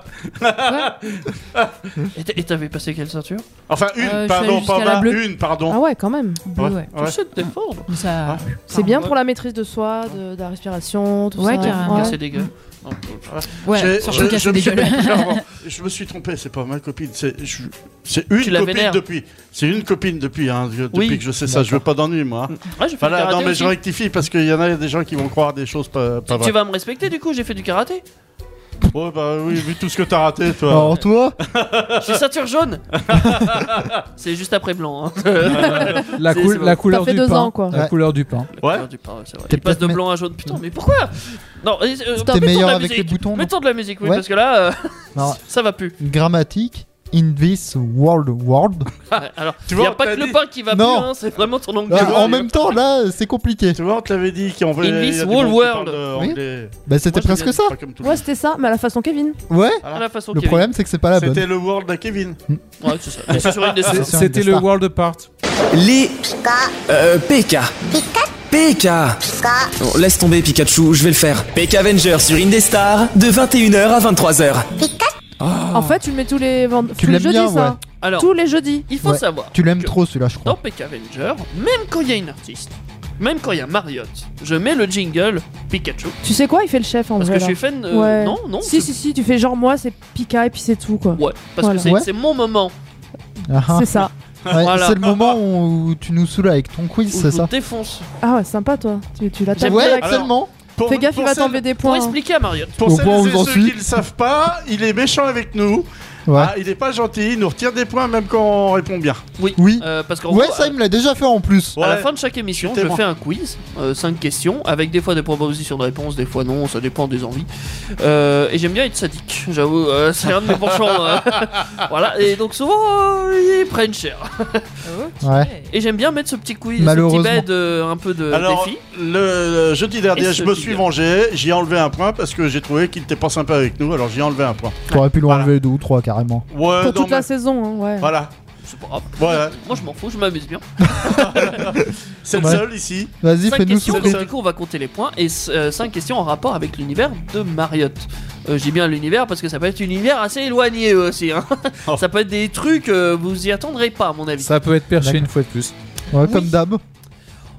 Et t'- Et t'avais passé quelle ceinture Enfin une Euh, je suis allée pardon jusqu'à pas la ma- bleue. une pardon Ah ouais, quand même. Ouais, ouais. Tu sais te défendre. Ça... C'est bien pour la maîtrise de soi, de, de la respiration, tout Ah, Ouais, ça. carrément. Casser des gueules. Ouais, J'ai- surtout je- casser je me des suis- gueules. Clairement, Je me suis trompé c'est pas ma copine c'est je- c'est une Tu la copine vénères. depuis c'est une copine depuis hein, je- depuis Oui. que je sais ça je veux pas d'ennui moi Ouais, j'ai fait du voilà karaté non mais je aussi. rectifie parce qu'il y en a des gens qui vont croire des choses pas, pas Tu- Tu vraies vas me respecter du coup, j'ai fait du karaté. Ouais, bah oui vu tout ce que t'as raté toi Alors, toi Je suis ceinture jaune. c'est juste après blanc. hein. La, C'est- cou- c'est la bon. couleur du pain. La Ouais. couleur du pain. La couleur du pain, ouais, c'est vrai. Il passe de blanc à jaune. Putain, mais pourquoi Non, euh, euh, T'es mettons de la meilleur avec musique. les boutons, non Mettons de la musique, oui, Ouais. parce que là, euh, Non. ça va plus. Grammatique, in this world, world. Alors, Tu il vois, n'y a pas t'as que le dit- pain qui va Non. plus, hein, c'est vraiment ton anglais. Ah, en même temps, là, c'est compliqué. Tu vois, on te l'avait dit qu'on veut- In this il y a du monde whole qui parle, world. euh, Oui. anglais. Bah, c'était Moi, je presque viens de- ça. pas comme tout Ouais, c'était ça, mais à la façon Kevin. Ouais. À la façon Le Kevin. problème, c'est que c'est pas la bonne. c'était le world à Kevin Ouais, c'est ça. Mais c'est sur une des C'est- saisons. C'était le World Apart. Les. Euh, PK. PK. Non, Oh, laisse tomber Pikachu, je vais le faire. PK Avenger sur Indestar de 21h à 23h. En fait, tu le mets tous les, vend- Tu tous les l'aimes jeudis, bien, ouais. ça. Alors, tous les jeudis. Il faut Ouais. savoir. Tu l'aimes trop, celui-là, je crois. Dans PK Avenger, même quand il y a une artiste, même quand il y a Mariotte, je mets le jingle Pikachu. Tu sais quoi Il fait le chef en Parce vrai. que je là. suis fan, euh, Ouais. non, non, Si, c'est- si, si, tu fais genre moi, c'est Pika et puis c'est tout quoi. Ouais, parce Voilà. que c'est Ouais. c'est mon moment. Ah, ah. C'est ça. Ouais, Voilà. C'est le moment où, où tu nous saoules avec ton quiz, Où c'est je ça vous défonce. Ah ouais, sympa toi. Tu, tu l'attaques Ouais, direct. tellement. Pour- Fais gaffe, pour il va celles- t'enlever des Pour points. hein. expliquer à Mariotte. Pour Au celles point où et j'en ceux suis. qui le savent pas, il est méchant avec nous. Ouais. Ah, il est pas gentil, il nous retire des points même quand on répond bien. Oui. Oui. euh, parce qu'en Ouais, gros, ça, il me l'a déjà fait en plus. À la Ouais. fin de chaque émission, J'étais je moi. fais un quiz, 5 questions, avec des fois des propositions de réponses, des fois non, ça dépend des envies. Euh, et j'aime bien être sadique, j'avoue, euh, c'est un de mes penchants. euh. voilà, et donc souvent, euh, ils prennent cher. Ouais. Et j'aime bien mettre ce petit quiz, Malheureusement. ce petit bed, euh, un peu de Alors, défi. le, le jeudi dernier, Et je ce me qui suis gagne. vengé, j'ai enlevé un point parce que j'ai trouvé qu'il était pas sympa avec nous, alors j'ai enlevé un point. T'aurais pu l'enlever deux ou trois carrément. Ouais, Pour non, toute la mais- saison, hein, ouais. Voilà, C'est pas grave. Ouais. Moi je m'en fous, je m'amuse bien. c'est Ouais. le seul ici. Vas-y, 5 fais-nous questions, souffler. donc du coup on va compter les points, et 5 questions en rapport avec l'univers de Mariotte. Euh, je dis bien l'univers parce que ça peut être un univers assez éloigné eux aussi. hein. ça peut être des trucs, euh, vous y attendrez pas à mon avis. Ça peut être perché une fois de plus. Ouais, comme d'hab.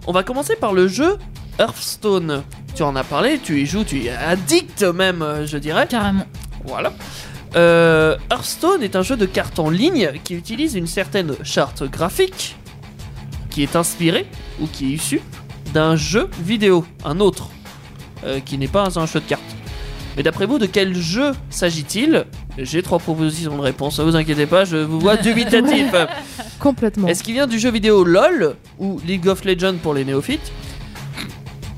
On va commencer par le jeu Hearthstone. Tu en as parlé, tu y joues, tu y es addict même, euh, je dirais. Carrément. Voilà. Euh, Hearthstone est un jeu de cartes en ligne qui utilise une certaine charte graphique qui est inspirée ou qui est issue d'un jeu vidéo, un autre, euh, qui n'est pas un jeu de cartes. Mais d'après vous, de quel jeu s'agit-il J'ai trois propositions de réponse, ne vous inquiétez pas, je vous vois dubitatif. Complètement. Est-ce qu'il vient du jeu vidéo LOL ou League of Legends pour les néophytes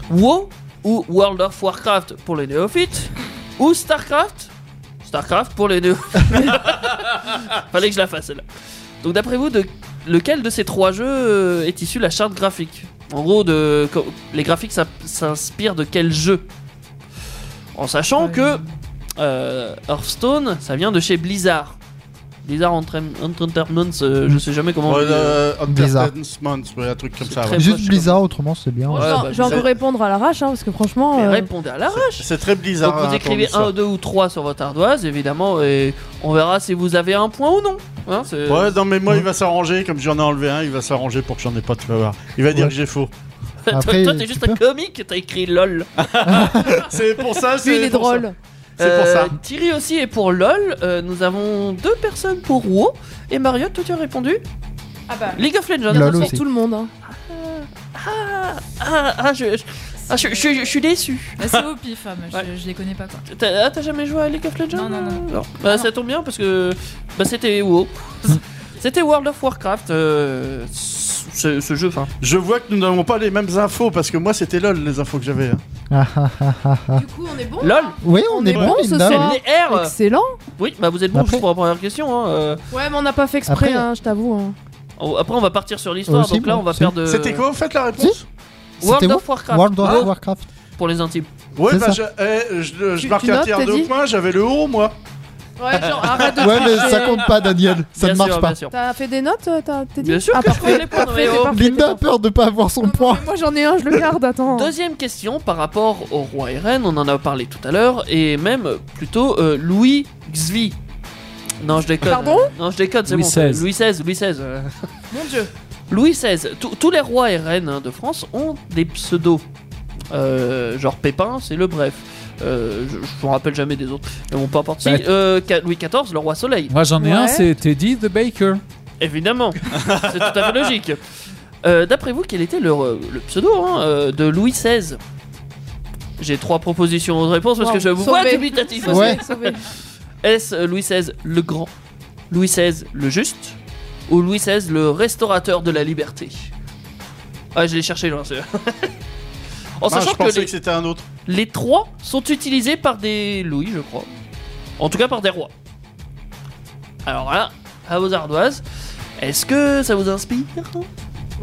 WoW ou World of Warcraft pour les néophytes Ou StarCraft StarCraft pour les néophytes. Fallait que je la fasse celle-là. Donc d'après vous, de lequel de ces trois jeux euh, est issue la charte graphique En gros, de, co- les graphiques ça- s'inspirent de quel jeu En sachant que euh, Hearthstone, ça vient de chez Blizzard. Blizzard Entrem- Entertainment, euh, Mm. je sais jamais comment on Ouais, dit, euh, euh, Bizarre. Entertainment, ouais, un truc comme ça. très ouais. Juste poche, Blizzard, autrement, c'est bien. Ouais, Non, je bah, vais vous encore avez- répondre à l'arrache, hein, parce que franchement. Mais euh, répondez à l'arrache. C'est très Donc bizarre. hein, vous écrivez 1, 2 ou 3 sur votre ardoise, évidemment, et on verra si vous avez un point ou non. Hein, c'est- Ouais, non, mais moi, il va s'arranger, comme j'en ai enlevé un, il va s'arranger pour que j'en ai pas, tu vas voir. Il va dire que j'ai faux. Toi- Après, toi, t'es tu juste peux. un comique, t'as écrit LOL. C'est pour ça, lui, c'est. il est pour ça. drôle. C'est pour ça. Euh, Thierry aussi est pour LOL. Euh, nous avons deux personnes pour WoW. Et Mariotte, toi, tu as répondu Ah bah. League of Il Legends. y en a Lalo pour aussi. tout le monde. hein. Ah, ah, ah, je, je- ah, je- je- je suis déçu. Bah, c'est au pif, hein, je, je les connais pas quoi. T'as ah, t'as jamais joué à League of Legends Non, non, non. Bah, Ah, ça tombe bien parce que bah, c'était WoW. c'était World of Warcraft. euh, s- ce, ce jeu. Enfin, Je vois que nous n'avons pas les mêmes infos parce que moi c'était LOL les infos que j'avais. hein. Du bah, coup, on est bon. LOL Oui, on, est, bon, ce Linda. soir. LDR. Excellent. Oui, bah vous êtes bon Après- juste pour la première question. hein, euh. Ouais, mais on n'a pas fait exprès, Après- hein, je t'avoue. hein. Oh, Après, on va partir sur l'histoire, Aussi, donc là, bon, on va si. perdre. C'était quoi, en fait, la réponse World C'était of Wo- Warcraft. World of Ah. Warcraft. Pour les intimes. Ouais, C'est bah, je, ça. eh, je, je Tu- marque tu un notes, tiers t'as de dit points, j'avais le haut moi. Ouais, genre, arrête de Ouais, mais tricher. ça compte pas, euh, Daniel. Ça Bien ne marche sûr, pas. bien sûr. T'as fait des notes euh, t'as- T'es dit Bien sûr Ah, que je parfait, fais les points, parfait, mais c'est oh. parfait. Linda a peur de pas avoir son point. Moi j'en ai un, je le garde, attends. Deuxième question par rapport au roi et reine, on en a parlé tout à l'heure, et même euh, plutôt euh, Louis XVI. Non, je déconne. Pardon Non, je déconne, c'est Louis bon. XVI. Louis XVI, Louis XVI. euh. Mon dieu. Louis XVI, tous- tous les rois et reines hein, de France ont des pseudos. Euh, genre Pépin, c'est le bref. Euh, je je m'en rappelle jamais des autres. Mais bon, peu importe. Si, Bah, euh, ca- Louis XIV, le roi soleil. Moi j'en ai un, c'est Teddy the Baker. Évidemment, c'est tout à fait logique. Euh, D'après vous, quel était le, le pseudo hein, euh, de Louis XVI J'ai trois propositions de réponse parce Wow, que je vous sauvé. vois dubitatif. Sauvé, Ouais. sauvé. Est-ce euh, Louis XVI le grand Louis XVI le juste Ou Louis XVI le restaurateur de la liberté Ah, je l'ai cherché là. c'est- en Ah, sachant je pensais que, les, que c'était un autre. les trois sont utilisés par des Louis, je crois. En tout cas par des rois. Alors là, à vos ardoises, est-ce que ça vous inspire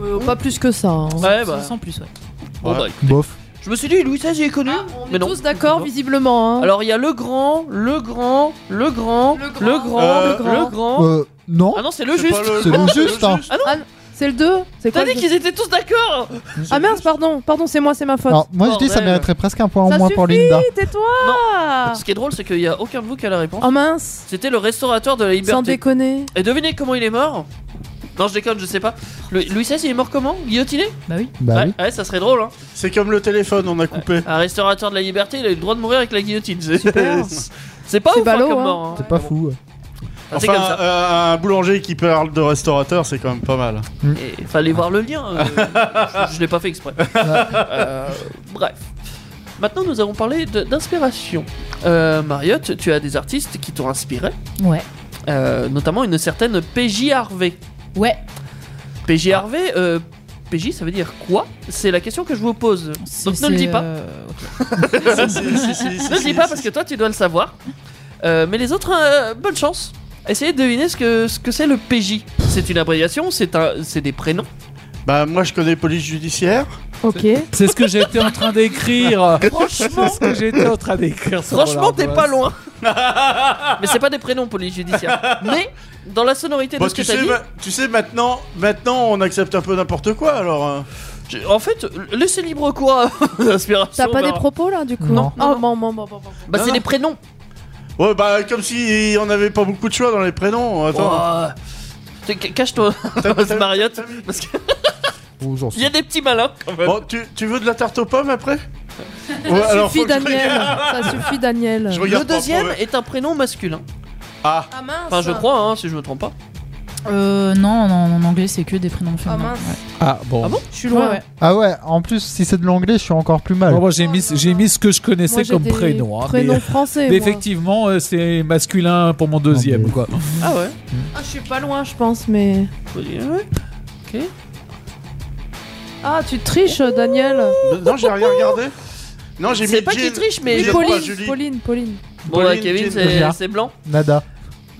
Euh, Pas plus que ça. hein. Ouais, bah. Sans plus, ouais. Ah, Bon, bah, Bof. Je me suis dit, Louis XVI, j'ai connu. On mais est non. tous d'accord, visiblement. hein. Alors il y a le grand, le grand, le grand, le grand, le grand. Euh, le grand. Euh, non. Ah non, c'est le juste. C'est le juste, hein. Ah non, Ah, c'est le 2 C'est quoi t'as le dit deux qu'ils étaient tous d'accord Ah merde, pardon, pardon, c'est moi, c'est ma faute. Alors, moi je dis ça Bordel. mériterait presque un point en Ça moins pour suffit, Linda. tais-toi Ce qui est drôle, c'est qu'il y a aucun de vous qui a la réponse. Oh mince C'était le restaurateur de la liberté. Sans déconner. Et devinez comment il est mort Non, je déconne, je sais pas. Le- Louis XVI, il est mort comment Guillotiné Bah oui. Bah ouais, oui. ouais, ça serait drôle. Hein. C'est comme le téléphone, on a coupé. Un restaurateur de la liberté, il a eu le droit de mourir avec la guillotine. C'est c'est pas C'est ouf hein, ballot, comme hein. mort. hein. C'est pas fou. Ah, c'est Enfin, comme ça. euh, un boulanger qui parle de restaurateur, c'est quand même pas mal. Et fallait voir le lien. euh, je je l'ai pas fait exprès. Euh, bref. Maintenant, nous avons parlé de- d'inspiration. Euh, Mariotte, tu as des artistes qui t'ont inspiré, Ouais. euh, notamment une certaine PJ Harvey. Ouais. PJ Harvey, euh, PJ, ça veut dire quoi C'est la question que je vous pose. Donc ne c'est, le dis pas. euh, ne le dis pas parce que toi, tu dois le savoir. Euh, mais les autres, euh, bonne chance. Essayez de deviner ce que ce que c'est le PJ. C'est une abréviation, c'est un, c'est des prénoms. Bah, moi je connais police judiciaire. Ok. C'est ce que j'étais en train d'écrire. C'est ce que j'étais en train d'écrire. sur Franchement, mon t'es ardoise. pas loin. mais c'est pas des prénoms police judiciaire. Mais dans la sonorité Bon, de ce que tu, t'as sais, bah- dit. ma- tu sais, maintenant, maintenant on accepte un peu n'importe quoi alors. hein. je- En fait, euh, laissez libre quoi Inspiration. T'as pas des Barbara. propos là du coup Non. Oh, bon, bon, bon, bon, bon. Bah, c'est Non, des non. prénoms. Ouais, bah, comme si on avait pas beaucoup de choix dans les prénoms. Attends. Oh. T'es- ca- Cache-toi, Mariotte. Parce qu'il y a des petits malins quand même. Bon, tu, tu veux de la tarte aux pommes après Ouais, Ça alors, suffit faut que je Daniel, regarde. ça suffit Daniel. Je Le regarde pas, deuxième pour- est un prénom masculin. Ah. Ah mince. Enfin, je crois, hein, si je me trompe pas. Euh, non, non, en anglais, c'est que des prénoms Ah féminins. mince, Ah bon. Ah bon je suis loin. Ouais, ouais. Ah ouais, en plus, si c'est de l'anglais, je suis encore plus mal. Bon, moi j'ai mis, j'ai mis ce que je Moi, connaissais j'ai comme des prénom. hein, prénoms mais- français, mais moi. effectivement, euh, c'est masculin pour mon deuxième. quoi. Ah ouais Hmm. Ah, je suis pas loin, je pense, mais. Faut dire, ouais. Ok. Ah, tu triches, Daniel. Non, j'ai rien regardé. Non, j'ai mis C'est pas qu'il Jill. triche, mais Jill, je- pas Pauline, Julie. Pauline, Pauline. Bon, bah, Pauline, Kevin, Jean. c'est Jean. c'est blanc. Nada.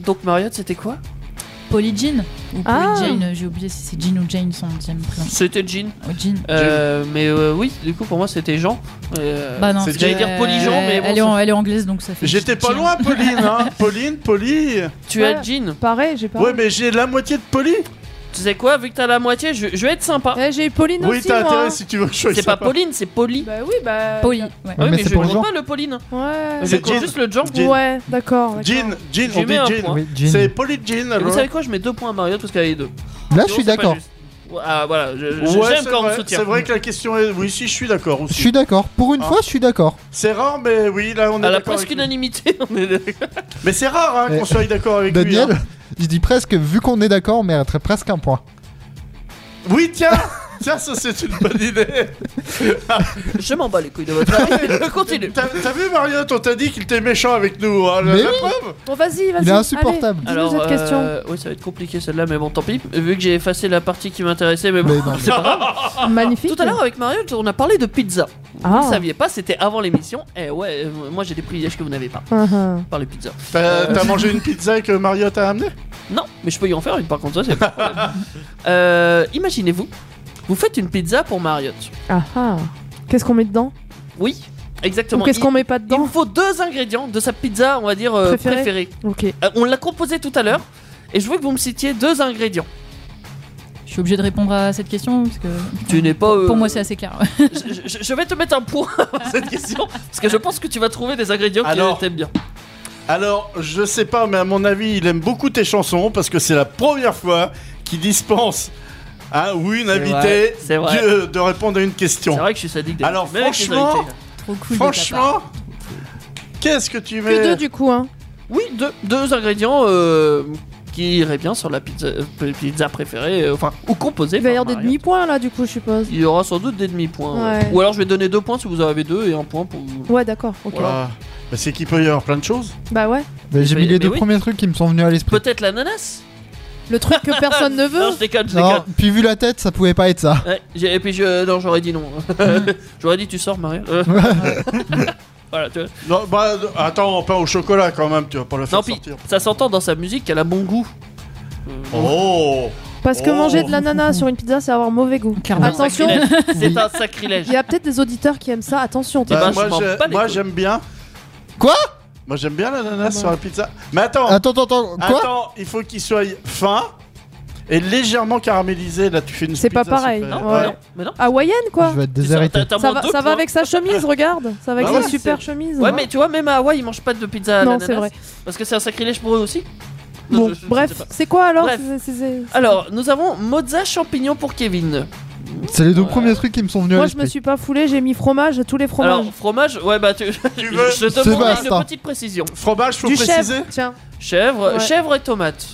Donc, Mariotte, c'était quoi Polly Jean ou Polly Ah. Jane, euh, j'ai oublié si c'est Jean ou Jane son deuxième prénom. C'était Jean. Oh, Jean. Euh, mais euh, oui, du coup, pour moi, c'était Jean. Euh, Bah non, c'est- parce J'allais que, dire Polyjean, euh, mais bon. elle, est ça- en- elle est anglaise donc ça fait. J'étais pas Jean. loin, Pauline. Hein. Pauline, Polly. Tu Ouais. as Jean. Pareil, j'ai pas. Ouais, mais j'ai la moitié de Polly. Tu sais quoi, vu que t'as la moitié, je, je vais être sympa. Eh, j'ai eu Pauline Oui, aussi, t'as moi. intérêt si tu veux que je sois C'est pas sympa. Pauline, c'est Polly. Bah oui, bah. Polly, ouais. Ouais, mais mais, c'est je pour ne Jean. pas le Pauline. Ouais. Je C'est compte Jean. juste le Jean. Jean. Ouais, d'accord. d'accord. Jean, Jean, J'ai on mis un dit Jean. point. Oui, Jean. C'est Polly Jean Et vous alors. savez quoi, je mets deux points à Mariotte parce qu'elle est deux. Là, je Sinon, suis c'est pas d'accord. juste. Ah, voilà, je- je- Ouais, j'aime c'est quand on me vrai, soutient. C'est vrai que la question est. Oui, si, je suis d'accord Je aussi. suis d'accord. Pour une Ah. fois, je suis d'accord. C'est rare, mais oui, là, on est À la d'accord. presque avec lui. unanimité, on est d'accord. Mais c'est rare hein, Eh, qu'on soit d'accord avec lui. Daniel, hein. je dis presque, vu qu'on est d'accord, on mériterait presque un point. Oui, tiens Tiens, ça c'est une bonne idée. Je m'en bats les couilles de votre avis. Continue. T'as t'as vu, Mariotte, on t'a dit qu'il était méchant avec nous. hein, la- Mais la oui. preuve Bon, vas-y, vas-y. Il est insupportable. Allez, Ah, dis-nous cette question. euh, oui, ça va être compliqué celle-là, mais bon, tant pis. Vu que j'ai effacé la partie qui m'intéressait, mais bon, c'est pas grave. Magnifique. Ah, Tout à l'heure, avec Mario, on a parlé de pizza. Ah. Vous ne saviez pas, c'était avant l'émission. Eh ouais, euh, moi j'ai des privilèges que vous n'avez pas. Uh-huh. Par les pizzas. Euh, T'as t'as mangé une pizza que Mariotte a amenée Non, mais je peux y en faire une par contre, ça c'est pas un problème. Euh, Imaginez-vous, vous faites une pizza pour Mariotte. Ah ah. Qu'est-ce qu'on met dedans Oui, exactement. Ou qu'est-ce Il- qu'on met pas dedans Il me faut deux ingrédients de sa pizza, on va dire, euh, Préférée préférée. Ok. Euh, on l'a composé tout à l'heure, et je veux que vous me citiez deux ingrédients. Je suis obligé de répondre à cette question parce que Tu n'es pas. euh, pour moi c'est assez clair. je, je- je vais te mettre un point à cette question, parce que je pense que tu vas trouver des ingrédients Alors. que t'aimes bien. Alors, je sais pas, mais à mon avis, il aime beaucoup tes chansons parce que c'est la première fois qu'il dispense à ou une invitée vrai, c'est vrai. de, de répondre à une question. C'est vrai que je suis sadique. Alors, Mais avec les franchement, invités. franchement, qu'est-ce que tu mets Que deux du coup, hein. Oui, deux, deux ingrédients euh, qui iraient bien sur la pizza, euh, pizza préférée, euh, enfin, ou composée. Il va y par avoir des Mario. demi-points là, du coup, je suppose. Il y aura sans doute des demi-points. ouais. Ouais. Ou alors je vais donner deux points si vous en avez deux et un point pour. Ouais, d'accord. Ok. Voilà. Bah, c'est qu'il peut y avoir plein de choses. Bah ouais. Bah, J'ai Mais- mis les mais deux oui. premiers trucs qui me sont venus à l'esprit. Peut-être l'ananas Le truc que personne ne veut Non, je déconne, je Non, déconne. puis vu la tête, ça pouvait pas être ça. Ouais, j'ai- et puis je, non, j'aurais dit non. Hmm. j'aurais dit tu sors, Mario. Euh, voilà, tu vois. Non, bah, attends, pain au chocolat quand même, tu vas pas le faire Non, puis sortir. ça s'entend dans sa musique qu'elle a bon goût. Oh Parce que Oh. manger de l'ananas sur une pizza, c'est avoir mauvais goût. Attention, Sacrilège. Bah, C'est un sacrilège. il y a peut-être des auditeurs qui aiment ça. Attention, Eh t'es ben, Bah, ben, pas- moi, j'ai- moi, j'aime bien. Quoi Moi j'aime bien l'ananas sur la pizza. Mais attends. Attends, attends, attends. Quoi attends, il faut qu'il soit fin et légèrement caramélisé. Là, tu fais une. C'est pas pareil. Ouais. Hawaïenne Ah, quoi. Je vais être déshérité. t'as Ça va, moins deux ça va points. avec sa chemise, regarde. Ça va avec Bah sa ouais, super c'est- chemise. hein. Ouais, mais tu vois, même à Hawaï, ils mangent pas de pizza à Non, l'ananas. c'est vrai. Parce que c'est un sacrilège pour eux aussi. Bon, Je- je- je bref, sais pas. c'est quoi alors Bref. C'est- c'est- c'est- Alors, nous avons mozza champignon pour Kevin. C'est les deux premiers trucs qui me sont venus à Moi, je l'esprit. me suis pas foulé, j'ai mis fromage, tous les fromages. Alors, fromage, ouais, bah tu, veux je te C'est demande basta. une petite précision. Fromage, faut du préciser. chèvre, tiens. Chèvre, Ouais. chèvre et tomate.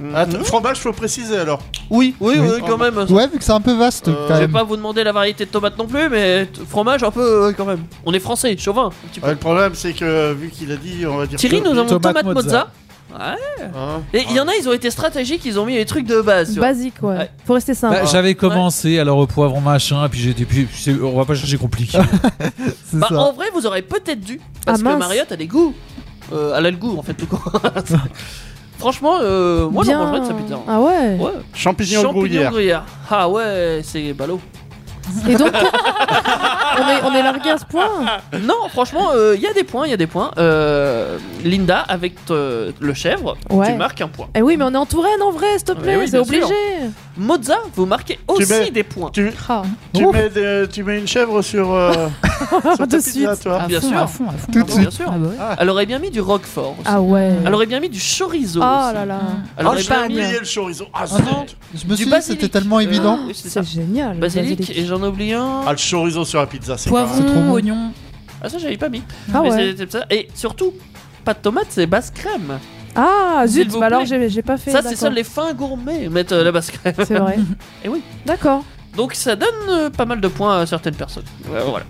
Mmh. Attends, fromage, faut préciser alors. Oui, oui, oui, quand même. Ouais, vu que c'est un peu vaste Euh, quand je vais même. pas vous demander la variété de tomate non plus, mais t- fromage un peu euh, quand même. On est français, chauvin. un petit peu. Ouais, le problème, c'est que Euh, vu qu'il a dit, on va dire. Thierry, que- nous avons tomate, mozza. Ouais. Et il y en a, ils ont été stratégiques, ils ont mis les trucs de base. tu vois. Basique, ouais. Faut rester simple. Bah, J'avais commencé alors au poivron machin, puis j'étais puis c'est- on va pas chercher compliqué. Bah, en vrai, vous aurez peut-être dû. Parce Ah, que mince. Mariotte a des goûts. Euh, elle a le goût en fait, tout court. Franchement, euh, moi j'en Bien. mangerais de sa pizza. hein. Ah ouais. Champignons, Champignons gruyère. gruyère. Ah ouais, c'est ballot. Et donc, on est, on est largué à ce point. Non, franchement, il y a des points, il y a des points. Euh, Linda, avec euh, le chèvre, Ouais. tu marques un point. Eh oui, mais on est entouré, en vrai, s'il te plaît, oui, c'est bien obligé. sûr. Mozza, vous marquez Tu aussi mets- des points. Tu, Ah. tu mets des- tu mets une chèvre sur. euh, sur ta pizza, toi. Ah, bah bien sûr, Tout de Ah bien suite. sûr. Elle aurait bien mis du roquefort. aussi. bah Ah ouais. Elle aurait bien mis du chorizo. Oh aussi. là là. Elle aurait bien mis Ah, euh, oublié le chorizo. Ah, zut. Je me du suis dit, basilic. c'était tellement Euh, évident. oui, Bah, c'est ça. génial. Ah, le Basilic, basilic. et j'en oublie un. Ah, le chorizo sur la pizza, c'est pas Poivron, mal. oignon. Ah, ça, j'avais pas mis. Ah Mais ouais. c'était ça. Et surtout, pas de tomate, c'est basse crème. Ah S'il zut, vous bah alors plaît. j'ai j'ai pas fait. Ça, c'est d'accord. seuls les fins gourmets mettent euh, la basse crème. C'est vrai. Et oui. D'accord. Donc ça donne euh, pas mal de points à certaines personnes. Ouais, voilà.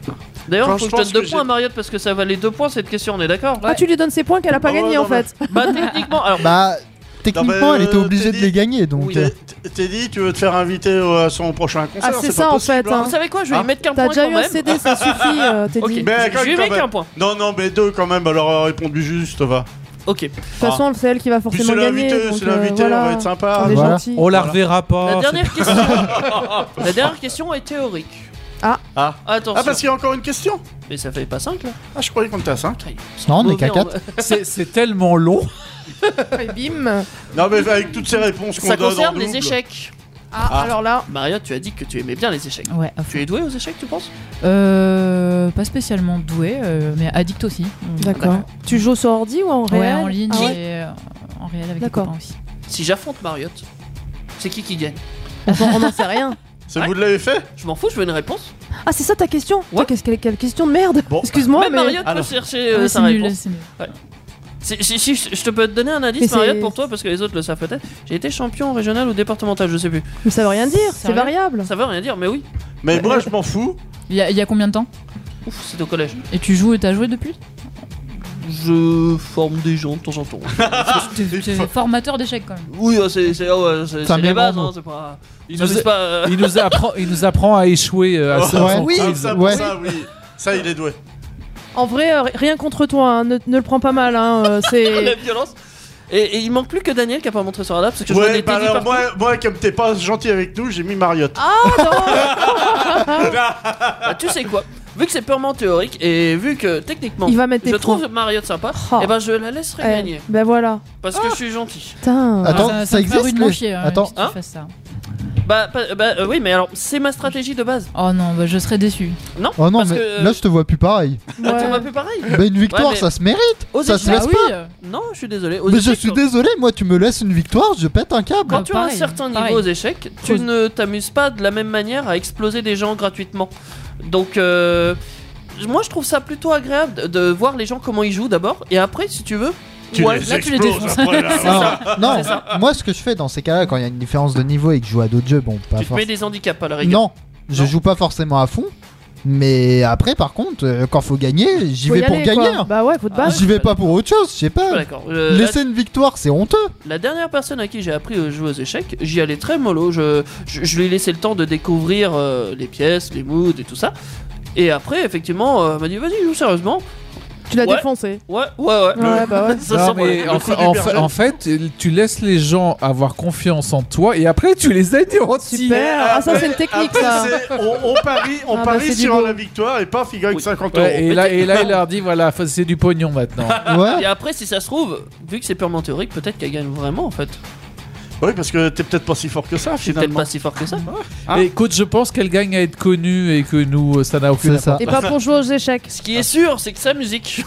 D'ailleurs, Quand il faut je que je pense donne deux que points à Mariotte parce que ça valait deux points cette question, on est d'accord Ah, tu lui donnes ses points qu'elle a pas Oh, gagné non, en fait. Bah, techniquement, alors. Bah, Non, techniquement, mais, elle était euh, obligée de les gagner donc. euh, Teddy, tu veux te faire inviter au- à son prochain concert Ah, c'est pas ça, en possible, fait, hein. hein. Vous savez quoi Je vais Ah. lui mettre qu'un T'as point déjà quand eu un même. CD, ça suffit, euh, Teddy. Ok, Mais je lui Ben, quand mets même. qu'un point. Non, non, mais deux quand même, elle aura répondu juste, va. Ok. De De toute façon, c'est elle qui va Puis forcément c'est gagner. l'invité, donc, c'est euh, l'invité, voilà. on va être sympa. On est Ah, Voilà. gentils. On la reverra pas. La c'est- dernière question. la dernière question est théorique. Ah. Ah. Attention. Ah, parce qu'il y a encore une question Mais ça fait pas 5 là Ah, je croyais qu'on était à 5. Non, on est Mauvais qu'à en- 4. C'est c'est tellement long. Et bim. Non, mais avec toutes ces réponses qu'on Ça donne. en concerne les double. échecs. Ah, alors là. Maria, tu as dit que tu aimais bien les échecs. Ouais. Tu es doué aux échecs, tu penses Euh, pas spécialement doué, euh, mais addict aussi. Mmh. D'accord. Tu joues sur ordi ou en Ouais, réel en ligne Ah ouais. et euh, en réel avec les D'accord. copains aussi. Si j'affronte Mariotte, c'est qui qui gagne On n'en sait rien. C'est vous de l'avez fait Je m'en fous, je veux une réponse. Ah, c'est ça ta question Ouais, qu'est-ce qu'elle- quelle question de merde Excuse-moi, Même mais. Ah, Ah, Mariotte peut chercher euh, sa réponse. Ouais. Si, si- si, je te peux te donner un Mais indice, c'est- Mariotte, pour toi, parce que les autres le savent peut-être. J'ai été champion régional ou départemental, je sais plus. Mais ça veut rien dire, c'est rien. variable. Ça veut rien dire, mais oui. Mais moi, je m'en fous. Il y, a- il y a combien de temps Ouf, c'était au collège. Et tu joues et t'as joué depuis Je forme des gens de temps en temps. Ah, T'es formateur d'échecs quand même. oui, euh, c'est c'est- ah ouais, c'est- Ça c'est les met bases, bon hein, mot. c'est pas. Ils Il nous, disent pas. euh, il nous apprend, il nous apprend à échouer euh, à Oh, son- ouais. son Oui, quiz. ça, Ouais. ça, oui. Ça, il est doué. En vrai, euh, rien contre toi, hein, ne, ne le prends pas mal. hein, euh, la c'est violence. Et, et il manque plus que Daniel qui a pas montré son radar parce que je vois Ouais, des bah teddy alors, partout. moi, moi, comme t'es pas gentil avec nous, j'ai mis Mariotte. Bah, tu sais quoi Vu que c'est purement théorique et vu que techniquement Il va mettre je des trouve points. Mariotte sympa, et ben je la laisserai Eh, gagner. Ben voilà. Parce que je suis gentil. Putain. Attends, Ah, ça, ça- ça me fait existe rudement les- chier, hein, Attends, si tu Hein fais ça. Bah, pas- bah, euh, oui, mais alors c'est ma stratégie de base. Oh non, bah, je serais déçu. Non oh non, parce mais que, euh, là je te vois plus pareil. Ah, tu m'as fait pareil. Bah, une victoire, Ouais, mais ça se mérite. aux ça se échecs- Ah laisse pas. Non, je suis désolé. Aux mais je échecs, hein. suis quand- désolé, moi tu me laisses une victoire, je pète un câble. Quand tu Bah, as un certain niveau aux échecs, tu ne t'amuses pas de la même manière à exploser des gens gratuitement. Donc, euh, moi je trouve ça plutôt agréable de- de voir les gens comment ils jouent d'abord, et après, si tu veux, Tu ouais, les exploses après, là. C'est ça. non, C'est ça. moi ce que je fais dans ces cas-là, quand il y a une différence de niveau et que je joue à d'autres jeux, bon, pas Tu te mets forcément. des handicaps à la rigueur. Non, je joue pas forcément à fond. Mais après, par contre, euh, quand faut gagner, j'y Faut vais y pour aller, gagner. hein. quoi. Bah ouais, faut te battre. J'y vais pas pour autre chose, je sais pas. suis pas d'accord. Euh, Laisser là- une victoire, c'est honteux. La dernière personne à qui j'ai appris à jouer aux échecs, j'y allais très mollo. Je, je, je lui ai laissé le temps de découvrir euh, les pièces, les moods et tout ça. Et après, effectivement, euh, elle m'a dit vas-y, joue sérieusement. Tu l'as Ouais. défoncé. Ouais, ouais, ouais. Ouais, bah ouais. Ça Non, sent mais le en, coup du fa- en fa- berger. en fait, tu laisses les gens avoir confiance en toi et après tu les aides Super. Ah, ça, c'est le technique, Après, ça. c'est- On, on parie, on Ah, bah, parie c'est du sur beau. la victoire et paf, il gagne 50 euros. et, là, et là, il leur dit voilà, faut- c'est du pognon maintenant. Et après, si ça se trouve, vu que c'est purement théorique, peut-être qu'elle gagne vraiment en fait. Oui, parce que t'es peut-être pas si fort que ça, C'est peut-être finalement. pas si fort que ça. Et écoute, je pense qu'elle gagne à être connue et que nous, euh, ça n'a aucune C'est ça. importance. Et pas pour jouer aux échecs. Ce qui est sûr, c'est que sa musique.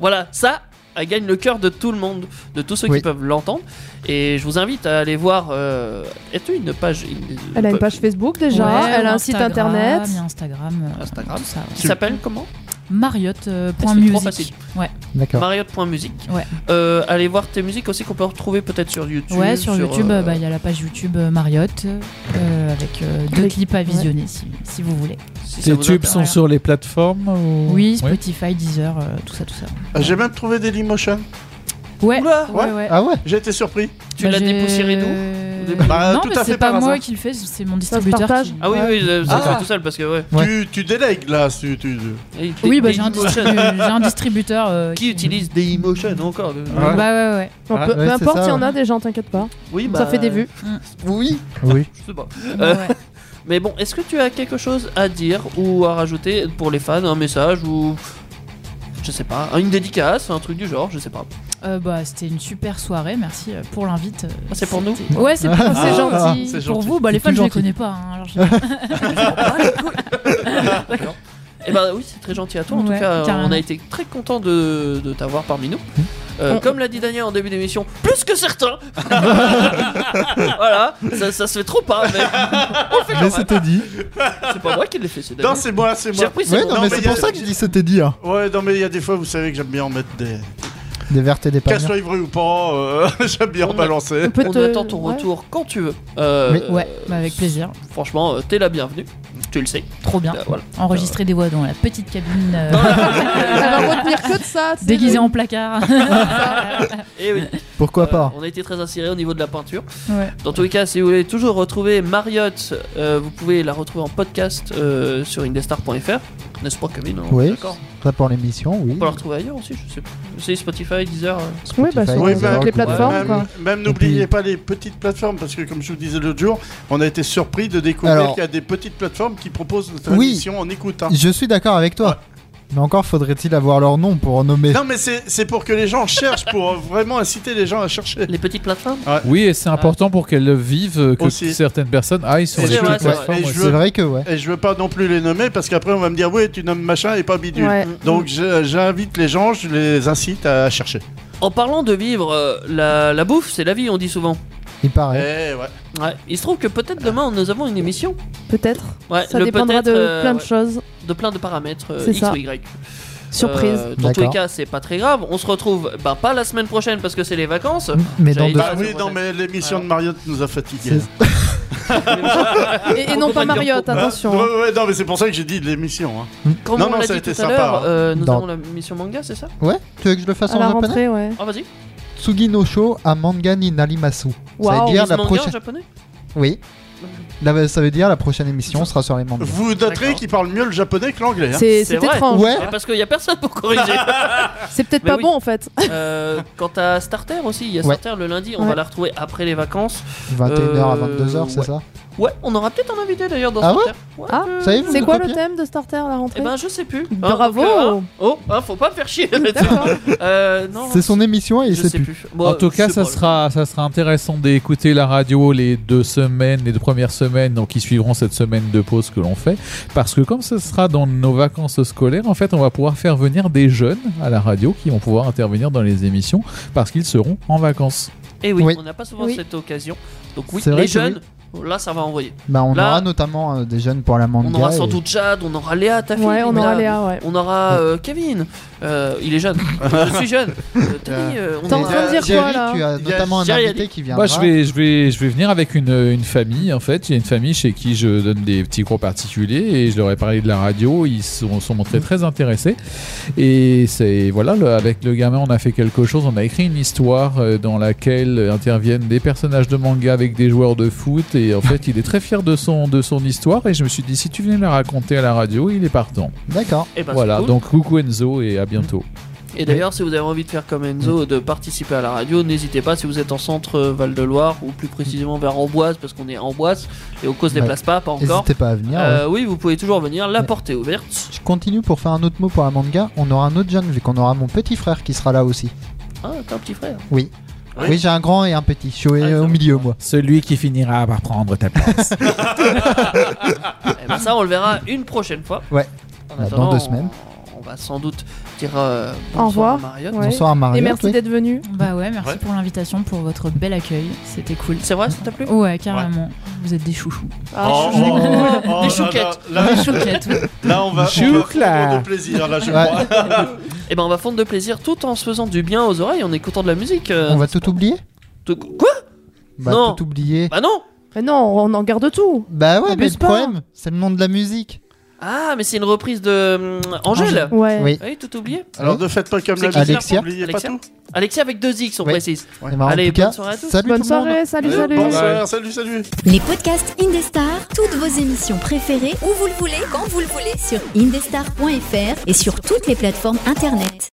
voilà, ça, elle gagne le cœur de tout le monde, de tous ceux qui peuvent l'entendre. Et je vous invite à aller voir. euh, As-tu une page une- Elle a une page Facebook déjà, Ouais, elle a un site Instagram, internet. il y a Instagram. euh, Instagram tout ça, ouais. Qui s'appelle comment Parce que c'est trop facile. Mariotte.music. Ouais. Mariotte.musique. Ouais. Euh, allez voir tes musiques aussi qu'on peut retrouver peut-être sur YouTube. Ouais, sur, YouTube, euh, euh, bah, il y a la page YouTube euh, Mariotte euh, avec euh, deux clips à visionner si, si vous voulez. Tes tubes sont sur les plateformes ou- Oui, Spotify, Deezer, euh, tout ça, tout ça. Ah, J'ai même trouvé Dailymotion. Ouais, ouais, ouais. Ah ouais J'ai été surpris. Tu l'as dépoussiéré d'où Euh, Bah, non, tout mais à fait c'est pas par moi hasard. qui le fais, c'est mon distributeur. qui- Ah oui, oui, euh, c'est Ah. toi tout seul parce que ouais. Tu, tu délègues là. Tu, tu- Oui, Oui, bah, j'ai un, distribu- j'ai un distributeur. euh, Qui utilise des emotions encore le- Bah ouais, ouais. Bon, Ah, Ah, peu, peu importe, il y en a des gens, t'inquiète pas. Oui, Ça bah, fait des vues. Oui. Oui. Je sais pas. Bah Euh, ouais. Mais bon, est-ce que tu as quelque chose à dire ou à rajouter pour les fans, un message ou je sais pas, une dédicace, un truc du genre, je sais pas. Euh, bah, c'était une super soirée, merci euh, pour l'invite. euh, Ah, c'est pour nous c'était- Ouais, c'est pour Ah, c'est ah, gentil. c'est Pour gentil. vous, bah, les C'est fans, plus je les gentil. connais pas. hein, alors je- Ah, D'accord. Eh ben oui, c'est très gentil à toi. En Ouais, tout cas, carrément. Mmh. on a été très content de, de t'avoir parmi nous. Euh, On- Comme l'a dit Daniel en début d'émission, plus que certains. voilà, ça, ça se fait trop pas. Mais on le fait quand Mais même. c'était dit. C'est pas moi qui l'ai fait. C'est Non, Daniel. c'est moi, c'est moi. J'ai repris, Ouais, non, mais c'est pour ça que je dis c'était dit. hein. Ouais, non, mais il y a des fois, vous savez que j'aime bien en mettre des. Des vertes et des Qu'elles palmes. soient ivrées ou pas, euh, j'aime bien en balancer. on attend ton retour quand tu veux. Euh, Mais- Ouais, bah, avec plaisir. Franchement, euh, t'es la bienvenue. Tu le sais. Trop bien. Euh, voilà. Enregistrer des voix dans la petite cabine. euh, Elle va retenir que de ça. tu sais, Déguisé le- en placard. Eh oui. Pourquoi pas Euh, On a été très inspiré au niveau de la peinture. Ouais. Dans tous les cas, si vous voulez toujours retrouver Mariotte, euh, vous pouvez la retrouver en podcast euh, sur indestar.fr. N'est-ce pas, Camille Non, Oui. D'accord. Ça pour l'émission, oui. On peut la retrouver ailleurs aussi, je sais pas. C'est Spotify, Deezer. euh. Oui, bah, sur- Oui, sur bah, toutes les plateformes, Même, quoi. même n'oubliez pas les petites plateformes, parce que comme je vous disais l'autre jour, on a été surpris de découvrir Alors- qu'il y a des petites plateformes qui proposent notre Oui. émission en écoute. hein. Je suis d'accord avec toi. Mais encore faudrait-il avoir leur nom pour en nommer. Non, mais c'est c'est pour que les gens cherchent, pour euh, vraiment inciter les gens à chercher. Les petites plateformes Oui, et c'est important pour qu'elles le vivent, euh, que Aussi. certaines personnes aillent sur Et les je veux- petites plateformes. et je aussi. veux- Et je veux pas non plus les nommer parce qu'après on va me dire oui tu nommes machin et pas bidule. Ouais. Donc je- j'invite les gens, je les incite à chercher. En parlant de vivre, euh, la, la bouffe, c'est la vie, on dit souvent. Il paraît. Ouais. Il se trouve que peut-être demain, nous avons une émission. Peut-être. Ouais, Ça le dépendra peut-être, de euh, plein de ouais. choses. De plein de paramètres, euh, C'est X ça. ou Y. Surprise. Euh, dans tous les D'accord. cas, c'est pas très grave. On se retrouve bah, pas la semaine prochaine parce que c'est les vacances. mais dans J'allais deux- dire la Ah oui, semaine non, mais l'émission de Mariotte nous a fatigués. ah, Et, et non pas Mariotte, hein. attention. Hein Ouais, ouais, ouais, non, mais c'est pour ça que j'ai dit de l'émission. hein. Comme non, on non, l'a ça a dit été tout à sympa. l'heure, hein. euh, nous Dans- avons la mission manga, c'est ça Ouais Tu veux que je le fasse À en la japonais rentrée, ouais. Ah, vas-y. Tsugi no sho amanga ni narimasu. ça Waouh, veut dire Miss la Manga en prochaine. japonais Oui. Là, ça veut dire la prochaine émission sera sur les mangas. Vous noterez qu'il parle mieux le japonais que l'anglais. hein. C'est- c'est C'est vrai. étrange. Ouais. Mais Parce qu'il y a personne pour corriger. C'est peut-être Mais pas oui. bon en fait. Euh, quant à Starter aussi, il y a Ouais. Starter le lundi, on Ouais. va la retrouver après les vacances. 21h à Euh, 22h, c'est ouais. ça Ouais, on aura peut-être un invité d'ailleurs dans Ah Starter. Ah, Ça y est, vous c'est me quoi copiez le thème de Starter à la rentrée Eh ben, je sais plus. Hein, Bravo donc, euh, hein, Oh, hein, faut pas me faire chier D'accord. Euh, non, C'est son émission et il sait sais plus. plus. Bon, en tout cas, c'est ça pas- sera, ça sera intéressant d'écouter la radio les deux semaines, les deux premières semaines, donc qui suivront cette semaine de pause que l'on fait, parce que comme ce sera dans nos vacances scolaires, en fait, on va pouvoir faire venir des jeunes à la radio qui vont pouvoir intervenir dans les émissions parce qu'ils seront en vacances. Eh oui, Oui. on n'a pas souvent cette occasion. Donc oui, C'est vrai les que jeunes, oh, là ça va envoyer. Bah, on Là, aura notamment euh, des jeunes pour la manga. on aura sans et- doute Jade, on aura Léa, ta fille. Ouais, on mais aura là, Léa, ouais. On aura euh, Kevin. Euh, il est jeune. Je suis jeune. Euh, Tony, euh, on T'es en est- train de dire Jerry, quoi là tu as Il y a notamment un Jerry a invité dit- qui Moi, viendra. je vais, je vais, je vais venir avec une, une famille. En fait, il y a une famille chez qui je donne des petits cours particuliers et je leur ai parlé de la radio. Ils sont, sont montrés très intéressés. Et c'est voilà, le- avec le gamin, on a fait quelque chose. On a écrit une histoire euh, dans laquelle interviennent des personnages de manga avec des joueurs de foot. Et en fait, il est très fier de son, de son histoire. Et je me suis dit, si tu viens la raconter à la radio, il est partant. D'accord. Eh ben, c'est voilà. cool. Donc, coucou Enzo et à bientôt. Et d'ailleurs, si vous avez envie de faire comme Enzo, de participer à la radio, n'hésitez pas si vous êtes en centre euh, Val-de-Loire ou plus précisément vers Amboise, parce qu'on est à Amboise et au cause des Ouais. places pas, pas encore. Bah, N'hésitez pas à venir. ouais. Euh, oui, vous pouvez toujours venir, la porte est ouverte. Je continue pour faire un autre mot pour la manga. On aura un autre jeune, vu qu'on aura mon petit frère qui sera là aussi. Ah, t'as un petit frère. Oui. Oui, j'ai un grand et un petit. Je suis au- au milieu, moi. Celui qui finira par prendre ta place. Eh ben, ça, on le verra une prochaine fois. Ah. Ouais. En Dans attendant, deux semaines. On, on va sans doute dire euh, Au revoir. bonsoir à Mariotte. Ouais. Bonsoir à Mariotte, Et merci oui. d'être venu. Bah ouais, merci pour l'invitation, pour votre bel accueil. C'était cool. C'est vrai, ça t'a plu Ouais, carrément. Vous êtes des chouchous. Ah, Oh, je- oh, je- oh, des là, chouquettes. là, là. Des chouquettes, oui. Là, on va, on va prendre de plaisir, là, je crois. Et ben, on va fondre de plaisir tout en se faisant du bien aux oreilles, en écoutant de la musique. euh, On va Bah, tout oublier tout- Quoi Bah, Non. tout oublier. Bah non Mais non, on en garde tout. Bah ouais, mais Abuse le pas. problème, c'est le nom de la musique. Ah, mais c'est une reprise de hum, Angèle. Ouais. Oui. Ah Oui, tout oublié. Alors, ne faites pas comme C'est la qui, Alexia. Sarah N'oubliez pas Alexia. tout. Alexia avec deux X, on précise. Eh ben, en Allez, tout cas, bonne soirée à tous. salut Bonne tout le monde. soirée, salut, Allez, salut. Bonsoir, salut, salut. Les podcasts Indestar, toutes vos émissions préférées, où vous le voulez, quand vous le voulez, sur indestar.fr et sur toutes les plateformes internet.